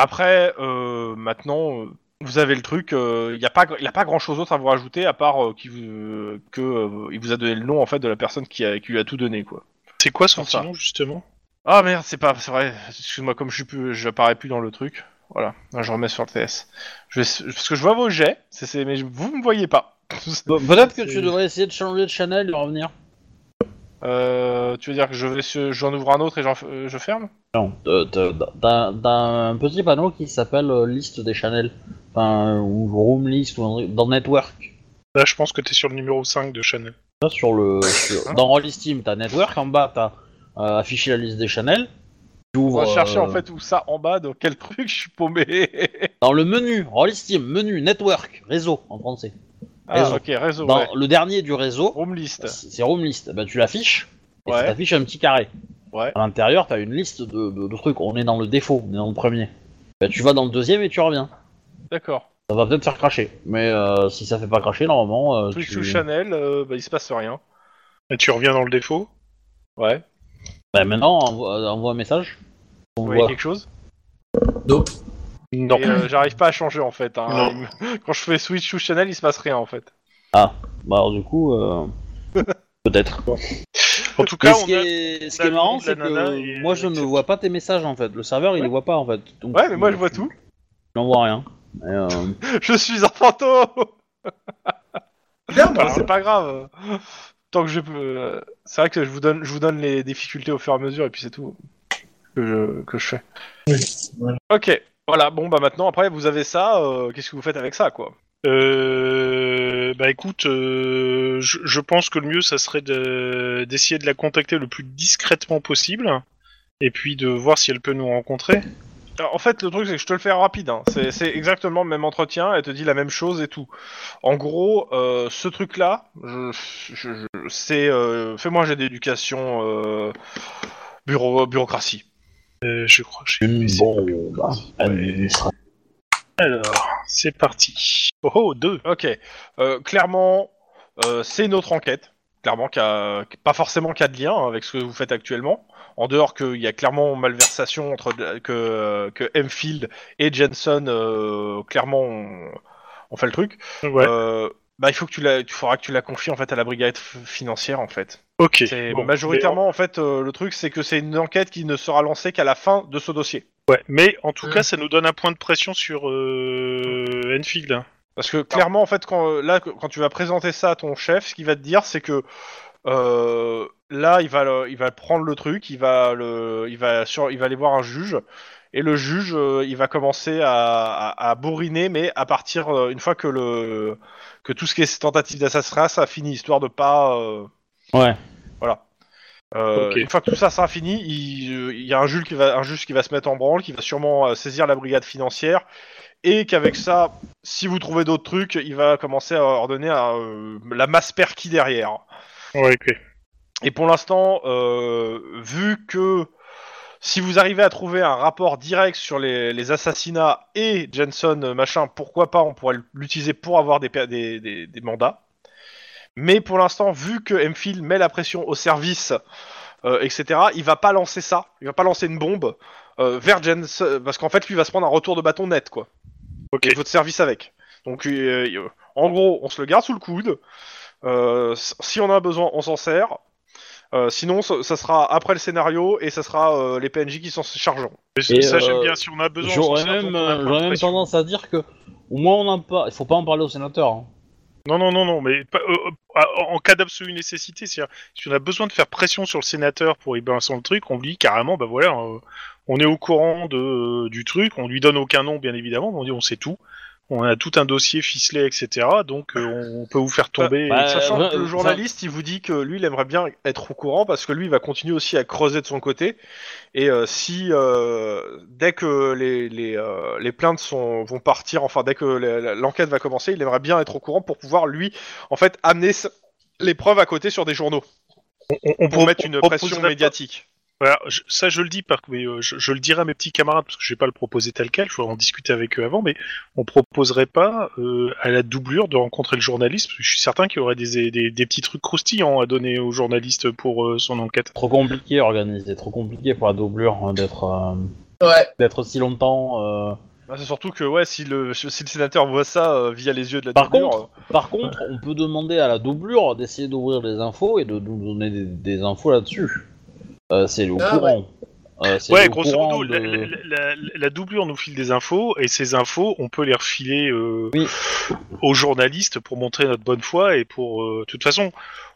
[SPEAKER 3] Après, euh, maintenant, euh, vous avez le truc. euh, Il n'y a pas, il a pas grand chose d'autre à vous rajouter à part euh, qu'il vous, euh, que euh, il vous a donné le nom en fait de la personne qui, a, qui lui a tout donné quoi.
[SPEAKER 1] C'est quoi son
[SPEAKER 3] Pour ça.
[SPEAKER 1] petit nom, justement
[SPEAKER 3] Ah merde, c'est pas, c'est vrai. Excuse-moi, comme je suis plus, j'apparais plus dans le truc. Voilà, je remets sur le TS. Je vais- parce que je vois vos jets, c'est, c'est- mais vous me voyez pas.
[SPEAKER 4] Pe- Peut-être que
[SPEAKER 6] C'est-
[SPEAKER 4] tu devrais essayer de changer de channel et revenir.
[SPEAKER 3] Euh, tu veux dire que je vais, se- j'en ouvre un autre et j'en f- euh, je ferme
[SPEAKER 4] Non, euh, t'as t'as- t'as un petit panneau qui s'appelle euh, liste des channels, enfin, ou room list, ou un truc- dans network.
[SPEAKER 1] Là, je pense que t'es sur le numéro 5 de Chanel.
[SPEAKER 4] Là, sur le, sur- dans Roll Steam, t'as network, en bas t'as euh, affiché la liste des channels. Tu
[SPEAKER 3] On va
[SPEAKER 4] ouvres
[SPEAKER 3] chercher
[SPEAKER 4] euh,
[SPEAKER 3] en fait où ça en bas, dans quel truc je suis paumé.
[SPEAKER 4] dans le menu Roll Steam, menu network, réseau en français.
[SPEAKER 3] ah,
[SPEAKER 4] Réseau.
[SPEAKER 3] ok, réseau,
[SPEAKER 4] Dans
[SPEAKER 3] ouais.
[SPEAKER 4] le dernier du réseau,
[SPEAKER 3] Room list.
[SPEAKER 4] C'est c'est room list. Bah, tu l'affiches. Et
[SPEAKER 3] Ouais.
[SPEAKER 4] ça t'affiche un petit carré.
[SPEAKER 3] Ouais.
[SPEAKER 4] À l'intérieur, t'as une liste de, de- de trucs. On est dans le défaut, on est dans le premier. Bah, tu vas dans le deuxième et tu reviens.
[SPEAKER 3] D'accord.
[SPEAKER 4] Ça va peut-être faire cracher. Mais euh, si ça fait pas cracher, normalement. euh,
[SPEAKER 3] Plus
[SPEAKER 4] tu-
[SPEAKER 3] sous Chanel, euh, bah, il se passe rien.
[SPEAKER 1] Et tu reviens dans le défaut
[SPEAKER 3] Ouais.
[SPEAKER 4] Bah, maintenant, envoie, envoie un message. On le
[SPEAKER 3] Vous voyez
[SPEAKER 4] voit.
[SPEAKER 3] quelque chose
[SPEAKER 6] Nope.
[SPEAKER 1] Non.
[SPEAKER 3] Et, euh, J'arrive pas à changer en fait. hein.
[SPEAKER 1] Non.
[SPEAKER 3] Il me- Quand je fais switch sous Chanel, il se passe rien en fait.
[SPEAKER 4] Bah, alors, du coup. euh, Peut-être.
[SPEAKER 1] En tout
[SPEAKER 4] Mais
[SPEAKER 1] cas,
[SPEAKER 4] ce qui
[SPEAKER 1] on a...
[SPEAKER 4] est, ce
[SPEAKER 1] on a
[SPEAKER 4] qui est
[SPEAKER 1] le nom
[SPEAKER 4] marrant,
[SPEAKER 1] de la
[SPEAKER 4] c'est
[SPEAKER 1] nana
[SPEAKER 4] que
[SPEAKER 1] et-
[SPEAKER 4] moi je ne
[SPEAKER 1] c'est-
[SPEAKER 4] vois pas tes messages en fait. Le serveur il les voit pas en fait. Donc,
[SPEAKER 3] Ouais, mais moi je vois tout.
[SPEAKER 4] J'en vois rien. Et, euh,
[SPEAKER 3] Je suis un fantôme
[SPEAKER 6] Bien,
[SPEAKER 3] Bah,
[SPEAKER 6] moi.
[SPEAKER 3] C'est pas grave. Tant que je peux. C'est vrai que je vous donne, je vous donne les difficultés au fur et à mesure et puis c'est tout que je, que je fais.
[SPEAKER 6] voilà.
[SPEAKER 3] Ok. Voilà. Bon bah maintenant après vous avez ça. euh, Qu'est-ce que vous faites avec ça quoi
[SPEAKER 1] euh, bah écoute, euh, je, je pense que le mieux, ça serait de- d'essayer de la contacter le plus discrètement possible, et puis de voir si elle peut nous rencontrer.
[SPEAKER 3] Alors, En fait, le truc, c'est que je te le fais rapide. hein. C'est c'est exactement le même entretien. Elle te dit la même chose et tout. En gros, euh, ce truc-là, je, je- je- c'est. euh, Fais-moi j'ai d'éducation, euh, bureau, bureaucratie.
[SPEAKER 1] Euh, je crois que j'ai
[SPEAKER 4] une
[SPEAKER 1] c'est-
[SPEAKER 4] bombe administrative.
[SPEAKER 1] Alors, c'est parti. Oh, oh deux.
[SPEAKER 3] Ok. Euh, clairement, euh, c'est notre enquête. Clairement, qu'il y a- pas forcément qu'il y a de lien hein, avec ce que vous faites actuellement. En dehors qu'il y a clairement malversation entre de- que, euh, que Hemfield et Jensen, euh, clairement, on, on fait le truc.
[SPEAKER 1] Ouais.
[SPEAKER 3] Euh, bah, il faut que tu la, tu faudra que tu la confies en fait à la brigade f- financière en fait.
[SPEAKER 1] ok.
[SPEAKER 3] C'est
[SPEAKER 1] Bon,
[SPEAKER 3] majoritairement en fait euh, le truc, c'est que c'est une enquête qui ne sera lancée qu'à la fin de ce dossier.
[SPEAKER 1] Mais, ouais, mais en tout
[SPEAKER 3] Euh.
[SPEAKER 6] Ouais.
[SPEAKER 1] cas, ça nous donne un point de pression sur euh, Enfield.
[SPEAKER 3] Parce
[SPEAKER 1] Ah.
[SPEAKER 3] que clairement, en fait, quand, euh, là, quand tu vas présenter ça à ton chef, ce qu'il va te dire, c'est que euh, là, il va, le- il va prendre le truc, il va, le, il, va sur, il va aller voir un juge, et le juge, euh, il va commencer à, à, à bourriner, mais à partir, euh, une fois que, le, que tout ce qui est tentative d'assassinat, ça finit, histoire de pas... euh,
[SPEAKER 4] Ouais.
[SPEAKER 3] Voilà. Euh,
[SPEAKER 1] Ok.
[SPEAKER 3] Une fois que tout ça sera fini, il, euh, il y a un juge, qui va, un juge qui va se mettre en branle, qui va sûrement euh, saisir la brigade financière, et qu'avec ça, si vous trouvez d'autres trucs, il va commencer à ordonner à, euh, la masse perquis derrière.
[SPEAKER 1] Ouais, ok.
[SPEAKER 3] Et pour l'instant, euh, vu que si vous arrivez à trouver un rapport direct sur les, les assassinats et Jensen euh, machin, pourquoi pas, on pourrait l'utiliser pour avoir des, pa- des, des- des mandats. Mais pour l'instant, vu que Enfield met la pression au service, euh, etc., il va pas lancer ça, il va pas lancer une bombe euh, vers Jensen, parce qu'en fait, lui il va se prendre un retour de bâton net, quoi.
[SPEAKER 1] Ok.
[SPEAKER 3] Et votre service avec. Donc, euh, euh, en gros, on se le garde sous le coude. Euh, s- si on en a besoin, on s'en sert. Euh, sinon, ça, ça sera après le scénario et ça sera euh, les PNJ qui s'en chargeront.
[SPEAKER 1] Mais
[SPEAKER 4] Et,
[SPEAKER 1] ça,
[SPEAKER 4] euh,
[SPEAKER 1] j'aime bien. Si on a besoin, on s'en
[SPEAKER 4] J'aurais
[SPEAKER 1] sert, donc
[SPEAKER 4] même,
[SPEAKER 1] on a un
[SPEAKER 4] euh,
[SPEAKER 1] point de
[SPEAKER 4] j'aurais même
[SPEAKER 1] pression.
[SPEAKER 4] tendance à dire que, au moins, on en pas. Il faut pas en parler au sénateur. hein.
[SPEAKER 1] Non, non, non, non, mais pas- euh, euh, en en cas d'absolue nécessité, c'est-à-dire, si on a besoin de faire pression sur le sénateur pour y balancer le truc, on lui dit carrément, bah voilà, euh, on est au courant de, euh, du truc, on lui donne aucun nom, bien évidemment, mais on dit on sait tout, on a tout un dossier ficelé, etc., donc euh, on peut vous faire tomber.
[SPEAKER 4] Bah,
[SPEAKER 1] et-
[SPEAKER 3] Sachant
[SPEAKER 4] ouais,
[SPEAKER 3] que le
[SPEAKER 4] euh,
[SPEAKER 3] journaliste, il vous dit que lui, il aimerait bien être au courant parce que lui, il va continuer aussi à creuser de son côté. Et euh, si, euh, dès que les, les, euh, les plaintes sont, vont partir, enfin, dès que la- la- l'enquête va commencer, il aimerait bien être au courant pour pouvoir, lui, en fait, amener s- les preuves à côté sur des journaux
[SPEAKER 1] on, on
[SPEAKER 3] pour
[SPEAKER 1] pro-
[SPEAKER 3] mettre
[SPEAKER 1] on
[SPEAKER 3] une
[SPEAKER 1] proposerait
[SPEAKER 3] pression
[SPEAKER 1] pas-
[SPEAKER 3] médiatique.
[SPEAKER 1] Voilà, je- ça je le dis, par, mais, euh, je, je le dirai à mes petits camarades parce que je vais pas le proposer tel quel. Je vais en discuter avec eux avant, mais on proposerait pas euh, à la doublure de rencontrer le journaliste. Parce que je suis certain qu'il y aurait des, des- des petits trucs croustillants à donner au journaliste pour euh, son enquête.
[SPEAKER 4] Trop compliqué à organiser, trop compliqué pour la doublure hein, d'être euh,
[SPEAKER 6] Ouais,
[SPEAKER 4] d'être si longtemps. euh.
[SPEAKER 3] Bah, c'est surtout que ouais, si le, si le sénateur voit ça euh, via les yeux de la euh.
[SPEAKER 4] Par
[SPEAKER 3] doublure,
[SPEAKER 4] contre- Par contre, on peut demander à la doublure d'essayer d'ouvrir les infos et de nous donner des, des infos là-dessus. Euh, c'est le
[SPEAKER 6] Ah,
[SPEAKER 4] courant. Euh, c'est
[SPEAKER 1] Ouais,
[SPEAKER 4] le
[SPEAKER 1] grosso
[SPEAKER 4] courant
[SPEAKER 1] modo, la,
[SPEAKER 4] de-
[SPEAKER 1] la- la- la doublure nous file des infos et ces infos, on peut les refiler euh,
[SPEAKER 4] Oui.
[SPEAKER 1] aux journalistes pour montrer notre bonne foi et pour. euh, De toute façon,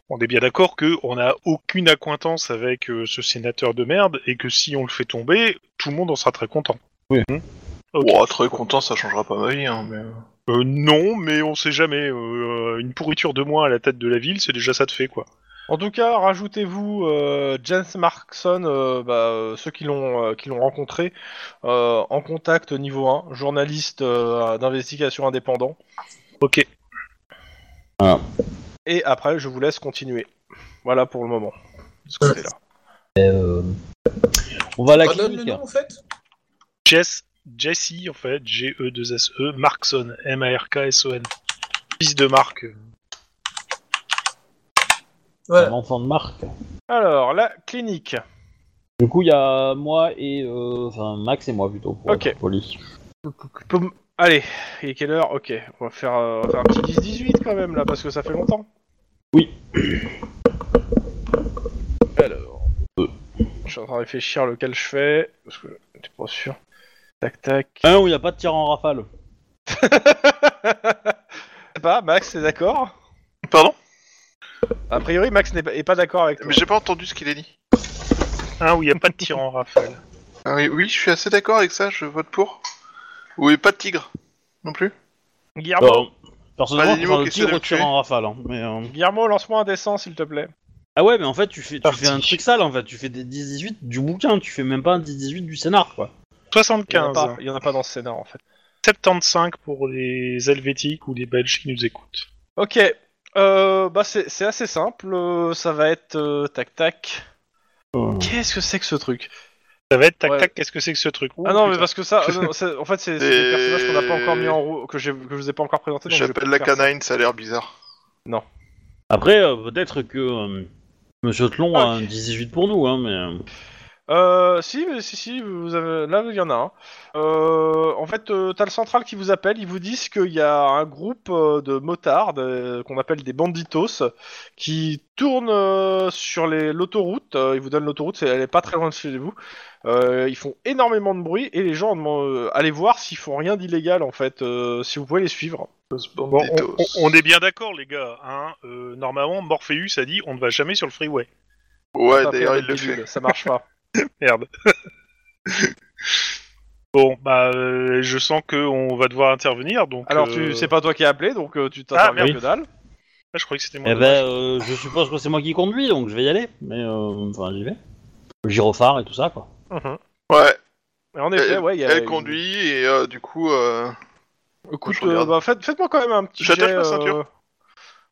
[SPEAKER 1] on est bien d'accord que on n'a aucune acquaintance avec euh, ce sénateur de merde et que si on le fait tomber, tout le monde en sera très content. Ok.
[SPEAKER 2] Ouah, très content, ça changera pas ma vie. Hein, mais...
[SPEAKER 1] Euh, non, mais on sait jamais. euh, une pourriture de moins à la tête de la ville, c'est déjà ça de fait, quoi.
[SPEAKER 3] En tout cas, rajoutez-vous euh, Jens Markson, euh, bah, euh, ceux qui l'ont euh, qui l'ont rencontré euh, en contact niveau 1, journaliste euh, d'investigation indépendant. Ah.
[SPEAKER 1] Ok.
[SPEAKER 3] Et après, je vous laisse continuer. Voilà pour le moment. de ce côté-là.
[SPEAKER 4] euh, On va à la
[SPEAKER 6] redonne Ah, le
[SPEAKER 4] clinique.
[SPEAKER 6] nom en fait
[SPEAKER 1] Jess, Jessie, en fait, G-E-2-S-E, Markson, M-A-R-K-S-O-N. Fils de Marc.
[SPEAKER 6] Voilà.
[SPEAKER 4] Un enfant de marque.
[SPEAKER 3] Alors, la clinique.
[SPEAKER 4] Du coup, il y a moi et euh, enfin Max et moi plutôt. Pour
[SPEAKER 3] Ok.
[SPEAKER 4] être poli.
[SPEAKER 3] Allez, il est quelle heure Ok, on va, faire, euh, on va faire un petit 10-18 quand même là, parce que ça fait longtemps.
[SPEAKER 4] Oui.
[SPEAKER 3] Alors, euh. je suis en train de réfléchir lequel je fais, parce que j'étais pas sûr. Tac tac.
[SPEAKER 4] Un où il n'y a pas de tir en rafale.
[SPEAKER 3] Je sais pas, Max, t'es d'accord
[SPEAKER 2] Pardon
[SPEAKER 3] A priori, Max n'est pas, est pas d'accord avec toi.
[SPEAKER 2] Mais j'ai pas entendu ce qu'il a dit.
[SPEAKER 1] Un Hein où il n'y a pas de tir en rafale.
[SPEAKER 2] Ah oui, oui, je suis assez d'accord avec ça, je vote pour. Oui, pas de tigre non plus.
[SPEAKER 3] Guillermo,
[SPEAKER 4] Euh, personnellement,
[SPEAKER 2] Pas des animaux
[SPEAKER 4] je
[SPEAKER 2] qui
[SPEAKER 4] tire
[SPEAKER 2] essaient de
[SPEAKER 4] au
[SPEAKER 2] le
[SPEAKER 4] tir
[SPEAKER 2] tuer.
[SPEAKER 4] en rafale. hein, mais, euh,
[SPEAKER 3] Guillermo, lance-moi un dessin, s'il te plaît.
[SPEAKER 4] Ah ouais, mais en fait, tu fais, tu
[SPEAKER 1] Parti.
[SPEAKER 4] fais un truc sale en fait. Tu fais des 10-18 du bouquin, tu fais même pas un 10-18 du scénar quoi.
[SPEAKER 3] Il y en a
[SPEAKER 1] 75.
[SPEAKER 3] pas- Il y en a pas dans ce scénar, en fait.
[SPEAKER 1] 75 pour les Helvétiques ou les Belges qui nous écoutent.
[SPEAKER 3] Ok, euh, bah c'est c'est assez simple, euh, ça va être euh, tac tac.
[SPEAKER 4] Euh.
[SPEAKER 3] Qu'est-ce que c'est que ce truc
[SPEAKER 1] Ça va être tac
[SPEAKER 3] Ouais.
[SPEAKER 1] tac, qu'est-ce que c'est que ce truc Ouh,
[SPEAKER 3] Ah non, mais
[SPEAKER 1] putain.
[SPEAKER 3] parce que ça, euh, non, c'est- en fait, c'est c'est des
[SPEAKER 2] Et-
[SPEAKER 3] personnages qu'on n'a pas encore mis en roue, que, j'ai- que je vous ai pas encore présenté. donc je vais
[SPEAKER 2] J'appelle
[SPEAKER 3] pas
[SPEAKER 2] la
[SPEAKER 3] le faire.
[SPEAKER 2] canine, ça a l'air bizarre.
[SPEAKER 4] Après, euh, peut-être que euh, Monsieur Tlon a
[SPEAKER 3] Ok.
[SPEAKER 4] un 18 pour nous, hein, mais. euh,
[SPEAKER 3] Euh, si, mais si, si, vous avez... là il y en a un. Euh, en fait, euh, t'as le central qui vous appelle, ils vous disent qu'il y a un groupe euh, de motards de- qu'on appelle des banditos qui tournent euh, sur les- l'autoroute. euh, ils vous donnent l'autoroute, c'est- elle est pas très loin de chez vous. Euh, ils font énormément de bruit et les gens demandent euh, allez voir s'ils font rien d'illégal en fait, euh, si vous pouvez les suivre.
[SPEAKER 1] Bon, on, on- on est bien d'accord, les gars. Hein Euh, normalement, Morpheus a dit on ne va jamais sur le freeway.
[SPEAKER 2] Ouais,
[SPEAKER 3] Pas
[SPEAKER 2] d'ailleurs,
[SPEAKER 3] faire
[SPEAKER 2] il le
[SPEAKER 3] des
[SPEAKER 2] fait.
[SPEAKER 3] bulles, Ça marche pas.
[SPEAKER 1] Merde. bon, bah, euh, je sens qu'on va devoir intervenir. Donc,
[SPEAKER 3] Alors,
[SPEAKER 1] euh,
[SPEAKER 3] tu c'est pas toi qui as appelé donc euh, tu
[SPEAKER 1] Ah,
[SPEAKER 3] t'attends bien
[SPEAKER 4] merde.
[SPEAKER 3] que dalle.
[SPEAKER 1] ah, Je croyais que c'était moi.
[SPEAKER 4] Eh ben, euh, je suppose que c'est moi qui conduis, donc je vais y aller. Mais euh, enfin, j'y vais. Le gyrophare et tout ça, quoi.
[SPEAKER 2] Ouais,
[SPEAKER 3] Et
[SPEAKER 2] Eh,
[SPEAKER 3] en effet, ouais, il y a
[SPEAKER 2] elle
[SPEAKER 3] une-
[SPEAKER 2] conduit et euh, du coup. euh,
[SPEAKER 3] Écoute,
[SPEAKER 2] Je regarde.
[SPEAKER 3] euh, bah, faites, faites-moi quand même un petit
[SPEAKER 2] J'attache
[SPEAKER 3] jet,
[SPEAKER 2] ma ceinture.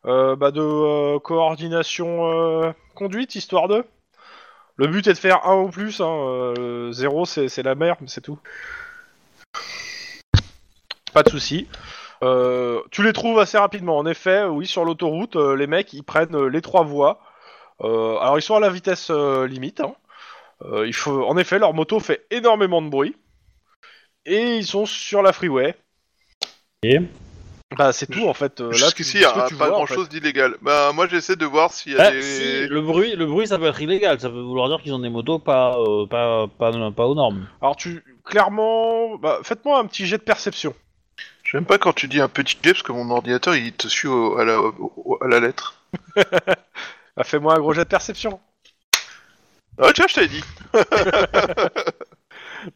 [SPEAKER 3] euh, euh, bah, de euh, coordination euh, conduite, histoire de... Le but est de faire un ou plus, hein, euh, zéro c'est c'est la merde, c'est tout. Pas de souci. Euh, tu les trouves assez rapidement, en effet, oui, sur l'autoroute, euh, les mecs, ils prennent euh, les trois voies. Euh, alors ils sont à la vitesse euh, limite. hein. Euh, il faut, en effet, leur moto fait énormément de bruit. Et ils sont sur la freeway.
[SPEAKER 4] Et
[SPEAKER 3] Bah c'est tout en fait. Euh, Là, tu-
[SPEAKER 2] Jusqu'ici,
[SPEAKER 3] c'est
[SPEAKER 2] il y
[SPEAKER 3] ce que
[SPEAKER 2] a
[SPEAKER 3] tu
[SPEAKER 2] pas
[SPEAKER 3] vois, en
[SPEAKER 2] grand
[SPEAKER 3] fait.
[SPEAKER 2] chose d'illégal. Bah, moi, j'essaie de voir s'il y a
[SPEAKER 4] Ah,
[SPEAKER 2] des.
[SPEAKER 4] si, le bruit, le bruit, ça peut être illégal. Ça peut vouloir dire qu'ils ont des motos pas, euh, pas, pas, pas, aux normes.
[SPEAKER 3] Alors tu clairement, bah, faites-moi un petit jet de perception.
[SPEAKER 2] J'aime pas quand tu dis un petit jet parce que mon ordinateur il te suit au- à, la, au- à la lettre.
[SPEAKER 3] Bah, fais-moi un gros jet de perception.
[SPEAKER 2] Ah, tiens, je t'avais dit.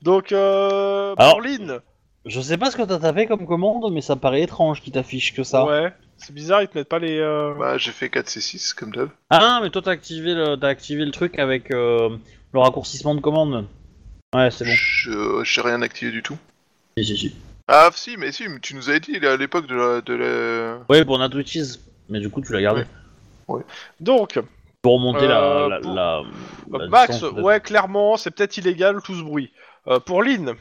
[SPEAKER 3] Donc euh,
[SPEAKER 4] Alors-
[SPEAKER 3] pour Lynn,
[SPEAKER 4] Je sais pas ce que t'as tapé comme commande, mais ça me paraît étrange qu'ils t'affichent que ça.
[SPEAKER 3] ouais, c'est bizarre, ils te mettent pas les. euh,
[SPEAKER 2] Bah, j'ai fait 4C6 comme d'hab.
[SPEAKER 4] Ah, mais toi, t'as activé, le- t'as activé le truc avec euh, le raccourcissement de commande. Ouais, c'est bon.
[SPEAKER 2] Je euh, j'ai rien activé du tout.
[SPEAKER 4] Si, si, si.
[SPEAKER 2] Ah, si, mais si, mais tu nous avais dit là, à l'époque de la. De la...
[SPEAKER 4] Ouais, pour Natwitches. Mais du coup, tu l'as gardé.
[SPEAKER 3] Donc
[SPEAKER 4] peux remonter la,
[SPEAKER 5] Euh,
[SPEAKER 4] la-
[SPEAKER 5] pour-
[SPEAKER 4] la- la
[SPEAKER 5] Max,
[SPEAKER 4] distance, peut-être.
[SPEAKER 5] ouais, clairement, c'est peut-être illégal tout ce bruit. Euh, pour Lynn,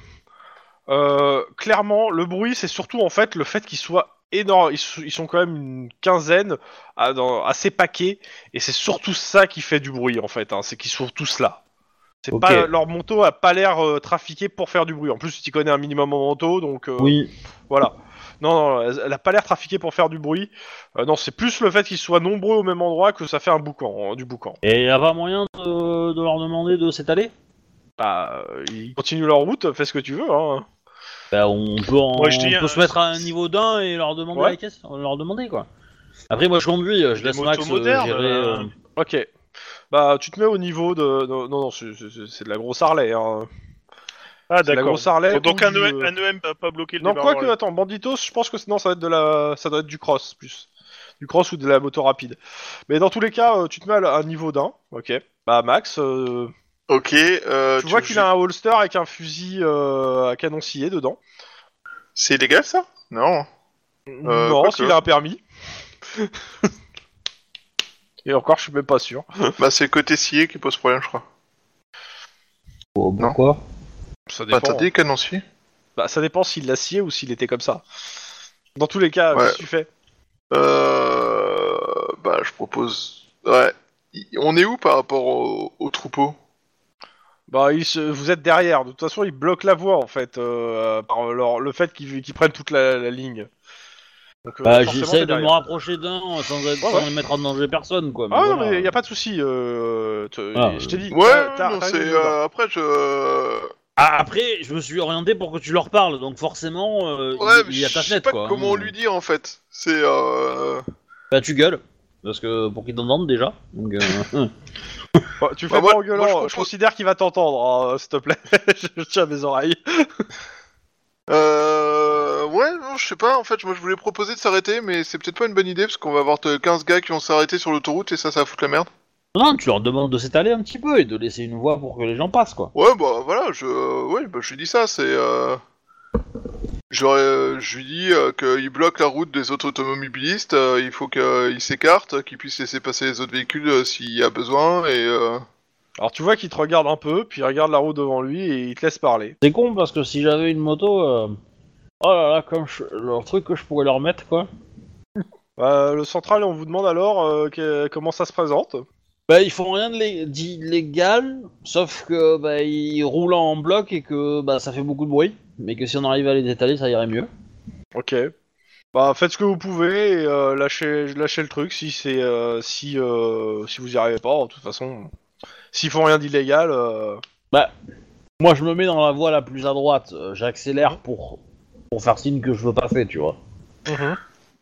[SPEAKER 5] euh, clairement, le bruit, c'est surtout en fait le fait qu'ils soient énormes. Ils, so- ils sont quand même une quinzaine, à, dans, assez paquets, et c'est surtout ça qui fait du bruit en fait. hein, c'est qu'ils sont tous là. C'est
[SPEAKER 4] Ok.
[SPEAKER 5] pas leur manteau a pas l'air euh, trafiqué pour faire du bruit. En plus, tu connais un minimum en manteau, donc euh,
[SPEAKER 4] Oui.
[SPEAKER 5] voilà. Non, non, elle- elle a pas l'air trafiquée pour faire du bruit. Euh, non, c'est plus le fait qu'ils soient nombreux au même endroit que ça fait un boucan, euh, du boucan.
[SPEAKER 4] Et y a pas moyen de, de leur demander de s'étaler
[SPEAKER 5] Bah, euh, ils continuent leur route, fais ce que tu veux. Hein.
[SPEAKER 4] Bah, on peut, en-
[SPEAKER 1] Ouais, je dis,
[SPEAKER 4] on peut
[SPEAKER 1] euh,
[SPEAKER 4] se mettre à un niveau d'un et leur demander
[SPEAKER 5] Ouais.
[SPEAKER 4] la caisse, leur demander quoi. Après, moi je conduis, je laisse
[SPEAKER 1] motos
[SPEAKER 4] Max euh,
[SPEAKER 1] modernes,
[SPEAKER 4] gérer.
[SPEAKER 1] euh,
[SPEAKER 4] euh,
[SPEAKER 5] Ok. Bah, tu te mets au niveau de. Non, non, non, c'est- c'est c'est de la grosse Harley. Hein.
[SPEAKER 1] Ah,
[SPEAKER 5] C'est de la
[SPEAKER 1] d'accord.
[SPEAKER 5] grosse Harley.
[SPEAKER 1] Bon, donc
[SPEAKER 5] ou
[SPEAKER 1] un,
[SPEAKER 5] du,
[SPEAKER 1] EM
[SPEAKER 5] euh,
[SPEAKER 1] un E, EM va pas bloquer le
[SPEAKER 5] Non,
[SPEAKER 1] débarquement,
[SPEAKER 5] quoi que,
[SPEAKER 1] là.
[SPEAKER 5] attends, Banditos, je pense que non, ça doit être de la, ça doit être du cross plus, du cross ou de la moto rapide. Mais dans tous les cas, euh, tu te mets à l- à un niveau d'un. Ok. Bah Max, euh,
[SPEAKER 2] Ok. euh,
[SPEAKER 5] tu vois
[SPEAKER 2] me
[SPEAKER 5] qu'il
[SPEAKER 2] dis-
[SPEAKER 5] a un holster avec un fusil euh, à canon scié dedans.
[SPEAKER 2] C'est illégal ça Non. Euh,
[SPEAKER 5] non,
[SPEAKER 2] quoique.
[SPEAKER 5] s'il a un permis. Et encore, je suis même pas sûr.
[SPEAKER 2] bah c'est le côté scié qui pose problème, je crois.
[SPEAKER 4] oh,
[SPEAKER 2] Non.
[SPEAKER 4] pourquoi
[SPEAKER 5] Ça dépend. hein.
[SPEAKER 2] Bah t'as des canons sciés
[SPEAKER 5] Bah, ça dépend s'il l'a scié ou s'il était comme ça. Dans tous les cas,
[SPEAKER 2] Ouais.
[SPEAKER 5] qu'est-ce que tu fais
[SPEAKER 2] Euh... Bah je propose. Ouais. Y- On est où par rapport au, au troupeau
[SPEAKER 5] Bah, il se- vous êtes derrière. De toute façon, ils bloquent la voie en fait euh, par leur... le fait qu'ils qu'ils prennent toute la, la ligne. Donc, euh,
[SPEAKER 4] Bah,
[SPEAKER 5] forcément,
[SPEAKER 4] J'essaie
[SPEAKER 5] t'es
[SPEAKER 4] de me
[SPEAKER 5] derrière.
[SPEAKER 4] rapprocher d'un euh, sans, être-
[SPEAKER 5] Ouais,
[SPEAKER 4] sans
[SPEAKER 5] ouais.
[SPEAKER 4] mettre en danger personne quoi. mais
[SPEAKER 5] Ah non,
[SPEAKER 4] voilà.
[SPEAKER 5] mais y a pas de souci. euh, te-
[SPEAKER 4] Ah,
[SPEAKER 5] je t'ai dit.
[SPEAKER 2] Ouais,
[SPEAKER 5] t'as- t'as-
[SPEAKER 2] non,
[SPEAKER 5] t'as-
[SPEAKER 2] c'est.
[SPEAKER 5] t'as-
[SPEAKER 2] euh, après je.
[SPEAKER 4] Ah, après, je me suis orienté pour que tu leur parles, donc forcément, euh,
[SPEAKER 2] Ouais,
[SPEAKER 4] il,
[SPEAKER 2] mais
[SPEAKER 4] il y a ta
[SPEAKER 2] je sais
[SPEAKER 4] fenêtre
[SPEAKER 2] pas
[SPEAKER 4] quoi.
[SPEAKER 2] comment
[SPEAKER 4] hein.
[SPEAKER 2] lui dire en fait. C'est. Euh...
[SPEAKER 4] Bah, tu gueules, parce que pour qu'ils t'entendent déjà. Donc, euh,
[SPEAKER 5] Bah, tu fais
[SPEAKER 2] Bah,
[SPEAKER 5] pas
[SPEAKER 2] moi-
[SPEAKER 5] en
[SPEAKER 2] moi,
[SPEAKER 5] gueulant.
[SPEAKER 2] je
[SPEAKER 5] je,
[SPEAKER 2] propose-
[SPEAKER 5] considère qu'il va t'entendre, hein, s'il te plaît. je, je tiens mes oreilles.
[SPEAKER 2] Euh... Ouais, non, je sais pas. En fait, moi, je voulais proposer de s'arrêter, mais c'est peut-être pas une bonne idée parce qu'on va avoir euh, 15 gars qui vont s'arrêter sur l'autoroute et ça, ça va foutre la merde.
[SPEAKER 4] non, tu leur demandes de s'étaler un petit peu et de laisser une voie pour que les gens passent quoi.
[SPEAKER 2] Ouais, bah voilà, je, ouais, bah, je lui dis ça, c'est. Euh... j'aurais- euh, Je lui dis euh, qu'il bloque la route des autres automobilistes, euh, il faut qu'ils s'écartent, qu'ils puissent laisser passer les autres véhicules euh, s'il y a besoin, et. Euh...
[SPEAKER 5] Alors tu vois qu'il te regarde un peu, puis il regarde la route devant lui et il te laisse parler.
[SPEAKER 4] C'est con parce que si j'avais une moto, euh, oh là là, comme je- le truc que je pourrais leur mettre quoi.
[SPEAKER 5] Euh, le central, on vous demande alors euh, que- comment ça se présente.
[SPEAKER 4] Bah, ils font rien de lé- d'illégal, sauf que bah, ils roulent en bloc et que bah, ça fait beaucoup de bruit, mais que si on arrive à les étaler, ça irait mieux.
[SPEAKER 5] Ok. Bah faites ce que vous pouvez et euh, lâchez, lâchez le truc si c'est euh, si euh, si vous y arrivez pas de toute façon. S'ils font rien d'illégal, euh,
[SPEAKER 4] Moi, je me mets dans la voie la plus à droite, euh, j'accélère pour, pour faire signe que je veux passer, tu vois.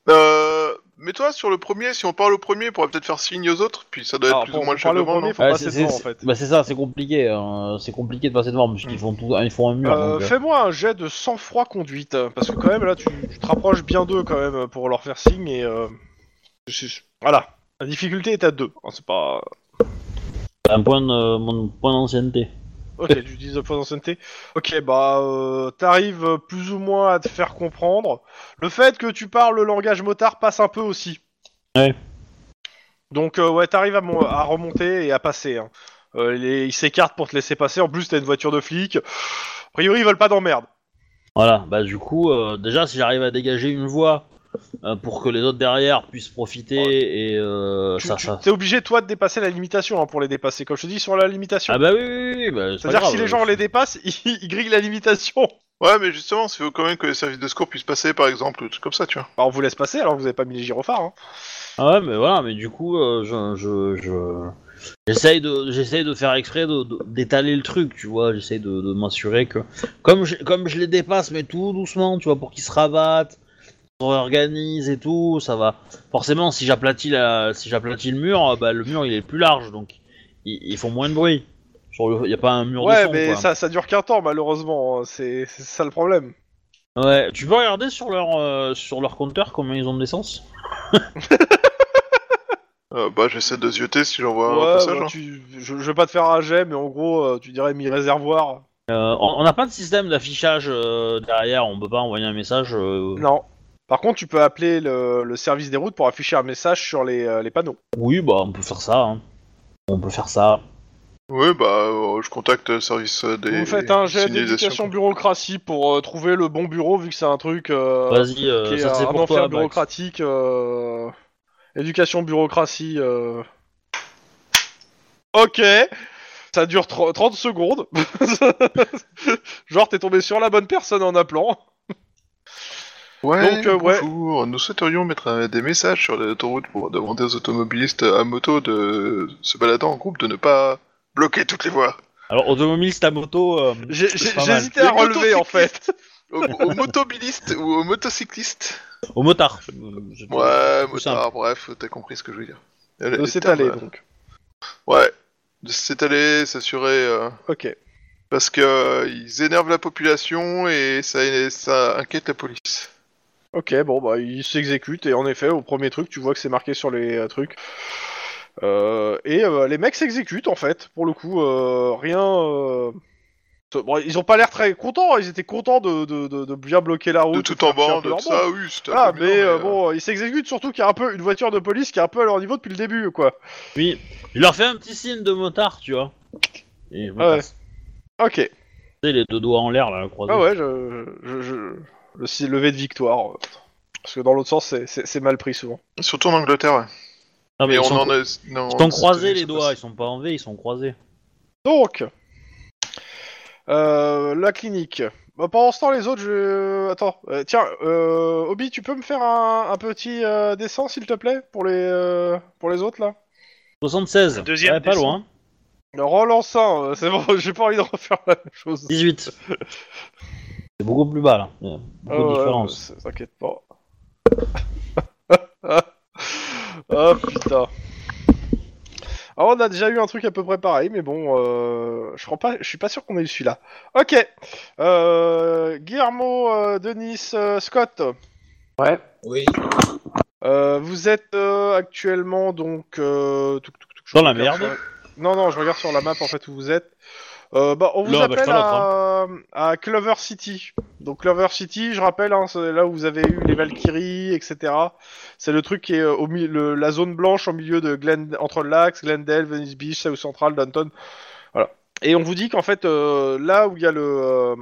[SPEAKER 2] euh... Mets-toi sur le premier, si on parle au premier, on pourrait peut-être faire signe aux autres, puis ça doit être
[SPEAKER 5] Alors,
[SPEAKER 2] plus
[SPEAKER 5] pour-
[SPEAKER 2] ou moins
[SPEAKER 5] pour
[SPEAKER 2] le chef de
[SPEAKER 5] parler au
[SPEAKER 2] bande. hein. non
[SPEAKER 5] premier, faut
[SPEAKER 4] Ouais,
[SPEAKER 5] passer
[SPEAKER 4] Ah, c'est-
[SPEAKER 5] devant en
[SPEAKER 4] c'est-
[SPEAKER 5] fait.
[SPEAKER 4] Bah, c'est ça, c'est compliqué, hein, c'est compliqué de passer devant, parce qu'ils font, tout, ils font un mur.
[SPEAKER 5] Euh,
[SPEAKER 4] donc, euh.
[SPEAKER 5] Fais-moi un jet de sang-froid conduite parce que quand même là tu, tu te rapproches bien d'eux quand même pour leur faire signe et euh, je- je- voilà. La difficulté est à 2, c'est pas...
[SPEAKER 4] Un point de, mon point d'ancienneté.
[SPEAKER 5] Ok, tu utilises le point d'ancienneté. Ok, bah, euh, t'arrives euh, plus ou moins à te faire comprendre. Le fait que tu parles le langage motard passe un peu aussi.
[SPEAKER 4] Ouais.
[SPEAKER 5] Donc, euh, ouais, t'arrives à, mon- à remonter et à passer. hein. Euh, les- ils s'écartent pour te laisser passer. En plus, t'as une voiture de flic. A priori, ils veulent pas d'emmerde.
[SPEAKER 4] Voilà, bah du coup, euh, déjà, si j'arrive à dégager une voie euh, pour que les autres derrière puissent profiter et euh,
[SPEAKER 5] Tu-
[SPEAKER 4] ça,
[SPEAKER 5] tu-
[SPEAKER 4] ça.
[SPEAKER 5] T'es obligé, toi, de dépasser la limitation hein, pour les dépasser. Comme je te dis, ils sont à la limitation.
[SPEAKER 4] Ah bah oui, oui, oui, bah, c'est pas
[SPEAKER 5] C'est-à-dire que si
[SPEAKER 4] grave.
[SPEAKER 5] les gens les dépassent, ils, ils grillent la limitation.
[SPEAKER 2] Ouais, mais justement, il faut quand même que les services de secours puissent passer, par exemple, ou des trucs comme ça, tu vois.
[SPEAKER 5] Bah, on vous laisse passer alors que vous avez pas mis les gyrophares. hein.
[SPEAKER 4] Ah ouais, mais voilà, mais du coup, euh, je, je, je- j'essaye de, j'essaye de faire exprès de, de- d'étaler le truc, tu vois. J'essaye de, de m'assurer que, comme je, comme je les dépasse, mais tout doucement, tu vois, pour qu'ils se rabattent, qu'ils se réorganisent et tout, ça va. Forcément, si j'aplatis la, si j'aplatis le mur, euh, bah le mur il est plus large, donc ils, ils font moins de bruit. Sur le, y a pas un mur de
[SPEAKER 5] Ouais,
[SPEAKER 4] son,
[SPEAKER 5] mais
[SPEAKER 4] quoi.
[SPEAKER 5] ça, ça dure qu'un temps, malheureusement. hein. C'est c'est ça le problème.
[SPEAKER 4] Ouais, tu peux regarder sur leur, euh, sur leur compteur combien ils ont de l'essence
[SPEAKER 2] Euh, bah, j'essaie de zioter si j'en vois un au
[SPEAKER 5] Ouais,
[SPEAKER 2] passage.
[SPEAKER 5] bah,
[SPEAKER 2] hein.
[SPEAKER 5] tu- je, je vais pas te faire un jet, mais en gros, euh, tu dirais mi réservoir.
[SPEAKER 4] Euh, on on n'a pas de système d'affichage euh, derrière, on peut pas envoyer un message. euh,
[SPEAKER 5] Non. Par contre, tu peux appeler le, le service des routes pour afficher un message sur les, euh, les panneaux.
[SPEAKER 4] Oui, bah on peut faire ça. hein. On peut faire ça.
[SPEAKER 2] Oui, bah, euh, je contacte le service euh, des.
[SPEAKER 3] Vous faites un jet
[SPEAKER 2] signalisations.
[SPEAKER 3] d'éducation bureaucratie pour euh, trouver le bon bureau, vu que c'est un truc euh,
[SPEAKER 4] Vas-y, euh,
[SPEAKER 3] qui est
[SPEAKER 4] ça
[SPEAKER 3] un,
[SPEAKER 4] c'est
[SPEAKER 3] un
[SPEAKER 4] pour
[SPEAKER 3] enfer
[SPEAKER 4] toi. Max.
[SPEAKER 3] bureaucratique. euh, Éducation bureaucratie. euh. Ok, ça dure tro- 30 secondes. Genre, t'es tombé sur la bonne personne en appelant.
[SPEAKER 2] Ouais,
[SPEAKER 3] Donc, euh, ouais.
[SPEAKER 2] bonjour. Nous souhaiterions mettre euh, des messages sur l'autoroute pour demander aux automobilistes euh, à moto de se balader en groupe de ne pas bloquer toutes les voies.
[SPEAKER 4] Alors, automobiliste à moto. euh,
[SPEAKER 3] J'ai-
[SPEAKER 4] c'est
[SPEAKER 3] j'ai-
[SPEAKER 4] pas mal.
[SPEAKER 3] J'hésitais à
[SPEAKER 2] Les
[SPEAKER 3] relever en fait.
[SPEAKER 2] Aux, aux motobilistes ou aux motocyclistes
[SPEAKER 4] Au motard. Euh, je-
[SPEAKER 2] Ouais,
[SPEAKER 4] Plus
[SPEAKER 2] motard, bref, t'as compris ce que je veux dire. Euh,
[SPEAKER 3] De
[SPEAKER 2] les
[SPEAKER 3] s'étaler
[SPEAKER 2] termes,
[SPEAKER 3] donc.
[SPEAKER 2] euh, Ouais, de s'étaler, s'assurer. euh,
[SPEAKER 3] Ok.
[SPEAKER 2] parce que euh, ils énervent la population et ça, ça inquiète la police.
[SPEAKER 3] Ok, bon, bah, il s'exécute, et en effet, au premier truc, tu vois que c'est marqué sur les euh, trucs. Euh, et euh, les mecs s'exécutent, en fait, pour le coup, euh, rien. euh, bon, ils ont pas l'air très contents, hein. ils étaient contents de, de- de- Oh, de bien bloquer la route.
[SPEAKER 2] De tout en
[SPEAKER 3] faire tuer un
[SPEAKER 2] bande,
[SPEAKER 3] peu
[SPEAKER 2] de
[SPEAKER 3] leur
[SPEAKER 2] ça, oui, c'était un
[SPEAKER 3] Ah,
[SPEAKER 2] peu
[SPEAKER 3] mais,
[SPEAKER 2] mignon,
[SPEAKER 3] euh,
[SPEAKER 2] mais, euh,
[SPEAKER 3] bon, ils s'exécutent surtout qu'il y a un peu une voiture de police qui est un peu à leur niveau depuis le début, quoi.
[SPEAKER 4] Oui, je leur fais un petit signe de motard, tu vois. Et je me
[SPEAKER 3] Ah Ouais.
[SPEAKER 4] casse.
[SPEAKER 3] Ok,
[SPEAKER 4] Tu sais, les deux doigts en l'air, là, croisés.
[SPEAKER 3] ah ouais, je. je, je- le si- lever de victoire. euh, Parce que dans l'autre sens, c'est- c'est c'est mal pris souvent.
[SPEAKER 2] euh, Surtout en Angleterre, ouais.
[SPEAKER 4] Non, mais
[SPEAKER 2] Mais
[SPEAKER 4] ils
[SPEAKER 2] on
[SPEAKER 4] sont,
[SPEAKER 2] en a. non,
[SPEAKER 4] ils sont
[SPEAKER 2] aux
[SPEAKER 4] croisés,
[SPEAKER 2] États-Unis,
[SPEAKER 4] les
[SPEAKER 2] ça
[SPEAKER 4] doigts.
[SPEAKER 2] passe.
[SPEAKER 4] Ils sont pas en V, ils sont croisés.
[SPEAKER 3] Donc, euh, la clinique. Bah, pendant ce temps, les autres, je. Attends, euh, tiens, euh, Obi, tu peux me faire un, un petit euh, dessin, s'il te plaît, pour les, euh, pour les autres, là
[SPEAKER 4] 76.
[SPEAKER 1] Le deuxième
[SPEAKER 4] ouais, pas
[SPEAKER 1] descend.
[SPEAKER 4] loin.
[SPEAKER 3] Relance un, euh, c'est bon, j'ai pas envie de refaire la même chose.
[SPEAKER 4] 18. C'est beaucoup plus bas, là. Il y a
[SPEAKER 3] Ah
[SPEAKER 4] Beaucoup de
[SPEAKER 3] ouais,
[SPEAKER 4] différence.
[SPEAKER 3] c'est- T'inquiète pas. oh putain. Alors, on a déjà eu un truc à peu près pareil, mais bon, euh, je crois pas, je suis pas sûr qu'on ait eu celui-là. Ok, euh, Guillermo, euh, Denis, euh, Scott,
[SPEAKER 5] Ouais.
[SPEAKER 6] Oui.
[SPEAKER 3] euh, vous êtes euh, actuellement donc euh, touc, touc, touc, je
[SPEAKER 4] Dans la
[SPEAKER 3] regarde
[SPEAKER 4] merde.
[SPEAKER 3] sur- Non, non, je regarde sur la map en fait où vous êtes. Euh, bah, on vous
[SPEAKER 4] Là, bah, je
[SPEAKER 3] appelle
[SPEAKER 4] parle
[SPEAKER 3] à... à Clover City. Donc Clover City, je rappelle, hein, c'est là où vous avez eu les Valkyries, etc. C'est le truc qui est euh, au mi- le- la zone blanche au milieu de Glen... entre l'Axe, Glendale, Venice Beach, South Central, Downton. Voilà. Et on vous dit qu'en fait, euh, là où il y a le... euh,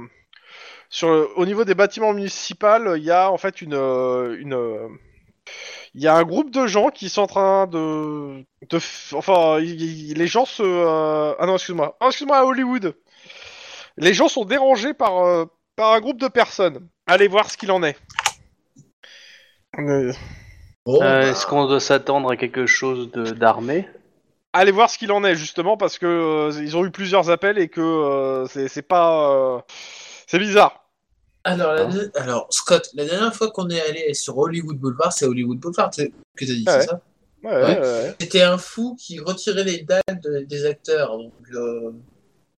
[SPEAKER 3] sur le- Au niveau des bâtiments municipaux, il y a en fait une... euh, une euh, il y a un groupe de gens qui sont en train de, de f- enfin, il- il- les gens se, euh, ah non, excuse-moi, Ah, excuse-moi, à Hollywood, les gens sont dérangés par euh, par un groupe de personnes. Allez voir ce qu'il en est. Euh,
[SPEAKER 6] Bon,
[SPEAKER 5] Euh,
[SPEAKER 6] bah,
[SPEAKER 5] Est-ce qu'on doit s'attendre à quelque chose de- d'armé
[SPEAKER 3] Allez voir ce qu'il en est justement parce que euh, ils ont eu plusieurs appels et que euh, c'est c'est pas, euh, c'est bizarre.
[SPEAKER 6] alors,
[SPEAKER 7] hein.
[SPEAKER 6] la- alors, Scott, la dernière fois qu'on est allé sur Hollywood Boulevard, c'est Hollywood Boulevard c'est- que t'as dit,
[SPEAKER 7] Ah
[SPEAKER 3] Ouais.
[SPEAKER 6] c'est ça
[SPEAKER 3] Ouais,
[SPEAKER 6] Ouais.
[SPEAKER 3] ouais.
[SPEAKER 6] C'était un fou qui retirait les dalles de- des acteurs. Donc, euh,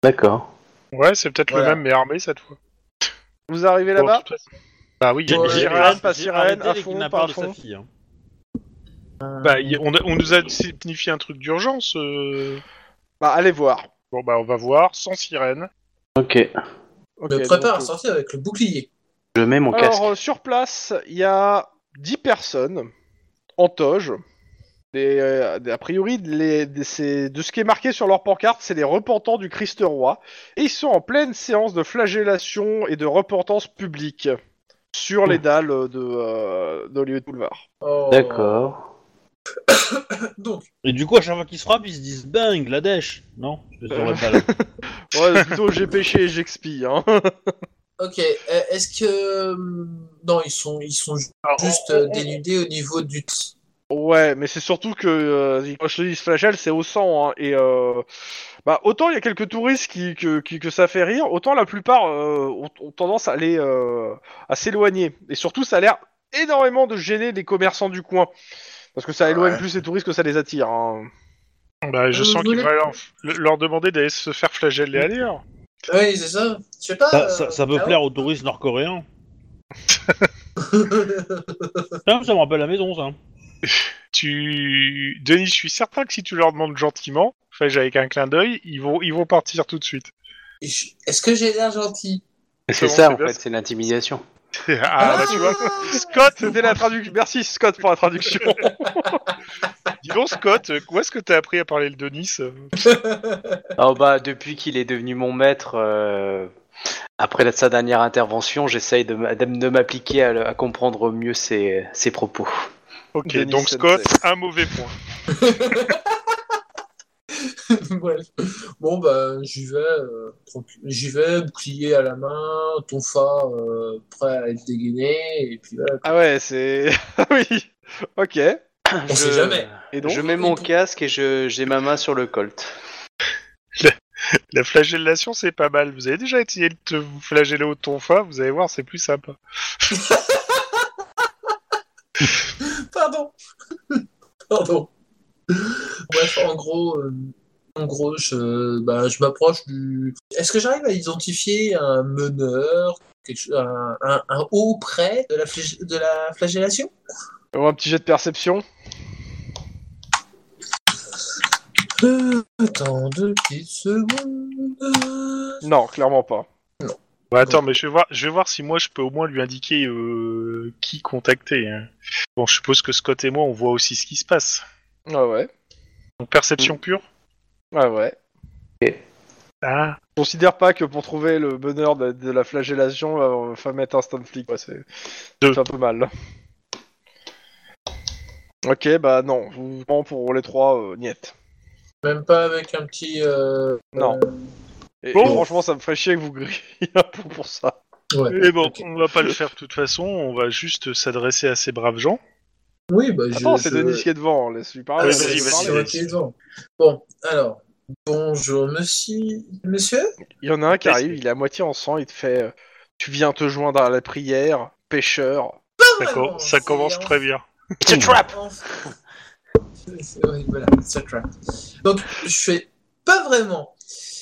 [SPEAKER 5] D'accord.
[SPEAKER 1] Ouais, c'est peut-être
[SPEAKER 6] Voilà.
[SPEAKER 1] le même, mais armé cette fois.
[SPEAKER 3] Vous arrivez là-bas
[SPEAKER 1] Bon, de toute façon. Bah oui,
[SPEAKER 4] J'ai-
[SPEAKER 6] Ouais,
[SPEAKER 1] il
[SPEAKER 4] j'ai-
[SPEAKER 1] y
[SPEAKER 6] Gérard,
[SPEAKER 1] a-
[SPEAKER 4] j'ai-
[SPEAKER 3] pas
[SPEAKER 4] j'ai
[SPEAKER 3] sirène,
[SPEAKER 4] arrêté
[SPEAKER 3] à
[SPEAKER 4] les
[SPEAKER 3] fond,
[SPEAKER 4] kidnappeurs
[SPEAKER 3] pas à
[SPEAKER 4] de
[SPEAKER 3] fond.
[SPEAKER 4] sa fille. hein.
[SPEAKER 1] bah, il y a- on, a- on nous a signifié un truc d'urgence. euh.
[SPEAKER 3] Bah allez voir.
[SPEAKER 1] Bon, bah, on va voir, sans sirène.
[SPEAKER 5] Ok.
[SPEAKER 3] Ok,
[SPEAKER 6] me prépare
[SPEAKER 3] donc, euh,
[SPEAKER 6] à sortir avec le bouclier.
[SPEAKER 5] Je mets mon casque.
[SPEAKER 3] Alors, euh, sur place, il y a 10 personnes en toge. Des, euh, des- a priori, les- des- c'est- de ce qui est marqué sur leur pancarte, c'est les repentants du Christ roi. Et ils sont en pleine séance de flagellation et de repentance publique sur les dalles de euh, d'Hollywood Boulevard.
[SPEAKER 6] Oh.
[SPEAKER 5] D'accord.
[SPEAKER 6] Donc,
[SPEAKER 4] Et du coup, à chaque fois qu'ils se frappent, ils se disent Bangladesh. Non je te saurais pas, là.
[SPEAKER 3] Ouais, plutôt j'ai péché et j'expie. Hein.
[SPEAKER 6] ok, euh, est-ce que. Non, ils sont, ils sont ju-
[SPEAKER 1] Alors, on-
[SPEAKER 6] juste euh, dénudés au niveau du. t-
[SPEAKER 3] Ouais, mais c'est surtout que euh, quand je te dis flagelle, c'est au sang. hein, et euh, bah, autant il y a quelques touristes qui, que, qui- que ça fait rire, autant la plupart euh, ont, ont tendance à aller euh, à s'éloigner. Et surtout, ça a l'air énormément de gêner les commerçants du coin, parce que ça éloigne plus les touristes que ça les attire. hein.
[SPEAKER 1] Bah, je
[SPEAKER 6] Euh,
[SPEAKER 1] sens
[SPEAKER 6] vous
[SPEAKER 1] qu'il
[SPEAKER 6] voulez-
[SPEAKER 1] va leur, leur demander d'aller se faire flageller ailleurs.
[SPEAKER 6] Oui, c'est ça. Je sais pas.
[SPEAKER 4] ça, ça-
[SPEAKER 6] euh,
[SPEAKER 4] ça peut
[SPEAKER 6] ah
[SPEAKER 4] plaire aux touristes nord-coréens.
[SPEAKER 6] ouais
[SPEAKER 4] Ça, ça me rappelle la maison, ça.
[SPEAKER 1] Tu... Denis, je suis certain que si tu leur demandes gentiment, flagelle avec un clin d'œil, ils vont, ils vont partir tout de suite.
[SPEAKER 6] Je- Est-ce que j'ai l'air gentil
[SPEAKER 5] C'est
[SPEAKER 1] bon,
[SPEAKER 5] ça,
[SPEAKER 1] c'est
[SPEAKER 5] en
[SPEAKER 1] bien.
[SPEAKER 5] fait, c'est l'intimidation.
[SPEAKER 1] ah, bah, tu vois. Scott
[SPEAKER 3] C'était la traduction. Merci Scott pour la traduction.
[SPEAKER 1] Dis donc, Scott, euh, où est-ce que t'as appris à parler le Denis euh
[SPEAKER 5] Ah bah depuis qu'il est devenu mon maître, euh, après la- sa dernière intervention, j'essaye de, m'a- de m'appliquer à, le- à comprendre mieux ses, ses propos.
[SPEAKER 1] Ok,
[SPEAKER 3] Denis
[SPEAKER 1] donc
[SPEAKER 3] Sensei.
[SPEAKER 1] Scott, un mauvais point.
[SPEAKER 6] Bref. Bon, bah, j'y vais, euh, tranquille. j'y vais, bouclier à la main, tonfa euh, prêt à être dégainé, et puis voilà.
[SPEAKER 3] Ah ouais, c'est. oui. Ok. Et
[SPEAKER 6] On sait jamais.
[SPEAKER 3] donc.
[SPEAKER 5] je mets mon casque et je- j'ai ma main sur le colt.
[SPEAKER 1] La flagellation, c'est pas mal. Vous avez déjà essayé de te vous flageller au tonfa, vous allez voir, c'est plus sympa.
[SPEAKER 6] Pardon. Pardon. Bref, en gros, euh, en gros, je, bah, je m'approche du. Est-ce que j'arrive à identifier un meneur, quelque chose- un, un, un haut près de la, flég- de la flagellation
[SPEAKER 3] Oh, un petit jet de perception.
[SPEAKER 6] Euh, Attends deux petites secondes.
[SPEAKER 3] Non, clairement pas.
[SPEAKER 1] Bah, attends, mais je vais, voir, je vais voir si moi je peux au moins lui indiquer euh, qui contacter. hein. Bon, je suppose que Scott et moi, on voit aussi ce qui se passe.
[SPEAKER 3] Ouais, Ah ouais.
[SPEAKER 1] Donc perception pure
[SPEAKER 3] Ouais, ouais.
[SPEAKER 1] Ah,
[SPEAKER 3] Considère pas que pour trouver le bonheur de, de la flagellation, il faut mettre un stand flic. Ouais, c'est
[SPEAKER 1] Deux.
[SPEAKER 3] c'est un peu mal. Ok, bah non. Vous... non, Pour les trois, euh, niette.
[SPEAKER 6] Même pas avec un petit. euh,
[SPEAKER 3] Non.
[SPEAKER 6] euh,
[SPEAKER 3] Et, et
[SPEAKER 1] Bon.
[SPEAKER 3] franchement, ça me ferait chier que vous grillez un peu pour ça.
[SPEAKER 6] ouais.
[SPEAKER 1] et Eh bon,
[SPEAKER 6] Ok.
[SPEAKER 1] on va pas le faire de toute façon, on va juste s'adresser à ces braves gens.
[SPEAKER 6] Oui, bah, je-
[SPEAKER 3] Attends, c'est
[SPEAKER 6] je- Ah,
[SPEAKER 3] Denis qui est devant, hein, laisse-lui parler.
[SPEAKER 1] Ouais, vas-y,
[SPEAKER 6] c'est-
[SPEAKER 3] laisse-lui
[SPEAKER 1] vas-y,
[SPEAKER 6] c'est
[SPEAKER 3] parler.
[SPEAKER 6] moi qui est devant. Bon, alors. Bonjour, monsieur. Monsieur
[SPEAKER 3] Il y en a un qui
[SPEAKER 1] Vas-y.
[SPEAKER 3] arrive, il est à moitié en sang, il te fait euh, Tu viens te joindre à la prière, pêcheur.
[SPEAKER 1] Ça,
[SPEAKER 6] vraiment,
[SPEAKER 1] com- ça
[SPEAKER 6] c'est
[SPEAKER 1] commence
[SPEAKER 6] un-
[SPEAKER 1] très bien.
[SPEAKER 5] It's a trap
[SPEAKER 6] C'est- c'est- oui, voilà, c'est un trap. Donc, je fais pas vraiment.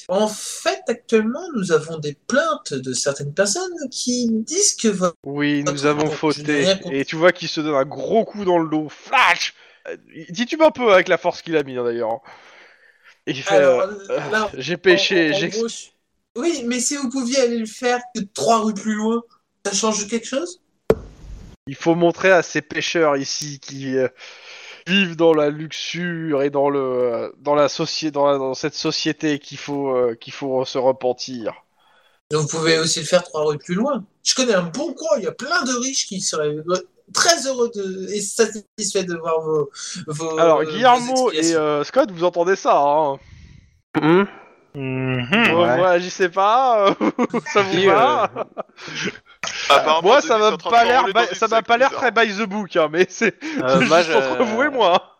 [SPEAKER 6] En fait, actuellement, nous avons des plaintes de certaines personnes qui disent que votre.
[SPEAKER 3] Oui, nous
[SPEAKER 6] Attends,
[SPEAKER 3] avons
[SPEAKER 6] attends, je n'ai
[SPEAKER 3] fauté.
[SPEAKER 6] rien compris.
[SPEAKER 3] Et tu vois qu'il se donne un gros coup dans le dos. Flash Euh, Il titube un peu avec la force qu'il a mis hein, d'ailleurs. Et il fait
[SPEAKER 6] Alors,
[SPEAKER 3] euh,
[SPEAKER 6] là, en-
[SPEAKER 3] J'ai pêché,
[SPEAKER 6] en- en
[SPEAKER 3] j'ai.
[SPEAKER 6] gros, je- Oui, mais si vous pouviez aller le faire que trois rues plus loin, ça change quelque chose
[SPEAKER 3] Il faut montrer à ces pêcheurs ici qui euh, vivent dans la luxure et dans le euh, dans la société dans, la- dans cette société qu'il faut euh, qu'il faut se repentir.
[SPEAKER 6] Donc, Vous pouvez aussi le faire trois rues plus loin. Je connais un bon coin, il y a plein de riches qui seraient euh, très heureux de... et satisfaits de voir vos. vos
[SPEAKER 3] Alors
[SPEAKER 6] euh, vos
[SPEAKER 3] Guillermo et
[SPEAKER 6] explications.
[SPEAKER 3] euh, Scott, vous entendez ça hein
[SPEAKER 5] Hmm
[SPEAKER 1] Mhm.
[SPEAKER 3] Vous
[SPEAKER 5] Ouais.
[SPEAKER 3] vous réagissez pas euh, Ça vous
[SPEAKER 5] Dis,
[SPEAKER 3] va
[SPEAKER 5] euh,
[SPEAKER 2] Apparemment,
[SPEAKER 3] Moi, ça
[SPEAKER 2] Denis est
[SPEAKER 3] m'a
[SPEAKER 2] en train
[SPEAKER 3] pas
[SPEAKER 2] de
[SPEAKER 3] l'air,
[SPEAKER 2] s'enrouler
[SPEAKER 3] ba-
[SPEAKER 2] dans une
[SPEAKER 3] ça m'a
[SPEAKER 2] secte
[SPEAKER 3] pas l'air
[SPEAKER 2] bizarre.
[SPEAKER 3] très by the book, hein, mais c'est
[SPEAKER 5] euh,
[SPEAKER 3] c'est
[SPEAKER 5] moi,
[SPEAKER 3] juste
[SPEAKER 5] je-
[SPEAKER 3] entre vous et moi.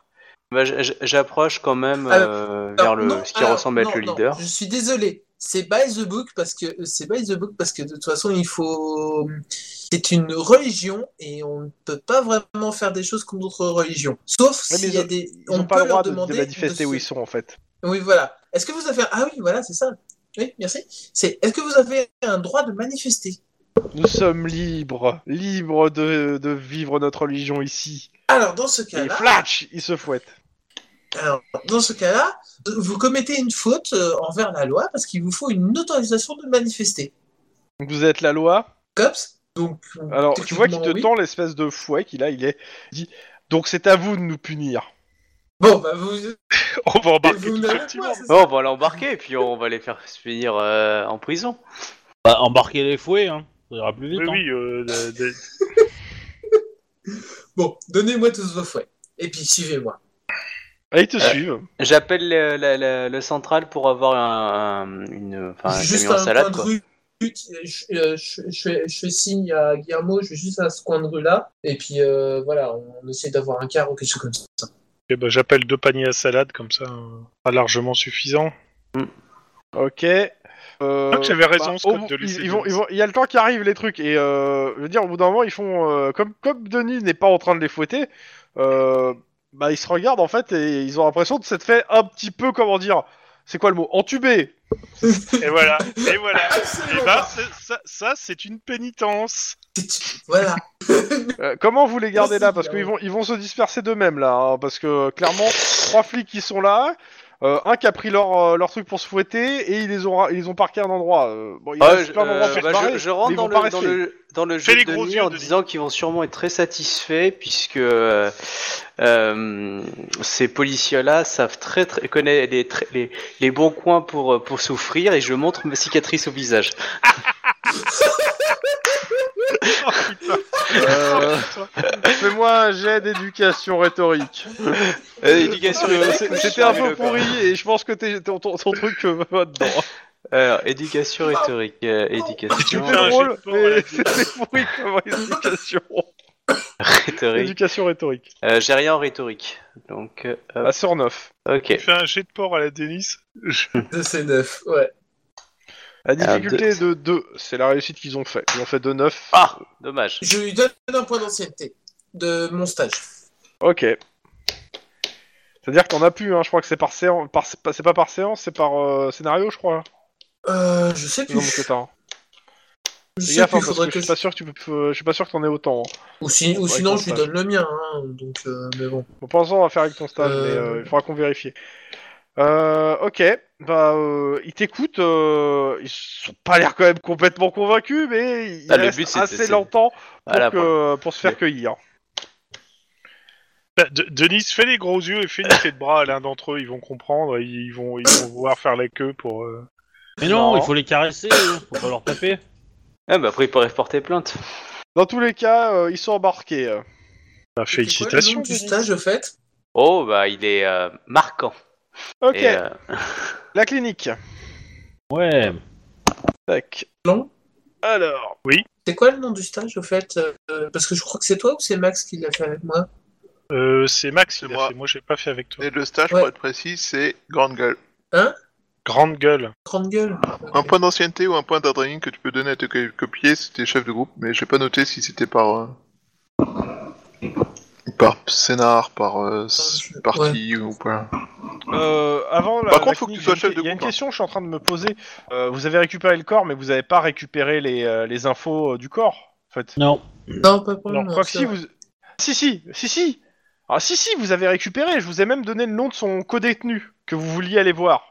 [SPEAKER 5] bah, je- j'approche quand même
[SPEAKER 6] Ah,
[SPEAKER 5] euh, vers
[SPEAKER 6] Alors,
[SPEAKER 5] le,
[SPEAKER 6] non,
[SPEAKER 5] ce qui
[SPEAKER 6] alors,
[SPEAKER 5] ressemble à être
[SPEAKER 6] non,
[SPEAKER 5] le
[SPEAKER 6] non,
[SPEAKER 5] leader.
[SPEAKER 6] je suis désolé. C'est by the book parce que euh, c'est by the book parce que de toute façon il faut. euh, C'est une religion et on ne peut pas vraiment faire des choses contre d'autres religions. Sauf
[SPEAKER 3] Oui, mais
[SPEAKER 6] s'il
[SPEAKER 3] ils
[SPEAKER 6] y a
[SPEAKER 3] ont-
[SPEAKER 6] des.
[SPEAKER 3] Ils n'ont
[SPEAKER 6] on
[SPEAKER 3] pas
[SPEAKER 6] peut
[SPEAKER 3] le droit
[SPEAKER 6] leur
[SPEAKER 3] de,
[SPEAKER 6] demander
[SPEAKER 3] de manifester
[SPEAKER 6] de
[SPEAKER 3] où
[SPEAKER 6] se-
[SPEAKER 3] ils sont en fait.
[SPEAKER 6] Oui, voilà. Est-ce que vous avez. Ah oui, voilà, c'est ça. Oui, merci. C'est. Est-ce que vous avez un droit de manifester
[SPEAKER 3] Nous sommes libres, libres de, de vivre notre religion ici.
[SPEAKER 6] Alors dans ce
[SPEAKER 3] Et
[SPEAKER 6] cas-là.
[SPEAKER 3] flash, ils se fouettent.
[SPEAKER 6] Alors, dans ce cas-là, vous commettez une faute euh, envers la loi parce qu'il vous faut une autorisation de manifester.
[SPEAKER 3] Vous êtes la loi.
[SPEAKER 6] Cops. Donc.
[SPEAKER 3] Alors tu vois qu'il te
[SPEAKER 6] techniquement, oui.
[SPEAKER 3] tend l'espèce de fouet qu'il a, il est dit. Donc c'est à vous de nous punir.
[SPEAKER 6] Bon, bah vous.
[SPEAKER 1] On va embarquer
[SPEAKER 6] Vous
[SPEAKER 1] tout
[SPEAKER 6] n'avez
[SPEAKER 1] ce
[SPEAKER 6] pas,
[SPEAKER 1] petit
[SPEAKER 6] c'est ça
[SPEAKER 5] Bon, Oh, on va l'embarquer et puis on va les faire se finir euh, en prison.
[SPEAKER 4] Bah, embarquer les fouets, hein. Ça ira plus vite.
[SPEAKER 1] Oui,
[SPEAKER 4] hein.
[SPEAKER 1] oui, euh, de- de-
[SPEAKER 6] Bon, donnez-moi tous vos fouets. Et puis suivez-moi.
[SPEAKER 3] Et ils te
[SPEAKER 5] Euh,
[SPEAKER 3] suivent.
[SPEAKER 5] J'appelle le, la- la- le central pour avoir un, un- une, enfin, un
[SPEAKER 6] juste
[SPEAKER 5] camion à
[SPEAKER 6] à un coin
[SPEAKER 5] salade.
[SPEAKER 6] de
[SPEAKER 5] Quoi.
[SPEAKER 6] rue. Je, euh, je- je fais, je fais signe à Guillermo, je vais juste à ce coin de rue là, et puis euh, voilà, on, on essaie d'avoir un quart ou quelque chose comme ça.
[SPEAKER 1] Eh ben, j'appelle deux paniers à salade, comme ça, euh, pas largement suffisant.
[SPEAKER 3] Ok. Euh,
[SPEAKER 1] Donc, j'avais raison, Scott,
[SPEAKER 3] au-
[SPEAKER 1] de
[SPEAKER 3] ils-
[SPEAKER 1] laisser
[SPEAKER 3] ils vont-
[SPEAKER 1] Denis.
[SPEAKER 3] ils vont- Il y a le temps qui arrive, les trucs. Et euh, je veux dire, au bout d'un moment, ils font. euh, comme, comme Denis n'est pas en train de les fouetter, euh, bah, ils se regardent en fait et ils ont l'impression de s'être fait un petit peu, comment dire. C'est quoi le mot Entubé
[SPEAKER 1] Et voilà, et voilà.
[SPEAKER 6] Absolument
[SPEAKER 1] Et ben,
[SPEAKER 6] pas.
[SPEAKER 1] c'est- ça, ça, c'est une pénitence.
[SPEAKER 6] Voilà.
[SPEAKER 3] Euh, Comment vous les gardez
[SPEAKER 6] Merci,
[SPEAKER 3] là Parce
[SPEAKER 6] Guillaume.
[SPEAKER 3] qu'ils vont, ils vont se disperser d'eux-mêmes là. hein, parce que clairement, trois flics qui sont là. Euh, un qui a pris leur, euh, leur truc pour se fouetter et ils les ont, ra- ils les ont parqués à un endroit. Euh, bon, il
[SPEAKER 2] Ah
[SPEAKER 3] reste
[SPEAKER 2] ouais, je-
[SPEAKER 3] plein d'endroits
[SPEAKER 2] euh,
[SPEAKER 3] pour se
[SPEAKER 2] bah,
[SPEAKER 3] barrer.
[SPEAKER 5] je, je rentre
[SPEAKER 3] mais
[SPEAKER 5] dans
[SPEAKER 3] ils
[SPEAKER 5] le,
[SPEAKER 3] vont pas
[SPEAKER 5] dans
[SPEAKER 3] rester.
[SPEAKER 5] le, dans le
[SPEAKER 1] Fais
[SPEAKER 5] jeu
[SPEAKER 1] les
[SPEAKER 5] de
[SPEAKER 1] gros
[SPEAKER 5] nuit
[SPEAKER 1] yeux,
[SPEAKER 5] en
[SPEAKER 1] Denis.
[SPEAKER 5] disant qu'ils vont sûrement être très satisfaits puisque euh, euh, ces policiers-là savent très, très connaître les, très- les, les bons coins pour, euh, pour souffrir et je montre ma cicatrice au visage.
[SPEAKER 3] Euh, Fais-moi un jet d'éducation rhétorique.
[SPEAKER 5] Euh, éducation
[SPEAKER 3] Euh, c'est-
[SPEAKER 5] rhétorique,
[SPEAKER 3] C'était un peu
[SPEAKER 5] Charlie Lecor.
[SPEAKER 3] pourri et je pense que t'es- ton, ton, ton truc euh, va dedans.
[SPEAKER 5] Alors, éducation rhétorique, euh, éducation
[SPEAKER 1] Putain,
[SPEAKER 3] C'était
[SPEAKER 1] j'ai
[SPEAKER 3] drôle,
[SPEAKER 1] peur, elle a
[SPEAKER 3] mais
[SPEAKER 1] dit.
[SPEAKER 3] c'était pourri comme éducation.
[SPEAKER 5] rhétorique.
[SPEAKER 3] Éducation rhétorique.
[SPEAKER 5] Euh, J'ai rien en rhétorique. Donc, euh, hop,
[SPEAKER 3] La sœur 9.
[SPEAKER 5] ok.
[SPEAKER 1] Fais un jet de porc à la Denis.
[SPEAKER 6] Deux, c'est neuf, ouais.
[SPEAKER 3] La
[SPEAKER 5] Ah,
[SPEAKER 3] difficulté est de 2. C'est la réussite qu'ils ont fait. Ils ont fait 2 9.
[SPEAKER 5] Ah, dommage.
[SPEAKER 6] Je lui donne un point d'ancienneté de mon stage.
[SPEAKER 3] Ok. C'est-à-dire qu'on a plus, hein. je crois que c'est par séance, par- c'est pas- c'est pas par séance, c'est par euh, scénario, je crois.
[SPEAKER 6] Euh, je sais
[SPEAKER 3] le
[SPEAKER 6] plus.
[SPEAKER 3] nombre que t'as, hein.
[SPEAKER 6] Je
[SPEAKER 3] Fais
[SPEAKER 6] sais
[SPEAKER 3] gaffe,
[SPEAKER 6] plus,
[SPEAKER 3] hein, parce que,
[SPEAKER 6] faudrait que
[SPEAKER 3] je suis
[SPEAKER 6] je-
[SPEAKER 3] pas sûr que tu peux- peux- je suis pas sûr que t'en aies autant. hein.
[SPEAKER 6] Ou, si- ou
[SPEAKER 3] Ouais,
[SPEAKER 6] sinon,
[SPEAKER 3] qu'on
[SPEAKER 6] je lui
[SPEAKER 3] sache.
[SPEAKER 6] donne le mien, hein, donc, euh, mais bon.
[SPEAKER 3] Bon, pour l'instant, on va faire avec ton stage,
[SPEAKER 6] Euh.
[SPEAKER 3] mais euh, il faudra qu'on vérifie. Euh, ok, bah, euh, ils t'écoutent, euh, ils sont pas l'air quand même complètement convaincus, mais ils
[SPEAKER 5] Ah, le
[SPEAKER 3] restent
[SPEAKER 5] but, c'est-
[SPEAKER 3] assez
[SPEAKER 5] c'est-
[SPEAKER 3] longtemps pour,
[SPEAKER 5] Voilà,
[SPEAKER 3] que- pour se faire
[SPEAKER 5] Mais-
[SPEAKER 3] cueillir.
[SPEAKER 1] Bah, De- Denis, fais les gros yeux et fais une fée de bras à l'un d'entre eux, ils vont comprendre, et ils vont, ils vont vouloir faire la queue pour. euh,
[SPEAKER 4] Mais non,
[SPEAKER 3] Non.
[SPEAKER 4] il faut les caresser, hein, faut pas leur taper.
[SPEAKER 5] Ah, bah après, ils pourraient porter plainte.
[SPEAKER 3] Dans tous les cas, euh, ils sont embarqués. euh.
[SPEAKER 1] bah,
[SPEAKER 6] C'est
[SPEAKER 1] félicitations.
[SPEAKER 6] quoi le nom du stage, au fait
[SPEAKER 5] Oh, bah, il est euh, marquant.
[SPEAKER 3] Ok,
[SPEAKER 5] Et, euh,
[SPEAKER 3] la clinique.
[SPEAKER 4] Ouais.
[SPEAKER 3] Tac.
[SPEAKER 6] Non
[SPEAKER 3] Alors,
[SPEAKER 6] C'est quoi le nom du stage, au fait Euh, Parce que je crois que c'est toi ou c'est Max qui l'a fait avec moi
[SPEAKER 1] Euh, c'est Max qui
[SPEAKER 2] C'est
[SPEAKER 1] l'a
[SPEAKER 2] moi.
[SPEAKER 1] fait, moi j'ai pas fait avec toi.
[SPEAKER 2] Et le stage,
[SPEAKER 6] Ouais.
[SPEAKER 2] pour être précis, c'est Grande Gueule.
[SPEAKER 1] Grande gueule.
[SPEAKER 6] Grande gueule.
[SPEAKER 2] Un point d'ancienneté ou un point d'adrénaline que tu peux donner à te co- copier si t'es chef de groupe, mais j'ai pas noté si c'était par. euh, Par scénar, par
[SPEAKER 3] Ah,
[SPEAKER 2] euh, s-
[SPEAKER 6] Ouais.
[SPEAKER 2] partie ou pas.
[SPEAKER 3] euh, avant la,
[SPEAKER 2] Par contre,
[SPEAKER 3] la
[SPEAKER 2] faut que tu
[SPEAKER 3] clinique,
[SPEAKER 2] sois
[SPEAKER 3] il y a
[SPEAKER 2] chef de
[SPEAKER 3] une- Il y a une
[SPEAKER 2] groupe, hein.
[SPEAKER 3] question que je suis en train de me poser. Euh, vous avez récupéré le corps, mais vous avez pas récupéré les, euh, les infos euh, du corps, en fait.
[SPEAKER 4] Non.
[SPEAKER 6] Oh Non, pas pour le
[SPEAKER 3] Non,
[SPEAKER 6] moment.
[SPEAKER 3] quoi que
[SPEAKER 6] c'est
[SPEAKER 3] si,
[SPEAKER 6] vrai.
[SPEAKER 3] vous... Si, si, si, si Ah, si, si, vous avez récupéré, je vous ai même donné le nom de son codétenu, que vous vouliez aller voir.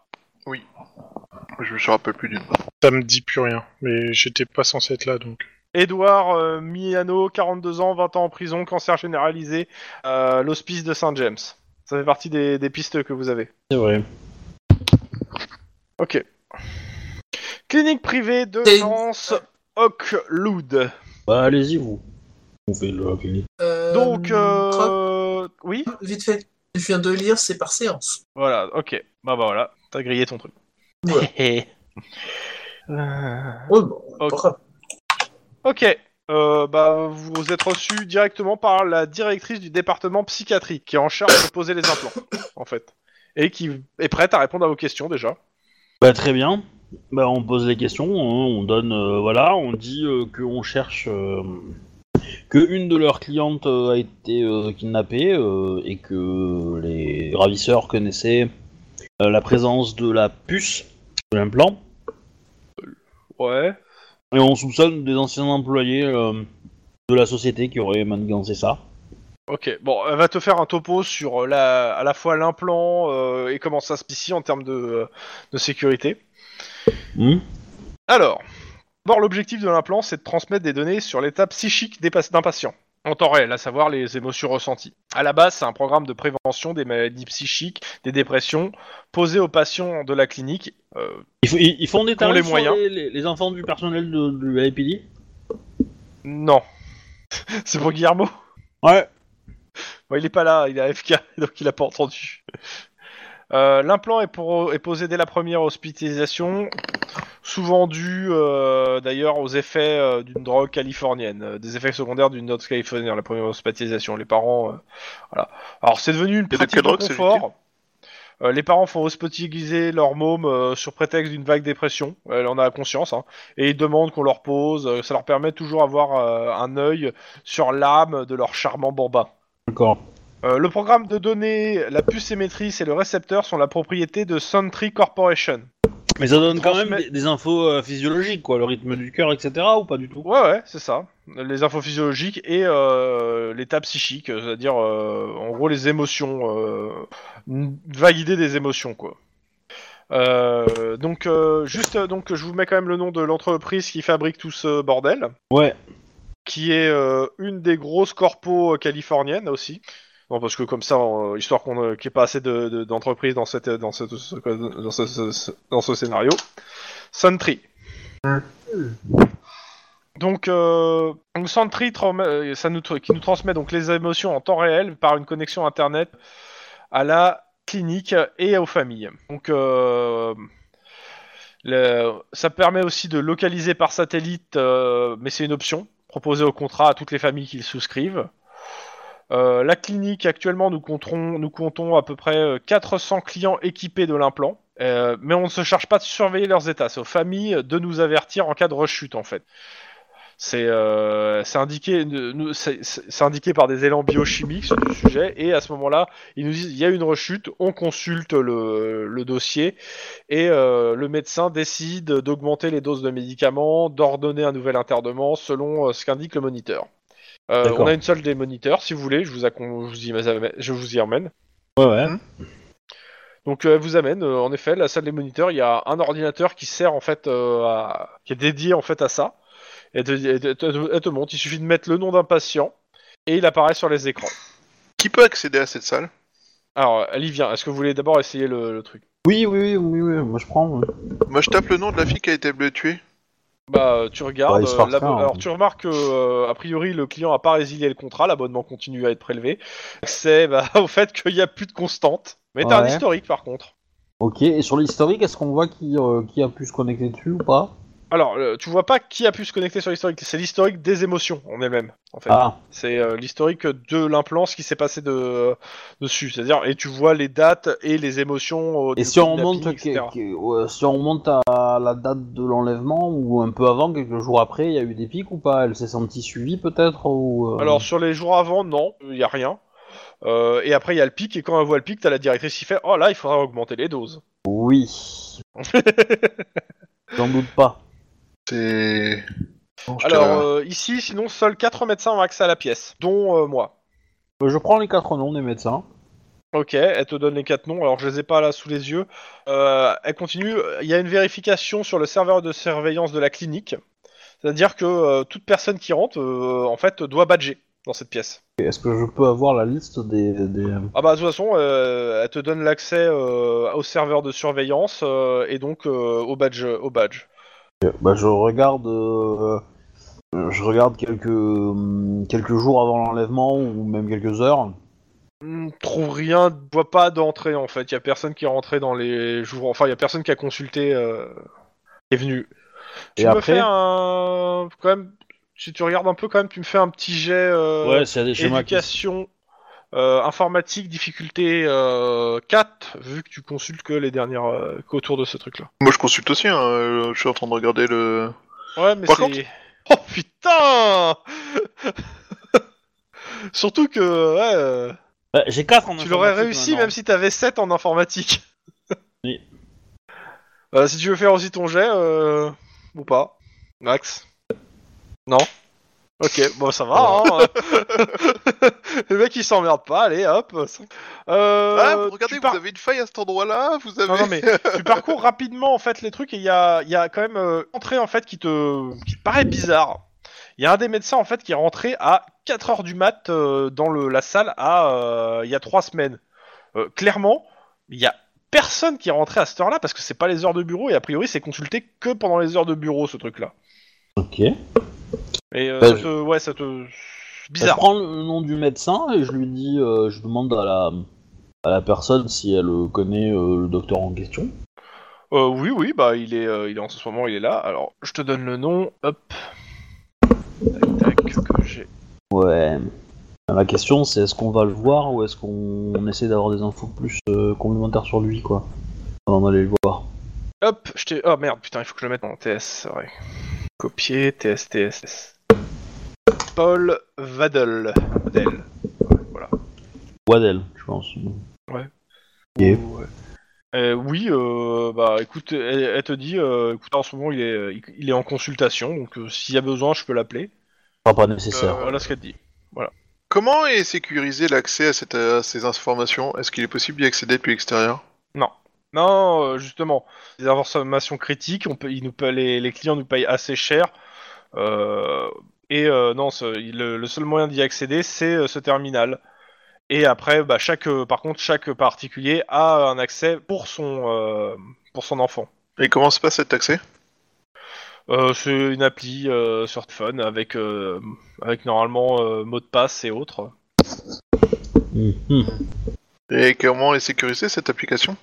[SPEAKER 2] Je me rappelle plus du nom.
[SPEAKER 1] Ça me dit plus rien, mais j'étais pas censé être là donc.
[SPEAKER 3] Édouard euh, Miano, 42 ans, 20 ans en prison, cancer généralisé, euh, l'hospice de Saint-James. Ça fait partie des, des pistes que vous avez.
[SPEAKER 4] C'est vrai.
[SPEAKER 3] Ok. Clinique privée de
[SPEAKER 6] C'est-
[SPEAKER 3] Lance Hockloud.
[SPEAKER 4] Bah allez-y vous. On fait le clinique.
[SPEAKER 6] Euh,
[SPEAKER 3] Donc,
[SPEAKER 6] Croc,
[SPEAKER 3] euh... Oui
[SPEAKER 6] Vite fait, je viens de lire, c'est par séance.
[SPEAKER 3] Voilà, ok. Bah bah voilà, t'as grillé ton truc. Euh,
[SPEAKER 6] Oh, bon,
[SPEAKER 3] Ah. Ok.
[SPEAKER 6] pas grave.
[SPEAKER 3] Ok. Euh, bah, vous êtes reçu directement par la directrice du département psychiatrie qui est en charge de poser les implants, en fait. Et qui est prête à répondre à vos questions déjà.
[SPEAKER 4] Bah très bien. Bah on pose les questions, hein, on donne, euh, voilà, on dit euh, qu'on cherche euh, que une de leurs clientes euh, a été euh, kidnappée euh, et que les ravisseurs connaissaient euh, la présence de la puce de l'implant.
[SPEAKER 3] Ouais.
[SPEAKER 4] Et on soupçonne des anciens employés euh, de la société qui auraient manigancé ça.
[SPEAKER 3] Ok. Bon, elle va te faire un topo sur euh, la, à la fois l'implant euh, et comment ça se pisse en termes de, euh, de sécurité.
[SPEAKER 4] Hmm
[SPEAKER 3] Alors, d'abord, l'objectif de l'implant, c'est de transmettre des données sur l'état psychique des pas- d'un patient, en temps réel, à savoir les émotions ressenties. À la base, c'est un programme de prévention des maladies psychiques, des dépressions, posé aux patients de la clinique. Euh,
[SPEAKER 4] ils, font- ils- ils font des
[SPEAKER 3] Qu'ont
[SPEAKER 4] tarifs
[SPEAKER 3] les
[SPEAKER 4] sur
[SPEAKER 3] moyens.
[SPEAKER 4] les, les- les enfants du personnel de, de la LAPD
[SPEAKER 3] non. c'est pour Guillermo
[SPEAKER 4] Ouais.
[SPEAKER 3] Bon, il est pas là, il est AFK, donc il a pas entendu. Euh, L'implant est, pour- est posé dès la première hospitalisation, souvent dû euh, d'ailleurs aux effets euh, d'une drogue californienne, euh, des effets secondaires d'une drogue californienne, la première hospitalisation. Les parents. euh, voilà. Alors c'est devenu une
[SPEAKER 2] de
[SPEAKER 3] pratique de
[SPEAKER 2] quelle drogue, c'est
[SPEAKER 3] confort. Euh, les parents font hospitaliser leur môme euh, sur prétexte d'une vague dépression, elle en a conscience, hein, et ils demandent qu'on leur pose, euh, ça leur permet de toujours d'avoir euh, un œil sur l'âme de leur charmant bambin.
[SPEAKER 4] D'accord.
[SPEAKER 3] Euh, le programme de données, la puce émettrice et le récepteur sont la propriété de Sentry Corporation.
[SPEAKER 4] Mais ça donne quand même
[SPEAKER 3] Transmet-
[SPEAKER 4] des, des infos euh, physiologiques, quoi, le rythme du cœur, etc. Ou pas du tout
[SPEAKER 3] Ouais, ouais, c'est ça. Les infos physiologiques et euh, l'état psychique, euh, c'est-à-dire euh, en gros les émotions, euh, n- valider des émotions, quoi. Euh, donc, euh, juste, euh, donc, je vous mets quand même le nom de l'entreprise qui fabrique tout ce bordel,
[SPEAKER 4] Ouais.
[SPEAKER 3] qui est euh, une des grosses corpos euh, californiennes aussi. Non, parce que comme ça, euh, histoire qu'on euh, qu'il n'y ait pas assez de- de- d'entreprises dans, cette- dans, cette- ce- dans, ce, ce- ce- dans ce scénario. Sentry. Donc, euh, donc Sentry transmet- euh, ça nous tr- qui nous transmet donc les émotions en temps réel par une connexion internet à la clinique et aux familles. Donc, euh, le- ça permet aussi de localiser par satellite, euh, mais c'est une option proposée au contrat à toutes les familles qui le souscrivent. Euh, la clinique, actuellement, nous compterons- nous comptons à peu près euh, 400 clients équipés de l'implant. Euh, mais on ne se charge pas de surveiller leurs états, c'est aux familles de nous avertir en cas de rechute en fait. C'est euh, c'est indiqué, euh, nous- c'est- c'est c'est indiqué par des élans biochimiques sur le sujet, et à ce moment-là, ils nous disent il y a une rechute, on consulte le, le dossier, et euh, le médecin décide d'augmenter les doses de médicaments, d'ordonner un nouvel internement selon euh, ce qu'indique le moniteur. Euh,
[SPEAKER 4] D'accord.
[SPEAKER 3] on a une seule des moniteurs, si vous voulez, je vous, accom- je vous y amène- je vous y emmène.
[SPEAKER 4] Ouais, ouais.
[SPEAKER 3] Donc euh, elle vous amène, euh, en effet, la salle des moniteurs, il y a un ordinateur qui sert en fait, euh, à- qui est dédié en fait à ça. Et te- et te- elle te, elle te montre, il suffit de mettre le nom d'un patient et il apparaît sur les écrans.
[SPEAKER 2] Qui peut accéder à cette salle
[SPEAKER 3] Alors, elle y vient. Est-ce que vous voulez d'abord essayer le, le truc
[SPEAKER 4] Oui, oui, oui, oui, oui, moi je prends.
[SPEAKER 2] Moi, je tape le nom de la fille qui a été tuée.
[SPEAKER 3] Bah, euh, tu regardes.
[SPEAKER 4] Bah, il se
[SPEAKER 3] euh,
[SPEAKER 4] force
[SPEAKER 3] l'abo-
[SPEAKER 4] pas, hein.
[SPEAKER 3] Alors, tu remarques que, euh, a priori, le client a pas résilié le contrat, l'abonnement continue à être prélevé. C'est bah, au fait qu'il n'y a plus de constante. Mais t'as un
[SPEAKER 4] Ouais.
[SPEAKER 3] historique par contre.
[SPEAKER 4] Ok, et sur l'historique, est-ce qu'on voit qui, euh, qui a pu se connecter dessus ou pas
[SPEAKER 3] Alors, euh, tu vois pas qui a pu se connecter sur l'historique. C'est l'historique des émotions en elle-même, en fait.
[SPEAKER 4] Ah,
[SPEAKER 3] C'est euh, l'historique de l'implant, ce qui s'est passé de, dessus. C'est-à-dire, et tu vois les dates et les émotions. euh,
[SPEAKER 4] et
[SPEAKER 3] du
[SPEAKER 4] si on,
[SPEAKER 3] kidnapping,
[SPEAKER 4] monte que-
[SPEAKER 3] etc..
[SPEAKER 4] que- ouais, si on remonte à la date de l'enlèvement ou un peu avant, quelques jours après, il y a eu des pics ou pas Elle s'est sentie suivie peut-être ou euh,
[SPEAKER 3] Alors, sur les jours avant, non, il n'y a rien. Euh, et après, il y a le pic, et quand elle voit le pic, t'as la directrice qui fait Oh là, il faudra augmenter les doses.
[SPEAKER 4] Oui. J'en doute pas.
[SPEAKER 2] C'est.
[SPEAKER 3] Alors, euh, ici, sinon, seuls 4 médecins ont accès à la pièce, dont euh, moi.
[SPEAKER 4] Euh, Je prends les quatre noms des médecins.
[SPEAKER 3] Ok, elle te donne les quatre noms, alors je les ai pas là sous les yeux. Euh, elle continue, il y a une vérification sur le serveur de surveillance de la clinique, c'est-à-dire que euh, toute personne qui rentre, euh, en fait, doit badger dans cette pièce.
[SPEAKER 4] Et Est-ce que je peux avoir la liste des. des-
[SPEAKER 3] Ah bah de toute façon, euh, elle te donne l'accès euh, au serveur de surveillance euh, et donc euh, au badge. Au badge.
[SPEAKER 4] Bah, je regarde. euh, euh, Je regarde quelques, hum, quelques jours avant l'enlèvement ou même quelques heures.
[SPEAKER 3] Hmm, Trouve rien, vois pas d'entrée en fait. Il y a personne qui est rentré dans les jours. Enfin, il y a personne qui a consulté. euh, qui est venu. Tu
[SPEAKER 4] Et
[SPEAKER 3] me
[SPEAKER 4] après-
[SPEAKER 3] fais un. Quand même, si tu regardes un peu, quand même, tu me fais un petit jet. euh,
[SPEAKER 4] s'il y a des
[SPEAKER 3] éducation, euh, informatique, difficulté euh, 4, vu que tu consultes que les dernières. euh, qu'autour de ce truc-là.
[SPEAKER 2] Moi, je consulte aussi, hein, euh, je suis en train de regarder le.
[SPEAKER 3] Ouais, mais
[SPEAKER 2] Par
[SPEAKER 3] c'est. Oh putain Surtout que. ouais, euh,
[SPEAKER 4] Bah, J'ai 4 en
[SPEAKER 3] Tu l'aurais
[SPEAKER 4] informatique,
[SPEAKER 3] réussi
[SPEAKER 4] maintenant.
[SPEAKER 3] même si t'avais 7 en informatique.
[SPEAKER 4] Oui.
[SPEAKER 3] Euh, si tu veux faire aussi ton jet, euh, ou pas, Max Non Ok, bon ça va. hein. Le mec il s'emmerde pas, allez hop. Euh,
[SPEAKER 2] ah, vous regardez,
[SPEAKER 3] tu
[SPEAKER 2] vous
[SPEAKER 3] par-
[SPEAKER 2] avez une faille à cet endroit-là, vous avez.
[SPEAKER 3] non, non, mais tu parcours rapidement en fait les trucs et il y a, il y a quand même euh, une entrée en fait qui te, qui te paraît bizarre. Il y a un des médecins en fait qui est rentré à 4h du mat euh, dans le, la salle à euh, il y a 3 semaines. Euh, clairement, il y a personne qui est rentré à cette heure-là parce que c'est pas les heures de bureau et a priori c'est consulté que pendant les heures de bureau ce truc-là.
[SPEAKER 4] Ok.
[SPEAKER 3] Et euh,
[SPEAKER 4] Bah,
[SPEAKER 3] ça
[SPEAKER 4] je- Bah,
[SPEAKER 3] te, ouais, ça te
[SPEAKER 4] Je
[SPEAKER 3] bizarre.
[SPEAKER 4] prends le nom du médecin et je lui dis, euh, je demande à la, à la personne si elle euh, connaît euh, le docteur en question.
[SPEAKER 3] Euh, oui, oui, bah il est, euh, il est en ce moment, il est là. Alors, je te donne le nom. Hop. Tac, tac, que j'ai.
[SPEAKER 4] Ouais. Euh, La question c'est est-ce qu'on va le voir ou est-ce qu'on on essaie d'avoir des infos plus euh, complémentaires sur lui quoi avant d'aller le voir.
[SPEAKER 3] Hop, je t'ai. Oh merde, putain, il faut que je le mette en TS, c'est vrai. Copier, TS, TS. TS. Paul Vadel. Vadel. Ouais, voilà.
[SPEAKER 4] Waddell, je pense.
[SPEAKER 3] Ouais.
[SPEAKER 4] Et-
[SPEAKER 3] Ou, euh, Euh, oui, euh, bah écoute, elle, elle te dit, euh, écoute, en ce moment il est, il- il est en consultation, donc euh, s'il y a besoin, je peux l'appeler.
[SPEAKER 4] Pas, pas nécessaire.
[SPEAKER 2] Euh,
[SPEAKER 3] Voilà ce qu'elle te dit.
[SPEAKER 2] Comment est sécurisé l'accès à, cette- à ces informations Est-ce qu'il est possible d'y accéder depuis l'extérieur
[SPEAKER 3] Non, euh, justement, les informations critiques, on peut, ils nous paient- les, les clients nous payent assez cher. euh, et euh, non, ce- le, le seul moyen d'y accéder, c'est euh, ce terminal. Et après, bah, chaque, euh, par contre, chaque particulier a un accès pour son, euh, pour son enfant.
[SPEAKER 2] Et comment se passe cet accès
[SPEAKER 3] Euh, c'est une appli euh, sur téléphone avec, euh, avec normalement euh, mot de passe et autres. Euh,
[SPEAKER 4] Mhm.
[SPEAKER 2] Et comment est sécurisée cette application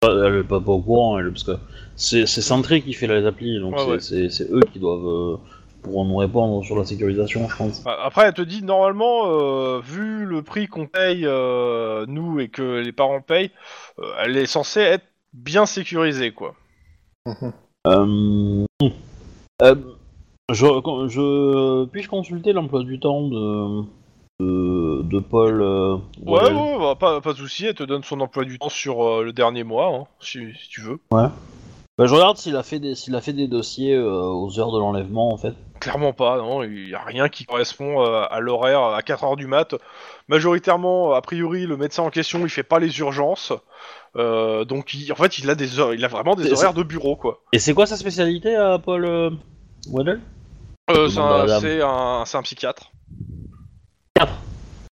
[SPEAKER 4] Pas- Elle est pas, pas au courant, elle, parce que c'est c'est Centré qui fait les applis, donc
[SPEAKER 3] Ouais,
[SPEAKER 4] c'est-
[SPEAKER 3] ouais.
[SPEAKER 4] c'est c'est eux qui doivent euh, pourront nous répondre sur la sécurisation, je pense.
[SPEAKER 3] Bah, Après, elle te dit normalement, euh, vu le prix qu'on paye euh, nous et que les parents payent, euh, elle est censée être bien sécurisée quoi.
[SPEAKER 4] Euh, euh, je, je puis-je consulter l'emploi du temps de de, de Paul euh,
[SPEAKER 3] Ouais,
[SPEAKER 4] Waddell
[SPEAKER 3] ouais, bah, pas, pas de souci, elle te donne son emploi du temps sur euh, le dernier mois hein, si, si tu veux.
[SPEAKER 4] Bah, je regarde s'il a fait des s'il a fait des dossiers euh, aux heures de l'enlèvement en fait.
[SPEAKER 3] Clairement pas, non, il y a rien qui correspond euh, à l'horaire à 4h du mat. Majoritairement, a priori, le médecin en question, il fait pas les urgences. Euh, donc, il- en fait, il a des heures, il a vraiment des
[SPEAKER 4] C'est-
[SPEAKER 3] horaires de bureau, quoi.
[SPEAKER 4] Et c'est quoi sa spécialité à Paul euh, Waddell
[SPEAKER 3] Euh, c'est
[SPEAKER 4] Demande à la
[SPEAKER 3] un,
[SPEAKER 4] dame.
[SPEAKER 3] c'est un- c'est un psychiatre.
[SPEAKER 4] Psychiatre.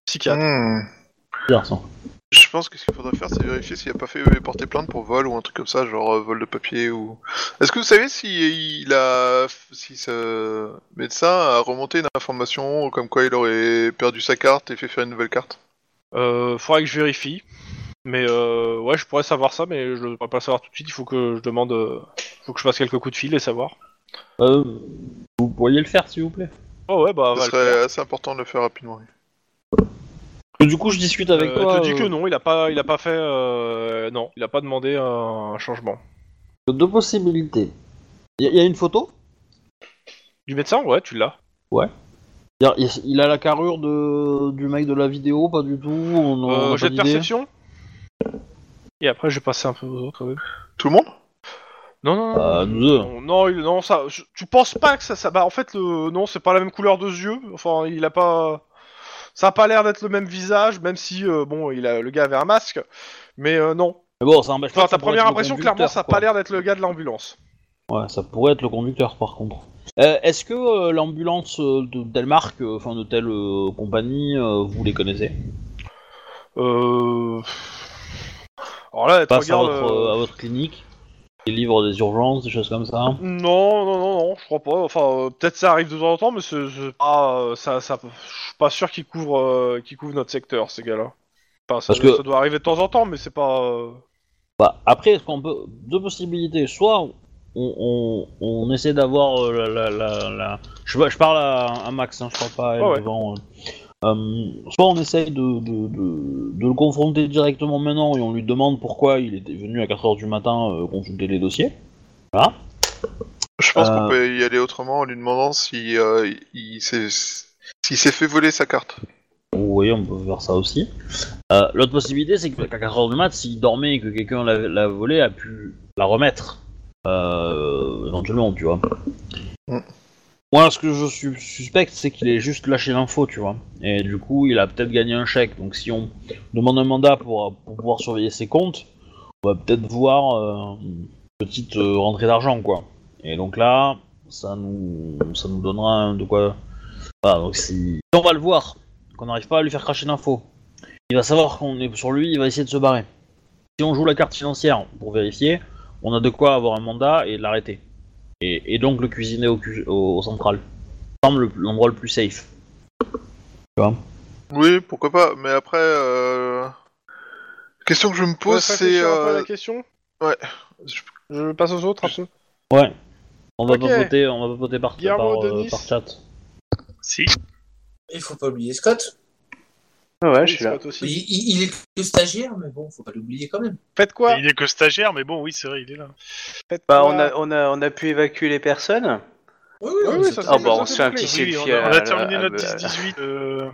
[SPEAKER 3] Psychiatre.
[SPEAKER 2] Hmm.
[SPEAKER 4] Bizarre, ça.
[SPEAKER 2] Je pense que ce qu'il faudrait faire, c'est vérifier s'il n'a pas fait euh, porter plainte pour vol ou un truc comme ça, genre euh, vol de papier ou. Est-ce que vous savez si il a, si ce médecin a remonté une information comme quoi il aurait perdu sa carte et fait faire une nouvelle carte
[SPEAKER 4] Mmh.
[SPEAKER 3] Euh, faudrait que je vérifie. Mais euh, ouais, je pourrais savoir ça, mais je ne pourrais pas le savoir tout de suite. Il faut que je demande. euh, faut que je fasse quelques coups de fil et savoir.
[SPEAKER 4] Euh, vous pourriez le faire s'il vous plaît.
[SPEAKER 3] Oh ouais, bah,
[SPEAKER 2] Ce
[SPEAKER 3] va le
[SPEAKER 2] serait
[SPEAKER 3] faire.
[SPEAKER 2] assez important de le faire rapidement. oui.
[SPEAKER 4] Du coup, je discute avec
[SPEAKER 3] Euh,
[SPEAKER 4] toi.
[SPEAKER 3] elle te dit que
[SPEAKER 4] euh,
[SPEAKER 3] non, il a pas, il a pas fait. euh, non, il a pas demandé un changement.
[SPEAKER 4] de Deux possibilités. Il y, a- il y a une photo
[SPEAKER 3] Du médecin, ouais, tu l'as.
[SPEAKER 4] Il y a- Il a la carrure de, du mec de la vidéo, pas du tout. On, on a
[SPEAKER 3] Euh,
[SPEAKER 4] pas
[SPEAKER 3] J'ai de
[SPEAKER 4] d'idée.
[SPEAKER 3] perception. Et après, je vais passer un peu aux autres. ouais.
[SPEAKER 2] Tout le monde
[SPEAKER 3] Non, non, non.
[SPEAKER 4] Euh, nous deux.
[SPEAKER 3] Non, non, il- non, ça, je- tu penses pas que ça, ça, bah en fait le, non, c'est pas la même couleur de yeux. Enfin, il a pas, ça a pas l'air d'être le même visage, même si euh, bon, il a, le gars avait un masque, mais euh, non.
[SPEAKER 4] Mais bon, ça empêche pas.
[SPEAKER 3] Enfin,
[SPEAKER 4] que ça
[SPEAKER 3] ta
[SPEAKER 4] pourrait
[SPEAKER 3] première
[SPEAKER 4] être le
[SPEAKER 3] impression,
[SPEAKER 4] conducteur,
[SPEAKER 3] clairement, ça a
[SPEAKER 4] quoi.
[SPEAKER 3] pas l'air d'être le gars de l'ambulance.
[SPEAKER 4] Ouais, ça pourrait être le conducteur par contre. Euh, Est-ce que euh, l'ambulance euh, de telle marque, euh, enfin de telle euh, compagnie, euh, vous les connaissez
[SPEAKER 3] Euh... Alors là, elle te
[SPEAKER 4] Passe à
[SPEAKER 3] regarde.
[SPEAKER 4] votre,
[SPEAKER 3] euh,
[SPEAKER 4] euh, à votre clinique, les livres des urgences, des choses comme ça.
[SPEAKER 3] Non, non, non, non, je crois pas. Enfin, euh, peut-être ça arrive de temps en temps, mais c'est c'est pas, euh, ça, ça, je suis pas sûr qu'ils couvrent, euh, qu'ils couvrent notre secteur, ces gars-là. Enfin, ça,
[SPEAKER 4] Parce que-
[SPEAKER 3] ça doit arriver de temps en temps, mais c'est pas. euh,
[SPEAKER 4] Bah, après, est-ce qu'on peut deux possibilités Soit on, on, on essaie d'avoir euh, la, la, la, la- Je, je parle à, à Max, hein, je parle pas à elle
[SPEAKER 3] Ouais, ouais.
[SPEAKER 4] devant. euh. Euh, soit on essaye de, de, de, de le confronter directement maintenant et on lui demande pourquoi il était venu à 4h du matin euh, consulter les dossiers. Voilà.
[SPEAKER 2] Je pense
[SPEAKER 4] Euh.
[SPEAKER 2] qu'on peut y aller autrement en lui demandant si euh, il, s'est s'il s'est fait voler sa carte.
[SPEAKER 4] Oui, on peut faire ça aussi. Euh, L'autre possibilité, c'est que- qu'à 4h du mat, s'il dormait et que quelqu'un l'a- l'a volé, a pu la remettre. Euh, éventuellement, tu vois.
[SPEAKER 2] Mm.
[SPEAKER 4] Moi, ce que je su- suspecte, c'est qu'il ait juste lâché l'info, tu vois. Et du coup, il a peut-être gagné un chèque. Donc, si on demande un mandat pour, pour pouvoir surveiller ses comptes, on va peut-être voir euh, une petite euh, rentrée d'argent, quoi. Et donc là, ça nous, ça nous donnera un- de quoi. Voilà, donc si. On va le voir qu'on n'arrive pas à lui faire cracher l'info. Il va savoir qu'on est sur lui, il va essayer de se barrer. Si on joue la carte financière pour vérifier, on a de quoi avoir un mandat et l'arrêter. Et, et donc le cuisiner au, cu- au- au central. Ça me semble le- l'endroit le plus safe.
[SPEAKER 2] Oui, pourquoi pas. Mais après, euh... question que je me
[SPEAKER 3] Ouais,
[SPEAKER 2] pose, c'est
[SPEAKER 3] réfléchir un peu à
[SPEAKER 2] euh,
[SPEAKER 3] la question.
[SPEAKER 2] ouais.
[SPEAKER 3] Je passe aux autres un peu.
[SPEAKER 4] Ouais. On va
[SPEAKER 3] Ok.
[SPEAKER 4] papoter, on va papoter par, par,
[SPEAKER 3] Guillermo,
[SPEAKER 4] euh,
[SPEAKER 3] Denis.
[SPEAKER 4] par chat.
[SPEAKER 1] Si.
[SPEAKER 6] Il faut pas oublier Scott.
[SPEAKER 5] Ouais, Ah ouais, je
[SPEAKER 3] Oui,
[SPEAKER 5] suis là.
[SPEAKER 3] Scott aussi.
[SPEAKER 6] Il, il- il est que stagiaire, mais bon, faut pas l'oublier quand même.
[SPEAKER 3] Faites quoi
[SPEAKER 1] Il est que stagiaire, mais bon, oui, c'est vrai, il est là.
[SPEAKER 3] Faites
[SPEAKER 5] Bah,
[SPEAKER 3] quoi
[SPEAKER 5] on a, on, a, on a pu évacuer les personnes.
[SPEAKER 6] Oui,
[SPEAKER 3] Oui,
[SPEAKER 6] oui,
[SPEAKER 3] oui,
[SPEAKER 6] mais
[SPEAKER 3] ça,
[SPEAKER 6] c'est-
[SPEAKER 3] Ah
[SPEAKER 5] Ah
[SPEAKER 3] bon,
[SPEAKER 5] bon,
[SPEAKER 3] on
[SPEAKER 5] on
[SPEAKER 3] se fait
[SPEAKER 5] se fait
[SPEAKER 3] un
[SPEAKER 5] un
[SPEAKER 3] petit
[SPEAKER 5] petit
[SPEAKER 1] Oui,
[SPEAKER 5] selfie.
[SPEAKER 1] on a, on a terminé notre 10-18. euh,
[SPEAKER 5] euh,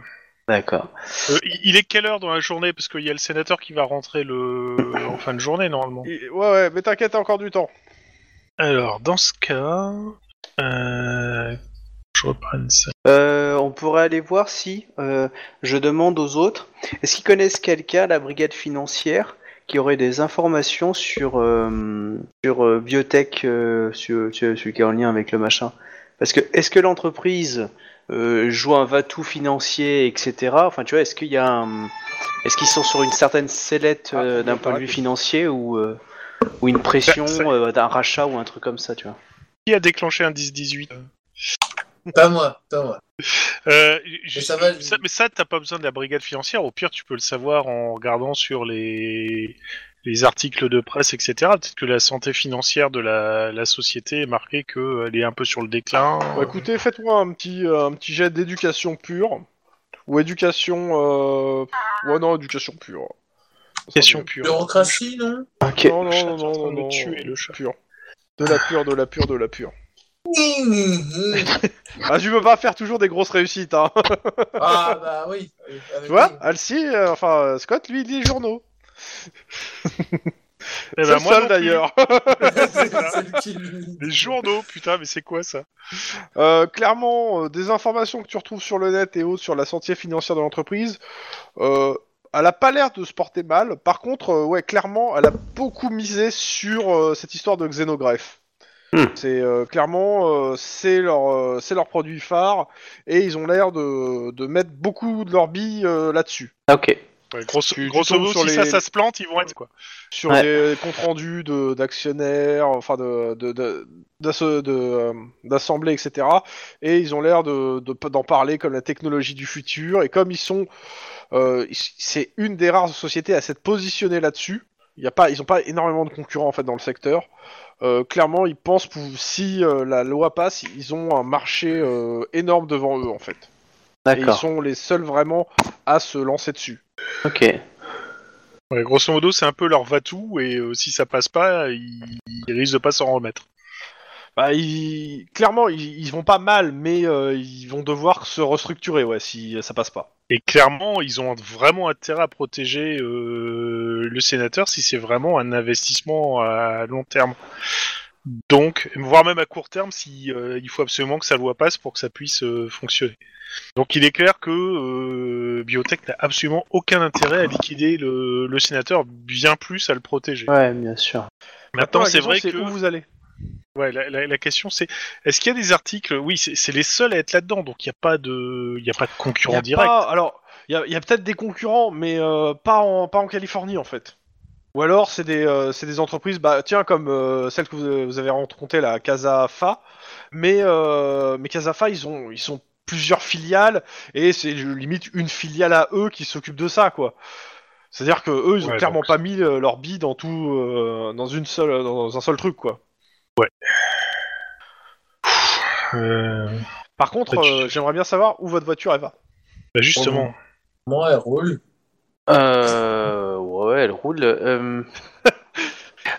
[SPEAKER 5] D'accord.
[SPEAKER 1] Euh, il il est quelle heure dans la journée Parce qu'il y a le sénateur qui va rentrer le... en fin de journée, normalement.
[SPEAKER 3] Et- ouais, ouais, mais t'inquiète, t'as encore du temps.
[SPEAKER 1] Alors, dans ce cas... Euh... Je reprenne ça.
[SPEAKER 5] Euh, on pourrait aller voir si euh, je demande aux autres est-ce qu'ils connaissent quelqu'un à la brigade financière qui aurait des informations sur euh, sur euh, biotech euh, sur, sur- celui qui est en lien avec le machin parce que est-ce que l'entreprise euh, joue un va-tout financier etc enfin tu vois est-ce qu'il y a un- est-ce qu'ils sont sur une certaine sellette
[SPEAKER 3] Ah,
[SPEAKER 5] euh,
[SPEAKER 3] tu
[SPEAKER 5] d'un
[SPEAKER 3] veux
[SPEAKER 5] point de
[SPEAKER 3] pas
[SPEAKER 5] vue
[SPEAKER 3] rater.
[SPEAKER 5] financier ou euh, ou une pression
[SPEAKER 1] ça-
[SPEAKER 5] euh, d'un rachat ou un truc comme ça tu vois
[SPEAKER 1] Qui a déclenché un 10-18
[SPEAKER 6] Euh, Pas moi, pas moi.
[SPEAKER 1] Euh, je-
[SPEAKER 6] Mais ça va, je-
[SPEAKER 1] ça- mais ça, t'as pas besoin de la brigade financière. Au pire, tu peux le savoir en regardant sur les, les articles de presse, etc. Peut-être que la santé financière de la, la société est marquée qu'elle est un peu sur le déclin.
[SPEAKER 3] Bah, écoutez, faites-moi un petit, euh, un petit jet d'éducation pure. Ou éducation. Euh... Ouais, non, éducation pure. Ça sera
[SPEAKER 1] Question
[SPEAKER 3] mieux.
[SPEAKER 1] pure.
[SPEAKER 6] Bureaucratie, non
[SPEAKER 5] ok
[SPEAKER 3] Non, non,
[SPEAKER 1] Le chat
[SPEAKER 3] non,
[SPEAKER 1] est en
[SPEAKER 3] non,
[SPEAKER 1] train de me
[SPEAKER 3] non,
[SPEAKER 1] tuer, le chat.
[SPEAKER 3] Pure. De la pure, de la pure, de la pure.
[SPEAKER 6] Ah
[SPEAKER 3] Ah, tu peux pas faire toujours des grosses réussites, hein.
[SPEAKER 6] bah oui. Avec
[SPEAKER 3] Tu vois
[SPEAKER 6] lui.
[SPEAKER 3] Alcy, euh, enfin, euh, Scott, lui, il lit les journaux.
[SPEAKER 1] Eh ben,
[SPEAKER 3] C'est le
[SPEAKER 1] moi
[SPEAKER 3] seul,
[SPEAKER 1] non plus.
[SPEAKER 3] d'ailleurs.
[SPEAKER 6] C'est lui qui lui-
[SPEAKER 1] Les journaux, putain, mais c'est quoi ça
[SPEAKER 3] Euh, clairement, euh, des informations que tu retrouves sur le net et autres sur la santé financière de l'entreprise, euh, elle a pas l'air de se porter mal. Par contre, euh, ouais, clairement, elle a beaucoup misé sur euh, cette histoire de xénogreffe.
[SPEAKER 5] Hmm.
[SPEAKER 3] C'est euh, clairement euh, c'est leur euh, c'est leur produit phare et ils ont l'air de, de mettre beaucoup de leur bille euh, là-dessus
[SPEAKER 5] ok
[SPEAKER 1] Ouais, grosso,
[SPEAKER 3] Tu- tu
[SPEAKER 1] grosso
[SPEAKER 3] tombes
[SPEAKER 1] modo,
[SPEAKER 3] sur
[SPEAKER 1] si ça,
[SPEAKER 3] les-
[SPEAKER 1] ça se plante, ils vont être quoi.
[SPEAKER 3] sur
[SPEAKER 5] Ouais.
[SPEAKER 3] les comptes rendus de- d'actionnaires enfin de de- de- d'asse- de, euh, d'assemblées etc et ils ont l'air de de- d'en parler comme la technologie du futur et comme ils sont euh, ils- c'est une des rares sociétés à s'être positionnée là-dessus il y a pas ils ont pas énormément de concurrents en fait dans le secteur Euh, clairement ils pensent pou- si euh, la loi passe ils ont un marché euh, énorme devant eux en fait et ils
[SPEAKER 5] d'accord
[SPEAKER 3] sont les seuls vraiment à se lancer dessus
[SPEAKER 5] ok
[SPEAKER 1] Ouais, grosso modo, c'est un peu leur va-tout, et euh, si ça passe pas, ils, ils risquent de pas s'en remettre.
[SPEAKER 3] Bah, ils... clairement, ils, ils vont pas mal, mais euh, ils vont devoir se restructurer, ouais, si ça passe pas.
[SPEAKER 1] Et clairement, ils ont vraiment intérêt à protéger euh, le sénateur si c'est vraiment un investissement à long terme. Donc, voire même à court terme, si euh, il faut absolument que sa loi passe pour que ça puisse euh, fonctionner. Donc, il est clair que euh, Biotech n'a absolument aucun intérêt à liquider le, le sénateur, bien plus à le protéger.
[SPEAKER 5] ouais bien sûr
[SPEAKER 1] Maintenant,
[SPEAKER 3] la
[SPEAKER 1] c'est
[SPEAKER 3] question,
[SPEAKER 1] vrai que
[SPEAKER 3] où vous allez
[SPEAKER 1] Ouais, la, la- la question c'est est-ce qu'il y a des articles Oui, c'est c'est les seuls à être là-dedans, donc il n'y a pas de, il y a pas de concurrent
[SPEAKER 3] Y a
[SPEAKER 1] direct.
[SPEAKER 3] pas- Alors, il y a, y a peut-être des concurrents, mais euh, pas, en, pas en Californie, en fait. Ou alors, c'est des, euh, c'est des entreprises, bah, tiens, comme euh, celle que vous, vous avez rencontrée, la Casafa. Mais, euh, mais Casafa, ils ont, ils ont plusieurs filiales, et c'est je- limite une filiale à eux qui s'occupe de ça, quoi. C'est-à-dire que eux, ils ont
[SPEAKER 1] Ouais,
[SPEAKER 3] clairement
[SPEAKER 1] donc-
[SPEAKER 3] pas mis euh, leur bille dans tout, euh, dans une seule, dans un seul truc, quoi.
[SPEAKER 1] Euh,
[SPEAKER 3] Par contre,
[SPEAKER 1] Bah, tu-
[SPEAKER 3] euh, j'aimerais bien savoir où votre voiture elle va.
[SPEAKER 1] bah, justement,
[SPEAKER 6] Moi, elle roule.
[SPEAKER 5] Euh. Ouais, elle roule. euh.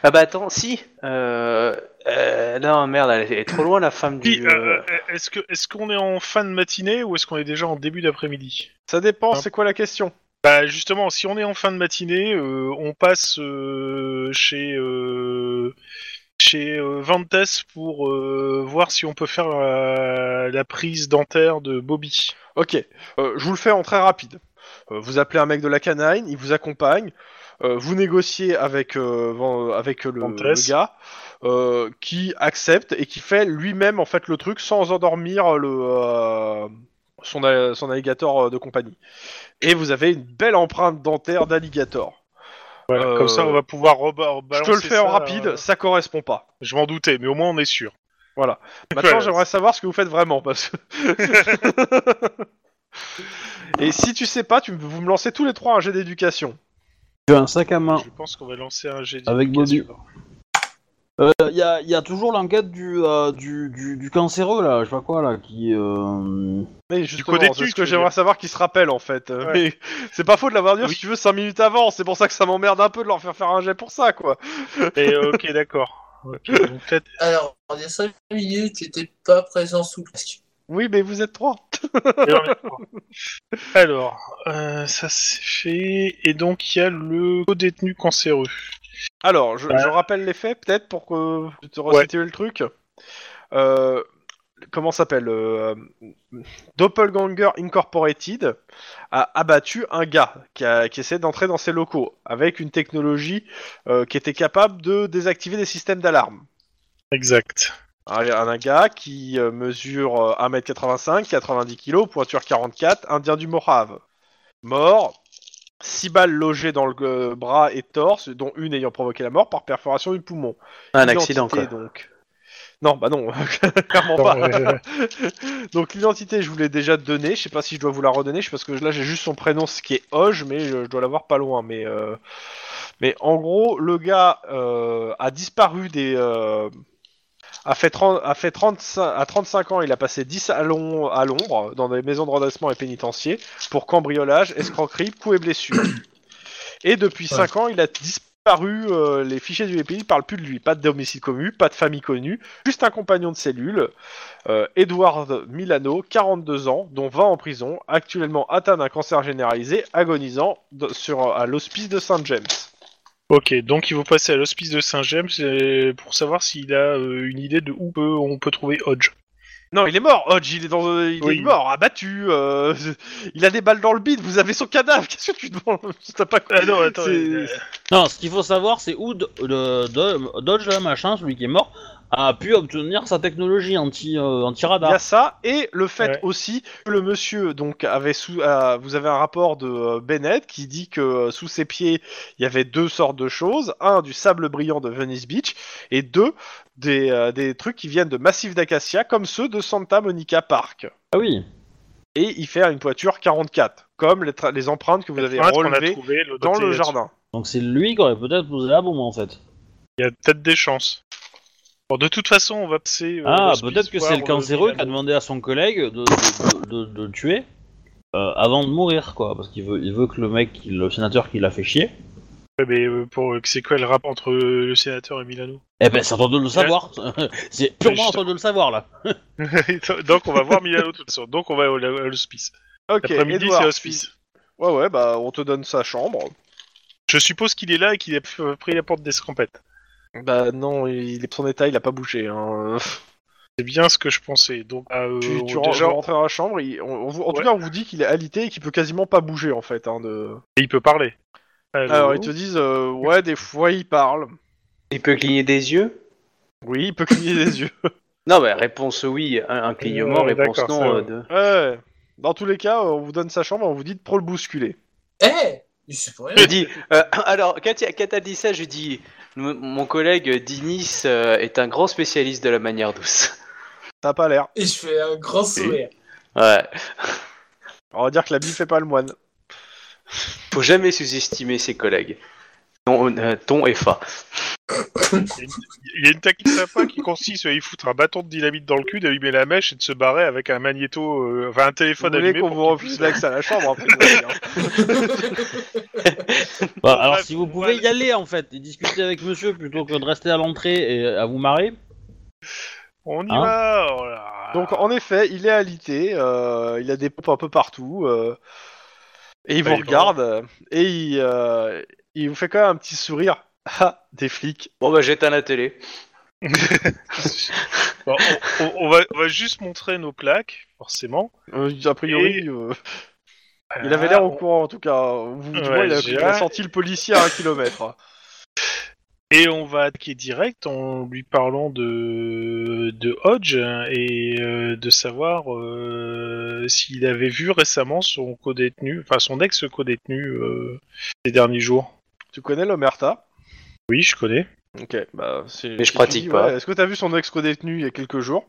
[SPEAKER 5] ah bah attends, si euh... euh, Non, merde, elle est trop loin la femme
[SPEAKER 1] Puis,
[SPEAKER 5] du.
[SPEAKER 1] euh,
[SPEAKER 5] euh,
[SPEAKER 1] est-ce que est-ce qu'on est en fin de matinée ou est-ce qu'on est déjà en début d'après-midi
[SPEAKER 3] Ça dépend.
[SPEAKER 1] Hein.
[SPEAKER 3] C'est quoi la question
[SPEAKER 1] Bah justement, si on est en fin de matinée, euh, on passe euh, chez euh, chez euh, Vantes pour euh, voir si on peut faire la, la prise dentaire de Bobby.
[SPEAKER 3] Ok, euh, je vous le fais en très rapide. Euh, vous appelez un mec de la canine, il vous accompagne, euh, vous négociez avec, euh, van- avec le,
[SPEAKER 1] Vantes.
[SPEAKER 3] le gars euh, qui accepte et qui fait lui-même en fait le truc sans endormir le, euh, son, a- son alligator euh, de compagnie. Et vous avez une belle empreinte dentaire d'alligator.
[SPEAKER 1] Voilà,
[SPEAKER 3] Euh,
[SPEAKER 1] comme ça, on va pouvoir reba-
[SPEAKER 3] Je
[SPEAKER 1] balancer
[SPEAKER 3] te le fais en
[SPEAKER 1] ça,
[SPEAKER 3] rapide,
[SPEAKER 1] euh,
[SPEAKER 3] ça correspond pas.
[SPEAKER 1] Je m'en doutais, mais au moins on est sûr.
[SPEAKER 3] Voilà. Maintenant,
[SPEAKER 1] Voilà.
[SPEAKER 3] j'aimerais savoir ce que vous faites vraiment, parce que... Et si tu sais pas, tu, vous me lancez tous les trois un jet d'éducation.
[SPEAKER 4] Tu as un sac à main
[SPEAKER 1] Je pense qu'on va lancer un GD.
[SPEAKER 4] avec Bobby. Il Euh, y, a, y a toujours l'enquête du, euh, du, du, du cancéreux, là, je sais pas quoi, là, qui... euh,
[SPEAKER 3] Mais justement,
[SPEAKER 1] codétu,
[SPEAKER 3] c'est ce
[SPEAKER 1] tu
[SPEAKER 3] que
[SPEAKER 1] veux
[SPEAKER 3] j'aimerais savoir qu'ils se rappellent, en fait. Euh,
[SPEAKER 1] Ouais.
[SPEAKER 3] Mais c'est pas faux de l'avoir dit,
[SPEAKER 1] Oui.
[SPEAKER 3] si tu veux, 5 minutes avant. C'est pour ça que ça m'emmerde un peu de leur faire faire un jet pour ça, quoi.
[SPEAKER 1] Et, euh, ok, d'accord. Ok, donc peut-être-
[SPEAKER 6] Alors, il y a 5 minutes, j'étais pas présent sous le casque.
[SPEAKER 3] Oui, mais vous êtes trois.
[SPEAKER 1] Alors, euh, ça c'est fait. Et donc, il y a le co-détenu cancéreux.
[SPEAKER 3] Alors, je,
[SPEAKER 1] Ouais.
[SPEAKER 3] je rappelle les faits, peut-être, pour que tu te resitues le truc. Euh, comment ça s'appelle euh, Doppelganger Incorporated a abattu un gars qui, a- qui essaie d'entrer dans ses locaux avec une technologie euh, qui était capable de désactiver des systèmes d'alarme.
[SPEAKER 1] Exact.
[SPEAKER 3] Un, un gars qui euh, mesure euh, 1m85, 90 kg, pointure 44, indien du Morave. Mort, 6 balles logées dans le euh, bras et torse, dont une ayant provoqué la mort par perforation du poumon.
[SPEAKER 5] Un
[SPEAKER 3] L'identité,
[SPEAKER 5] accident, quoi.
[SPEAKER 3] donc. Non, bah non, clairement
[SPEAKER 1] Non,
[SPEAKER 3] pas.
[SPEAKER 1] euh,
[SPEAKER 3] Donc l'identité, je vous l'ai déjà donnée. Je sais pas si je dois vous la redonner. Je sais parce que là j'ai juste son prénom, ce qui est Hoge, mais je, je dois l'avoir pas loin. Mais euh, mais en gros, le gars euh, a disparu des euh, a fait 30 a fait 35 à 35 ans, il a passé 10 à l'om- à l'ombre dans des maisons de redressement et pénitenciers pour cambriolage, escroquerie, coups et blessures. Et depuis 5 ans, il a disparu. euh, les fichiers du BPI parlent plus de lui. Pas de domicile commu, pas de famille connue, juste un compagnon de cellule. Euh, Edward Milano, 42 ans, dont 20 en prison, actuellement atteint d'un cancer généralisé, agonisant de- sur, euh, à l'hospice de Saint-James.
[SPEAKER 1] ok, donc ils vont passer à l'hospice de Saint-James euh, pour savoir s'il a euh, une idée de où peut- on peut trouver Hodge.
[SPEAKER 3] Non, il est mort, Hodge, il est, dans, euh, il
[SPEAKER 1] Oui.
[SPEAKER 3] est mort, abattu, euh, il a des balles dans le bide, vous avez son cadavre, qu'est-ce que tu demandes T'as pas
[SPEAKER 1] Ah non, attends,
[SPEAKER 3] C'est-
[SPEAKER 1] euh,
[SPEAKER 4] Non, ce qu'il faut savoir, c'est où Do- le- Do- Dodge, là, machin, celui qui est mort, a pu obtenir sa technologie anti, euh,
[SPEAKER 3] Il y
[SPEAKER 4] anti-radar.
[SPEAKER 3] a ça, et le fait
[SPEAKER 1] Ah. Ouais.
[SPEAKER 3] aussi que le monsieur, donc, avait sous, euh, vous avez un rapport de euh, Bennett qui dit que euh, sous ses pieds, il y avait deux sortes de choses. Un, du sable brillant de Venice Beach, et deux, des, euh, des trucs qui viennent de massifs d'acacia, comme ceux de Santa Monica Park.
[SPEAKER 4] Ah oui.
[SPEAKER 3] Et il fait une voiture 44, comme les, tra- les empreintes que vous avez
[SPEAKER 1] Empreinte qu'on a
[SPEAKER 3] relevées
[SPEAKER 1] trouvée, l'autre
[SPEAKER 3] dans le
[SPEAKER 1] est-
[SPEAKER 3] jardin.
[SPEAKER 4] Donc c'est lui qui aurait peut-être posé la bombe en fait.
[SPEAKER 1] Il y a peut-être des chances. Bon, de toute façon, on va passer. euh,
[SPEAKER 4] ah,
[SPEAKER 1] l'hospice
[SPEAKER 4] peut-être que
[SPEAKER 1] voir,
[SPEAKER 4] c'est le
[SPEAKER 1] euh,
[SPEAKER 4] cancéreux qui
[SPEAKER 1] Milano.
[SPEAKER 4] a demandé à son collègue de, de, de- de le tuer euh, avant de mourir, quoi. Parce qu'il veut, il veut que le mec, qui- le sénateur qui l'a fait chier,
[SPEAKER 1] Ouais, mais euh, pour euh, c'est quoi le rapport entre euh, le sénateur et Milano
[SPEAKER 4] eh ben c'est à toi de le savoir. c'est purement à toi de le savoir là.
[SPEAKER 1] Donc on va voir Milano de toute façon. Donc on va au- à l'hospice.
[SPEAKER 3] Ok,
[SPEAKER 1] L'après-midi,
[SPEAKER 3] Edward,
[SPEAKER 1] c'est l'hospice.
[SPEAKER 3] Ouais, ouais, bah, on te donne sa chambre.
[SPEAKER 1] Je suppose qu'il est là et qu'il a p- pris la porte d'escampette.
[SPEAKER 3] Bah, non, il est son état, il a pas bougé, hein.
[SPEAKER 1] C'est bien ce que je pensais. Donc bah, euh,
[SPEAKER 3] tu, tu
[SPEAKER 1] on-
[SPEAKER 3] ren-
[SPEAKER 1] déjà,
[SPEAKER 3] vous rentrez dans la chambre, il- on- on vous- en tout
[SPEAKER 1] Ouais.
[SPEAKER 3] cas on vous dit qu'il est alité et qu'il peut quasiment pas bouger en fait. hein, de...
[SPEAKER 1] il peut parler. Allô
[SPEAKER 3] Alors ils te disent, euh, ouais des fois il parle,
[SPEAKER 5] Il peut cligner des yeux
[SPEAKER 3] oui il peut cligner des yeux.
[SPEAKER 5] Non, bah, réponse oui, un, un clignement,
[SPEAKER 1] Euh,
[SPEAKER 5] réponse
[SPEAKER 1] d'accord,
[SPEAKER 5] non.
[SPEAKER 1] ça va.
[SPEAKER 5] euh, deux.
[SPEAKER 3] Ouais. Dans tous les cas euh, on vous donne sa chambre, on vous dit de trop le bousculer.
[SPEAKER 6] Eh C'est pour rien.
[SPEAKER 5] Je dis, euh, alors, quand, il y a- quand t'as dit ça, je dis, m- mon collègue Dinis euh, est un grand spécialiste de la manière douce.
[SPEAKER 3] Ça a pas l'air.
[SPEAKER 6] Et je fais un grand sourire.
[SPEAKER 5] Ouais.
[SPEAKER 3] On va dire que la bille fait pas le moine.
[SPEAKER 5] Faut jamais sous-estimer ses collègues. Ton, euh, ton et fa.
[SPEAKER 1] Il y a une technique sympa qui consiste à lui foutre un bâton de dynamite dans le cul, d'allumer la mèche et de se barrer avec un magnéto, euh, enfin un
[SPEAKER 3] Vous
[SPEAKER 1] téléphone
[SPEAKER 3] voulez
[SPEAKER 1] allumé.
[SPEAKER 3] qu'on
[SPEAKER 1] pour
[SPEAKER 3] vous
[SPEAKER 1] qu'il
[SPEAKER 3] refuse l'accès à la chambre après vous voyez, hein.
[SPEAKER 4] Bah,
[SPEAKER 1] Bref,
[SPEAKER 4] alors si vous
[SPEAKER 1] moi,
[SPEAKER 4] pouvez
[SPEAKER 1] le-
[SPEAKER 4] y aller en fait et discuter avec monsieur plutôt que de rester à l'entrée et à vous marrer.
[SPEAKER 1] On y
[SPEAKER 4] Hein
[SPEAKER 1] va oh voilà.
[SPEAKER 3] Donc en effet il est alité, euh, il a des pompes un peu partout euh, et il
[SPEAKER 1] Bah,
[SPEAKER 3] vous
[SPEAKER 1] il est
[SPEAKER 3] regarde euh, et il, euh, il vous fait quand même un petit sourire. Ah des flics.
[SPEAKER 5] Bon, bah, j'éteins la télé.
[SPEAKER 1] Bon, on, on- on va, on va juste montrer nos plaques, forcément.
[SPEAKER 3] Euh, a priori. euh, Il avait l'air au courant en tout cas. Vous- tu
[SPEAKER 1] Ah, Ouais,
[SPEAKER 3] vois, il, a,
[SPEAKER 1] j'ai
[SPEAKER 3] il a
[SPEAKER 1] hâte.
[SPEAKER 3] senti le policier à un kilomètre.
[SPEAKER 1] Et on va attaquer direct en lui parlant de, de Hodge hein, et euh, de savoir euh, s'il avait vu récemment son co-détenu, enfin son ex-co-détenu euh, ces derniers jours.
[SPEAKER 3] Tu connais l'Omerta
[SPEAKER 1] Oui, je connais.
[SPEAKER 3] Ok, bah c'est.
[SPEAKER 5] Mais je
[SPEAKER 3] tu
[SPEAKER 5] pratique
[SPEAKER 3] dis,
[SPEAKER 5] pas.
[SPEAKER 3] ouais, Est-ce que t'as vu son ex-codétenu il y a quelques jours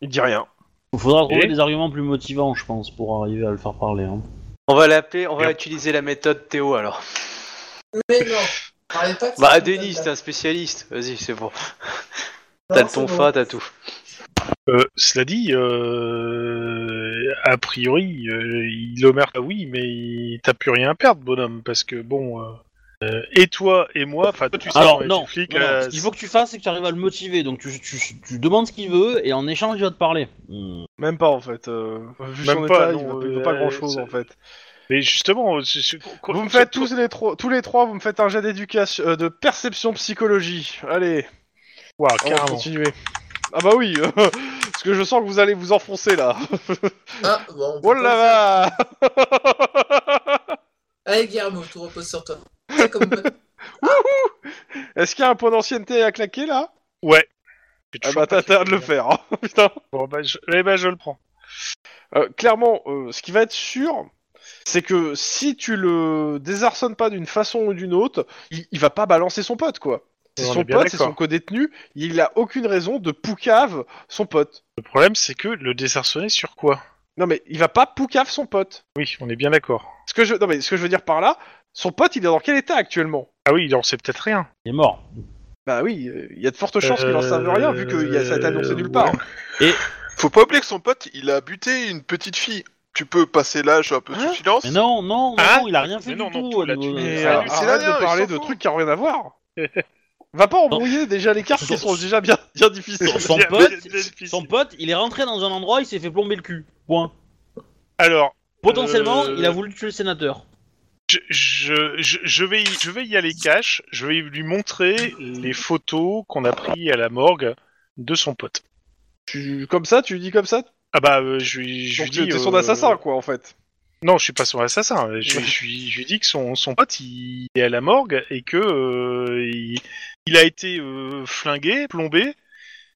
[SPEAKER 3] Il dit rien.
[SPEAKER 4] Il faudra trouver
[SPEAKER 1] Et
[SPEAKER 4] des arguments plus motivants, je pense, pour arriver à le faire parler. hein.
[SPEAKER 5] On va l'appeler, on va
[SPEAKER 1] Bien.
[SPEAKER 5] utiliser la méthode Théo alors.
[SPEAKER 6] Mais non, parlez pas de
[SPEAKER 5] Bah,
[SPEAKER 6] ça.
[SPEAKER 5] Denis, t'es un spécialiste. Vas-y, c'est bon.
[SPEAKER 6] Non,
[SPEAKER 5] T'as
[SPEAKER 6] c'est
[SPEAKER 5] ton
[SPEAKER 6] bon.
[SPEAKER 5] fa, t'as tout.
[SPEAKER 1] Euh, cela dit, euh, a Ah priori, euh, il omerta oui, mais il- t'as plus rien à perdre, bonhomme, parce que bon, euh, Euh, et toi et moi, enfin toi tu sais
[SPEAKER 4] Alors,
[SPEAKER 1] qu'on est
[SPEAKER 4] non,
[SPEAKER 1] flic,
[SPEAKER 4] non, non,
[SPEAKER 1] Ah, euh,
[SPEAKER 4] ce qu'il faut que tu fasses, c'est que tu arrives à le motiver. Donc tu, tu- tu demandes ce qu'il veut et en échange, il va te parler. Hmm.
[SPEAKER 3] Même pas en fait. euh, vu
[SPEAKER 1] Même
[SPEAKER 3] son
[SPEAKER 1] pas,
[SPEAKER 3] état, il
[SPEAKER 1] non,
[SPEAKER 3] veut- il veut
[SPEAKER 1] euh,
[SPEAKER 3] pas grand chose
[SPEAKER 1] c'est-
[SPEAKER 3] en fait.
[SPEAKER 1] Mais justement, c'est- c'est-
[SPEAKER 3] Vous me faites tous les trois, tous les trois, vous me faites un jet d'éducation, euh, de perception psychologie. Allez,
[SPEAKER 1] Ouah,
[SPEAKER 3] on va
[SPEAKER 1] carrément.
[SPEAKER 3] continuer. Ah bah oui, euh, parce que je sens que vous allez vous enfoncer là.
[SPEAKER 6] Ah, bon. on peut
[SPEAKER 3] Oh
[SPEAKER 6] pas le
[SPEAKER 3] là là
[SPEAKER 6] faire. Allez, Guillermo, tout repose sur toi. C'est comme-
[SPEAKER 3] Est-ce qu'il y a un point d'ancienneté à claquer là
[SPEAKER 1] Ouais. J'ai
[SPEAKER 3] Ah
[SPEAKER 1] toujours
[SPEAKER 3] bah
[SPEAKER 1] pas
[SPEAKER 3] t'as
[SPEAKER 1] fait
[SPEAKER 3] intérêt de le faire, hein, putain.
[SPEAKER 1] Bon, bah, je... Eh bah, je le prends.
[SPEAKER 3] Euh, clairement, euh, ce qui va être sûr, c'est que si tu le désarçonnes pas d'une façon ou d'une autre, il, il va pas balancer son pote, quoi. C'est
[SPEAKER 1] On est
[SPEAKER 3] son
[SPEAKER 1] bien
[SPEAKER 3] pote, c'est
[SPEAKER 1] d'accord.
[SPEAKER 3] son codétenu, il a aucune raison de poucave son pote.
[SPEAKER 1] Le problème, c'est que le désarçonner sur quoi
[SPEAKER 3] Non mais il va pas poucave son pote.
[SPEAKER 1] Oui, on est bien d'accord.
[SPEAKER 3] Ce que je, non mais ce que je veux dire par là, son pote, il est dans quel état actuellement
[SPEAKER 1] Ah oui, il en sait peut-être rien.
[SPEAKER 4] Il est mort.
[SPEAKER 3] Bah oui, euh, il y a de fortes chances qu'il en
[SPEAKER 1] Euh,
[SPEAKER 3] serve rien vu que y a, ça a été annoncé nulle part.
[SPEAKER 2] Faut pas oublier que son pote, il a buté une petite fille. Tu peux passer l'âge un peu sous
[SPEAKER 3] Hein
[SPEAKER 2] silence.
[SPEAKER 4] Mais non, non, non,
[SPEAKER 1] Hein
[SPEAKER 4] non, il a rien fait
[SPEAKER 1] Mais
[SPEAKER 4] du
[SPEAKER 1] non, non,
[SPEAKER 4] tout.
[SPEAKER 1] tout
[SPEAKER 4] au
[SPEAKER 1] là,
[SPEAKER 4] niveau
[SPEAKER 1] tu-
[SPEAKER 4] de-
[SPEAKER 1] Mais,
[SPEAKER 3] Mais
[SPEAKER 2] euh,
[SPEAKER 4] Ah,
[SPEAKER 2] lui,
[SPEAKER 3] arrête
[SPEAKER 2] c'est la merde,
[SPEAKER 3] de
[SPEAKER 2] il
[SPEAKER 3] parler
[SPEAKER 2] s'en
[SPEAKER 3] de
[SPEAKER 2] fout.
[SPEAKER 3] trucs qui n'ont rien à voir. Va pas embrouiller déjà les cartes qui sont déjà bien, bien difficiles.
[SPEAKER 4] son, son
[SPEAKER 1] Il y a- il
[SPEAKER 4] pote,
[SPEAKER 1] y a- il y a- il y a-
[SPEAKER 4] son pote, il est rentré dans un endroit, il s'est fait plomber le cul. Point.
[SPEAKER 1] Alors,
[SPEAKER 4] Potentiellement,
[SPEAKER 1] Euh,
[SPEAKER 4] il a voulu tuer le sénateur.
[SPEAKER 1] je, je, je- je vais, y- je vais y aller cash. Je vais lui montrer les photos qu'on a prises à la morgue de son pote.
[SPEAKER 3] Tu, comme ça, tu dis comme ça,
[SPEAKER 1] Ah bah, euh, je, lui- je
[SPEAKER 3] Donc,
[SPEAKER 1] lui dis.
[SPEAKER 3] t'es son
[SPEAKER 1] euh,
[SPEAKER 3] assassin, quoi, en fait.
[SPEAKER 1] Non, je suis pas son assassin. Je, je lui- je lui dis que son, son pote il est à la morgue et que euh, il, il a été euh, flingué, plombé,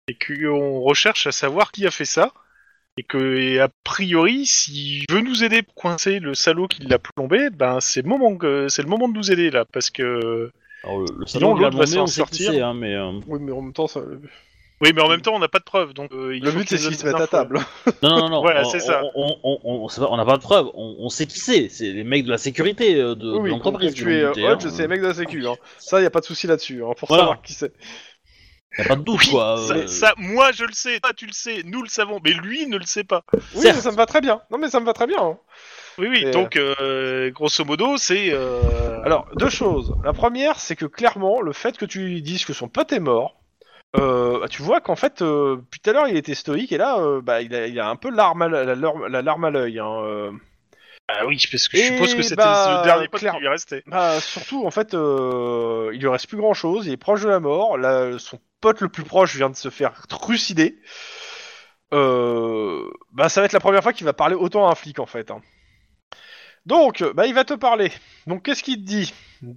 [SPEAKER 1] et qu'on recherche à savoir qui a fait ça. Et que et a priori, s'il veut nous aider pour coincer le salaud qui l'a plombé, ben c'est le moment que c'est le moment de nous aider là, parce que
[SPEAKER 4] Alors, le, le
[SPEAKER 1] Sinon,
[SPEAKER 4] salon, il a
[SPEAKER 1] l'autre va
[SPEAKER 4] demandé,
[SPEAKER 1] s'en
[SPEAKER 4] on sait qui
[SPEAKER 1] sortir.
[SPEAKER 4] c'est, hein, mais. euh,
[SPEAKER 3] Oui, mais en même temps, ça- le
[SPEAKER 1] oui, mais en même temps, on n'a pas de preuves, donc euh, il faut
[SPEAKER 3] but,
[SPEAKER 1] qu'il
[SPEAKER 3] c'est
[SPEAKER 1] nous
[SPEAKER 3] qu'ils se
[SPEAKER 1] donne
[SPEAKER 3] mettent
[SPEAKER 1] des
[SPEAKER 3] à
[SPEAKER 1] infos.
[SPEAKER 3] table.
[SPEAKER 4] Non, non, non.
[SPEAKER 1] Voilà,
[SPEAKER 4] on-
[SPEAKER 1] c'est ça.
[SPEAKER 4] On on- on- on sait pas- on n'a pas de preuve. On, on sait qui c'est. C'est les mecs de la sécurité euh, de, de
[SPEAKER 3] oui, quand
[SPEAKER 4] l'entreprise. qui
[SPEAKER 3] tu es
[SPEAKER 4] l'ont
[SPEAKER 3] euh,
[SPEAKER 4] buté, hein.
[SPEAKER 3] Hodge, c'est les mecs de la sécu. Hein. Ça, y a pas de souci là-dessus, hein, pour
[SPEAKER 4] Voilà.
[SPEAKER 3] savoir qui c'est.
[SPEAKER 4] Y a pas de doute, quoi.
[SPEAKER 1] Ça,
[SPEAKER 4] euh,
[SPEAKER 1] ça, moi je le sais, toi tu le sais, nous le savons, mais lui ne le sait pas.
[SPEAKER 3] Oui,
[SPEAKER 4] Certes.
[SPEAKER 3] mais ça me va très bien. Non, mais ça me va très bien. hein.
[SPEAKER 1] Oui, oui.
[SPEAKER 3] Et,
[SPEAKER 1] Donc, euh, grosso modo, c'est. euh,
[SPEAKER 3] Alors, deux choses. La première, c'est que clairement, le fait que tu lui dises que son pote est mort, euh, bah, tu vois qu'en fait, euh, depuis tout à l'heure, il était stoïque, et là, euh, bah, il, a, il a un peu l'arme à l- la, larme- la larme à l'œil. Hein, euh.
[SPEAKER 1] Ah oui, parce que je
[SPEAKER 3] Et
[SPEAKER 1] suppose que c'était
[SPEAKER 3] bah,
[SPEAKER 1] le dernier pote
[SPEAKER 3] clair.
[SPEAKER 1] qui lui restait.
[SPEAKER 3] Bah, surtout, en fait, euh, il lui reste plus grand chose, il est proche de la mort, là, son pote le plus proche vient de se faire trucider. Euh, bah, ça va être la première fois qu'il va parler autant à un flic, en fait. hein. Donc, bah, il va te parler. Donc, qu'est-ce qu'il te dit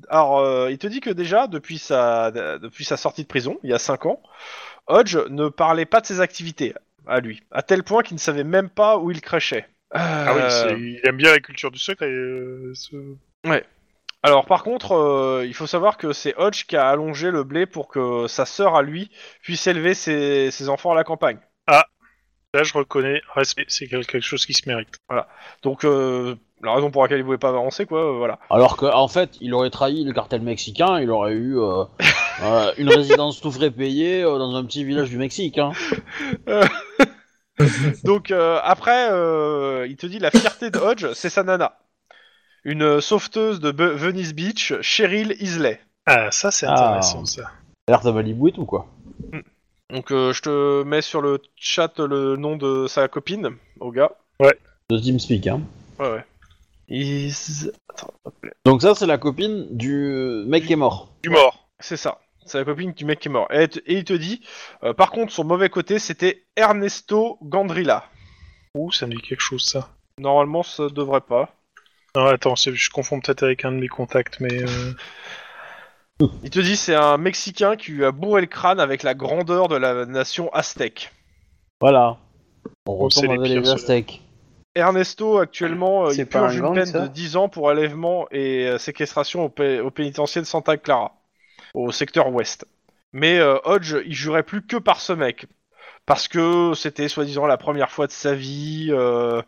[SPEAKER 3] Alors, euh, il te dit que déjà, depuis sa, depuis sa sortie de prison, il y a 5 ans, Hodge ne parlait pas de ses activités à lui, à tel point qu'il ne savait même pas où il crachait.
[SPEAKER 1] Ah oui,
[SPEAKER 3] Euh,
[SPEAKER 1] c'est- il aime bien la culture du secret. euh, ce-
[SPEAKER 3] Alors par contre, euh, il faut savoir que c'est Hodge qui a allongé le blé pour que sa sœur à lui puisse élever ses, ses enfants à la campagne.
[SPEAKER 1] Là, je reconnais, respect, c'est quel- quelque chose qui se mérite.
[SPEAKER 3] Donc euh, la raison pour laquelle il voulait pas avancer, quoi, euh, voilà.
[SPEAKER 4] Alors qu'en fait, il aurait trahi le cartel mexicain, il aurait eu euh, euh, une résidence tout frais payée euh, dans un petit village du Mexique. Hein.
[SPEAKER 3] Donc euh, après, euh, il te dit la fierté de Hodge, c'est sa nana. Une euh, sauveteuse de Be- Venice Beach, Cheryl Isley.
[SPEAKER 1] Ah, ça, c'est
[SPEAKER 4] Ah.
[SPEAKER 1] intéressant, ça.
[SPEAKER 4] L'air de Malibu et tout, quoi.
[SPEAKER 3] Donc euh, je te mets sur le chat le nom de sa copine, au gars.
[SPEAKER 4] De TeamSpeak. Hein.
[SPEAKER 3] Ouais, ouais. Is- Attends, hop là.
[SPEAKER 4] Donc, ça, c'est la copine du mec qui est mort.
[SPEAKER 1] Du mort.
[SPEAKER 3] C'est ça. C'est la copine du mec qui est mort. Et, elle te- et il te dit, euh, par contre, son mauvais côté, c'était Ernesto Gandrilla.
[SPEAKER 1] Ouh, ça me dit quelque chose, ça.
[SPEAKER 3] Normalement, ça devrait pas.
[SPEAKER 1] Non, attends, c'est- je confonds peut-être avec un de mes contacts, mais. euh,
[SPEAKER 3] Il te dit, c'est un Mexicain qui lui a bourré le crâne avec la grandeur de la nation aztèque.
[SPEAKER 4] Voilà. On
[SPEAKER 1] Oh, c'est
[SPEAKER 4] retombe
[SPEAKER 1] les
[SPEAKER 4] avec les,
[SPEAKER 1] pires,
[SPEAKER 4] Aztèques.
[SPEAKER 3] Ernesto, actuellement, euh,
[SPEAKER 5] C'est
[SPEAKER 3] il
[SPEAKER 5] pas un
[SPEAKER 3] purge une
[SPEAKER 5] gang,
[SPEAKER 3] peine
[SPEAKER 5] ça
[SPEAKER 3] de 10 ans pour allèvement et euh, séquestration au, pé- au pénitencier de Santa Clara, au secteur ouest. Mais euh, Hodge, il jurait plus que par ce mec. Parce que c'était soi-disant la première fois de sa vie euh,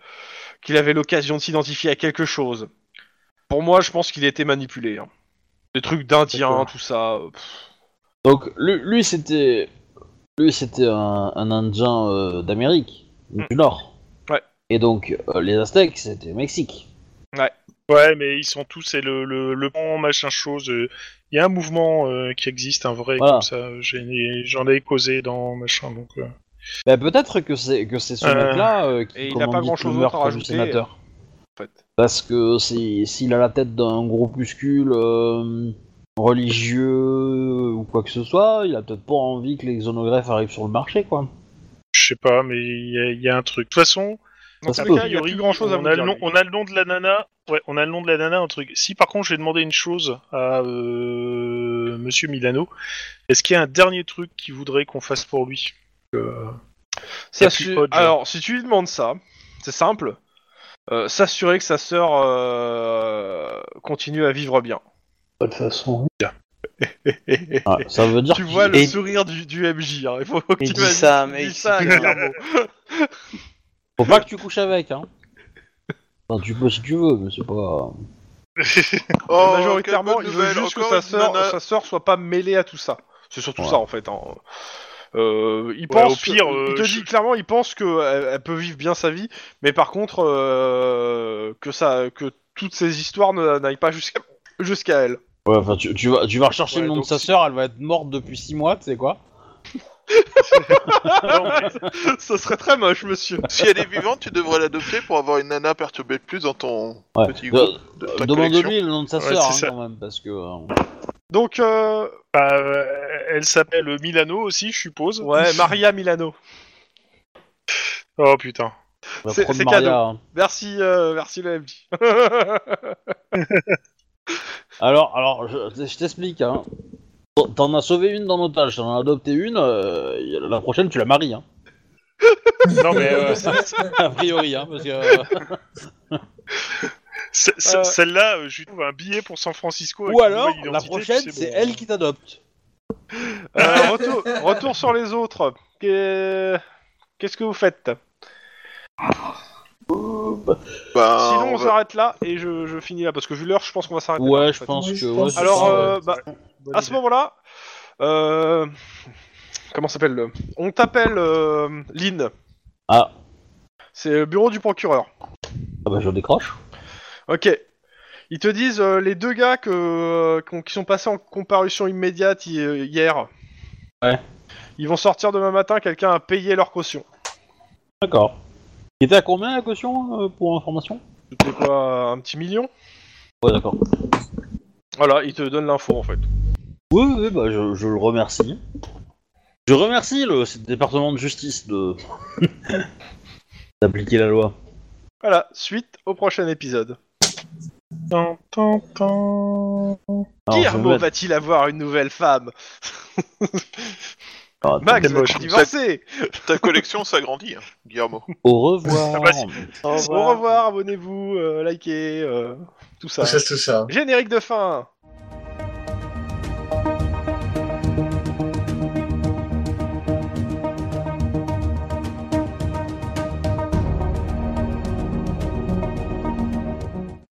[SPEAKER 3] qu'il avait l'occasion de s'identifier à quelque chose. Pour moi, je pense qu'il était manipulé. hein. Des trucs d'Indiens,
[SPEAKER 4] D'accord.
[SPEAKER 3] tout ça. euh, pff.
[SPEAKER 4] Donc, lui, lui, c'était. Lui, c'était un, un Indien euh, d'Amérique, du Nord.
[SPEAKER 3] Ouais.
[SPEAKER 4] Et donc, euh, les Aztèques, c'était Mexique.
[SPEAKER 1] Ouais, mais ils sont tous, c'est le, le, le bon machin chose. euh, Il y a un mouvement euh, qui existe, un vrai,
[SPEAKER 4] Voilà.
[SPEAKER 1] comme ça. j'ai- J'en ai causé dans machin, donc. euh,
[SPEAKER 4] Bah, peut-être que c'est que c'est ce
[SPEAKER 1] Euh,
[SPEAKER 4] mec-là euh, qui
[SPEAKER 3] et il a
[SPEAKER 4] commandite
[SPEAKER 3] pas grand-chose
[SPEAKER 4] le
[SPEAKER 3] d'autre
[SPEAKER 4] meurtre
[SPEAKER 3] à
[SPEAKER 4] du
[SPEAKER 3] rajouter, euh,
[SPEAKER 4] sénateur.
[SPEAKER 3] en fait.
[SPEAKER 4] Parce que si- s'il a la tête d'un groupuscule euh, religieux euh, ou quoi que ce soit, il a peut-être pas envie que les xonogreffes arrivent sur le marché, quoi.
[SPEAKER 1] Je sais pas, mais il y, a- il y a un truc. De toute façon,
[SPEAKER 3] Dans
[SPEAKER 4] Ça
[SPEAKER 3] tous
[SPEAKER 4] se
[SPEAKER 3] les cas, il y a
[SPEAKER 1] priori,
[SPEAKER 3] plus grand chose à
[SPEAKER 1] on
[SPEAKER 3] vous
[SPEAKER 1] a
[SPEAKER 3] dire,
[SPEAKER 1] le nom,
[SPEAKER 3] lui.
[SPEAKER 1] on a le nom de la nana. Ouais, on a le nom de la nana, un truc. Si par contre, j'ai demandé une chose à euh, Monsieur Milano, est-ce qu'il y a un dernier truc qu'il voudrait qu'on fasse pour lui Euh,
[SPEAKER 3] Ça
[SPEAKER 1] plus
[SPEAKER 3] su-
[SPEAKER 1] Hodge.
[SPEAKER 3] Alors, si tu lui demandes ça, c'est simple. Euh, S'assurer que sa sœur euh, continue à vivre bien.
[SPEAKER 5] De toute façon.
[SPEAKER 4] Ouais, Ah, ça veut dire
[SPEAKER 3] tu
[SPEAKER 4] qu'il-
[SPEAKER 3] vois le
[SPEAKER 5] Et-
[SPEAKER 3] sourire du, du MJ. hein, Il faut que
[SPEAKER 5] Il
[SPEAKER 3] tu
[SPEAKER 5] dit
[SPEAKER 3] imagines-
[SPEAKER 5] ça,
[SPEAKER 3] il
[SPEAKER 5] mais
[SPEAKER 3] dit
[SPEAKER 5] il
[SPEAKER 3] ça,
[SPEAKER 5] s'y
[SPEAKER 3] avec
[SPEAKER 5] connaît.
[SPEAKER 3] un mot.
[SPEAKER 4] faut pas que tu couches avec, hein. Enfin, tu peux si tu veux, mais c'est pas.
[SPEAKER 2] Oh,
[SPEAKER 3] Majoritairement,
[SPEAKER 2] quelle bonne
[SPEAKER 3] il veut
[SPEAKER 2] nouvelle,
[SPEAKER 3] juste que
[SPEAKER 2] encore
[SPEAKER 3] sa
[SPEAKER 2] une
[SPEAKER 3] sœur,
[SPEAKER 2] nana.
[SPEAKER 3] sa sœur soit pas mêlée à tout ça. C'est surtout
[SPEAKER 4] Ouais.
[SPEAKER 3] ça en fait. hein. Euh, il pense.
[SPEAKER 1] au pire,
[SPEAKER 3] il te
[SPEAKER 1] euh,
[SPEAKER 3] dit
[SPEAKER 1] je-
[SPEAKER 3] clairement, il pense que euh, elle, elle peut vivre bien sa vie, mais par contre euh, que ça, que toutes ces histoires ne- n'aillent pas jusqu'à jusqu'à elle.
[SPEAKER 4] Ouais, enfin, tu, tu vas, tu vas rechercher
[SPEAKER 3] Ouais,
[SPEAKER 4] le nom de
[SPEAKER 3] donc
[SPEAKER 4] sa
[SPEAKER 3] si-
[SPEAKER 4] sœur, elle va être morte depuis 6 mois, tu sais quoi.
[SPEAKER 3] ça serait très moche, monsieur.
[SPEAKER 2] Si elle est vivante, tu devrais l'adopter pour avoir une nana perturbée de plus dans ton
[SPEAKER 4] Ouais.
[SPEAKER 2] petit
[SPEAKER 4] De-
[SPEAKER 2] groupe. de ta collection.
[SPEAKER 4] Demande-lui le nom de sa
[SPEAKER 1] Ouais,
[SPEAKER 4] sœur,
[SPEAKER 1] c'est
[SPEAKER 4] hein,
[SPEAKER 1] ça.
[SPEAKER 4] quand même, parce que. euh,
[SPEAKER 3] Donc euh,
[SPEAKER 1] bah, euh, elle s'appelle Milano aussi, je suppose.
[SPEAKER 3] ouais, Maria Milano.
[SPEAKER 1] Oh putain.
[SPEAKER 4] la
[SPEAKER 3] C'est-
[SPEAKER 4] prod
[SPEAKER 3] c'est
[SPEAKER 4] Maria,
[SPEAKER 3] cadeau.
[SPEAKER 4] hein.
[SPEAKER 3] Merci, euh, merci le MJ.
[SPEAKER 4] Alors, alors, je, je t'explique. Hein. T'en- T'en as sauvé une dans l'otage, t'en as adopté une. euh, la prochaine, tu la maries, hein.
[SPEAKER 1] Non mais euh, ça- ça-
[SPEAKER 4] a priori, hein, parce que euh,
[SPEAKER 1] ça- ça-
[SPEAKER 3] Euh.
[SPEAKER 1] celle-là, euh, je lui trouve un billet pour San Francisco. avec
[SPEAKER 4] ou
[SPEAKER 1] une
[SPEAKER 4] alors
[SPEAKER 1] nouvelle
[SPEAKER 4] la
[SPEAKER 1] identité,
[SPEAKER 4] prochaine,
[SPEAKER 1] puis
[SPEAKER 4] c'est
[SPEAKER 1] bon.
[SPEAKER 4] elle qui t'adopte.
[SPEAKER 3] Euh, retour, retour sur les autres. Qu'est- Qu'est-ce que vous faites
[SPEAKER 4] Euh,
[SPEAKER 2] Ben,
[SPEAKER 3] Sinon, on,
[SPEAKER 2] on va-
[SPEAKER 3] s'arrête là et je, je finis là parce que vu l'heure, je pense qu'on va s'arrêter. là,
[SPEAKER 4] bah- Ouais,
[SPEAKER 3] en
[SPEAKER 4] je
[SPEAKER 3] fait.
[SPEAKER 4] pense
[SPEAKER 6] Oui,
[SPEAKER 4] que.
[SPEAKER 6] je
[SPEAKER 4] ouais,
[SPEAKER 6] pense
[SPEAKER 4] c'est
[SPEAKER 3] Alors,
[SPEAKER 4] ça,
[SPEAKER 3] euh,
[SPEAKER 4] ouais.
[SPEAKER 3] bah, à ce moment-là, euh, comment s'appelle le- On t'appelle euh, Lynn.
[SPEAKER 4] ah,
[SPEAKER 3] C'est le bureau du procureur.
[SPEAKER 4] ah bah je décroche.
[SPEAKER 3] Ok. Ils te disent euh, les deux gars que, euh, qu'on- qui sont passés en comparution immédiate hi- euh, hier.
[SPEAKER 4] Ouais.
[SPEAKER 3] Ils vont sortir demain matin. Quelqu'un a payé leur caution.
[SPEAKER 4] D'accord. Il était à combien la caution euh, pour information
[SPEAKER 3] C'était quoi Un petit million
[SPEAKER 4] Ouais, d'accord.
[SPEAKER 3] Voilà, ils te donnent l'info en fait.
[SPEAKER 4] Oui, oui, oui, bah je, je le remercie. Je remercie le ce département de justice de d'appliquer la loi.
[SPEAKER 3] Voilà. Suite au prochain épisode.
[SPEAKER 1] Tan, tan, tan.
[SPEAKER 4] Alors, je vais
[SPEAKER 3] Guillermo
[SPEAKER 4] mettre-
[SPEAKER 3] va-t-il avoir une nouvelle femme
[SPEAKER 4] Ah,
[SPEAKER 3] Max
[SPEAKER 1] t'es moche.
[SPEAKER 3] va divorcer
[SPEAKER 2] ta collection s'agrandit, hein, Guillermo.
[SPEAKER 4] Au revoir.
[SPEAKER 1] Ah bah, si.
[SPEAKER 5] Au
[SPEAKER 3] Au revoir, abonnez-vous, euh, likez, euh, tout ça.
[SPEAKER 6] Chasse-choucha.
[SPEAKER 3] Générique de fin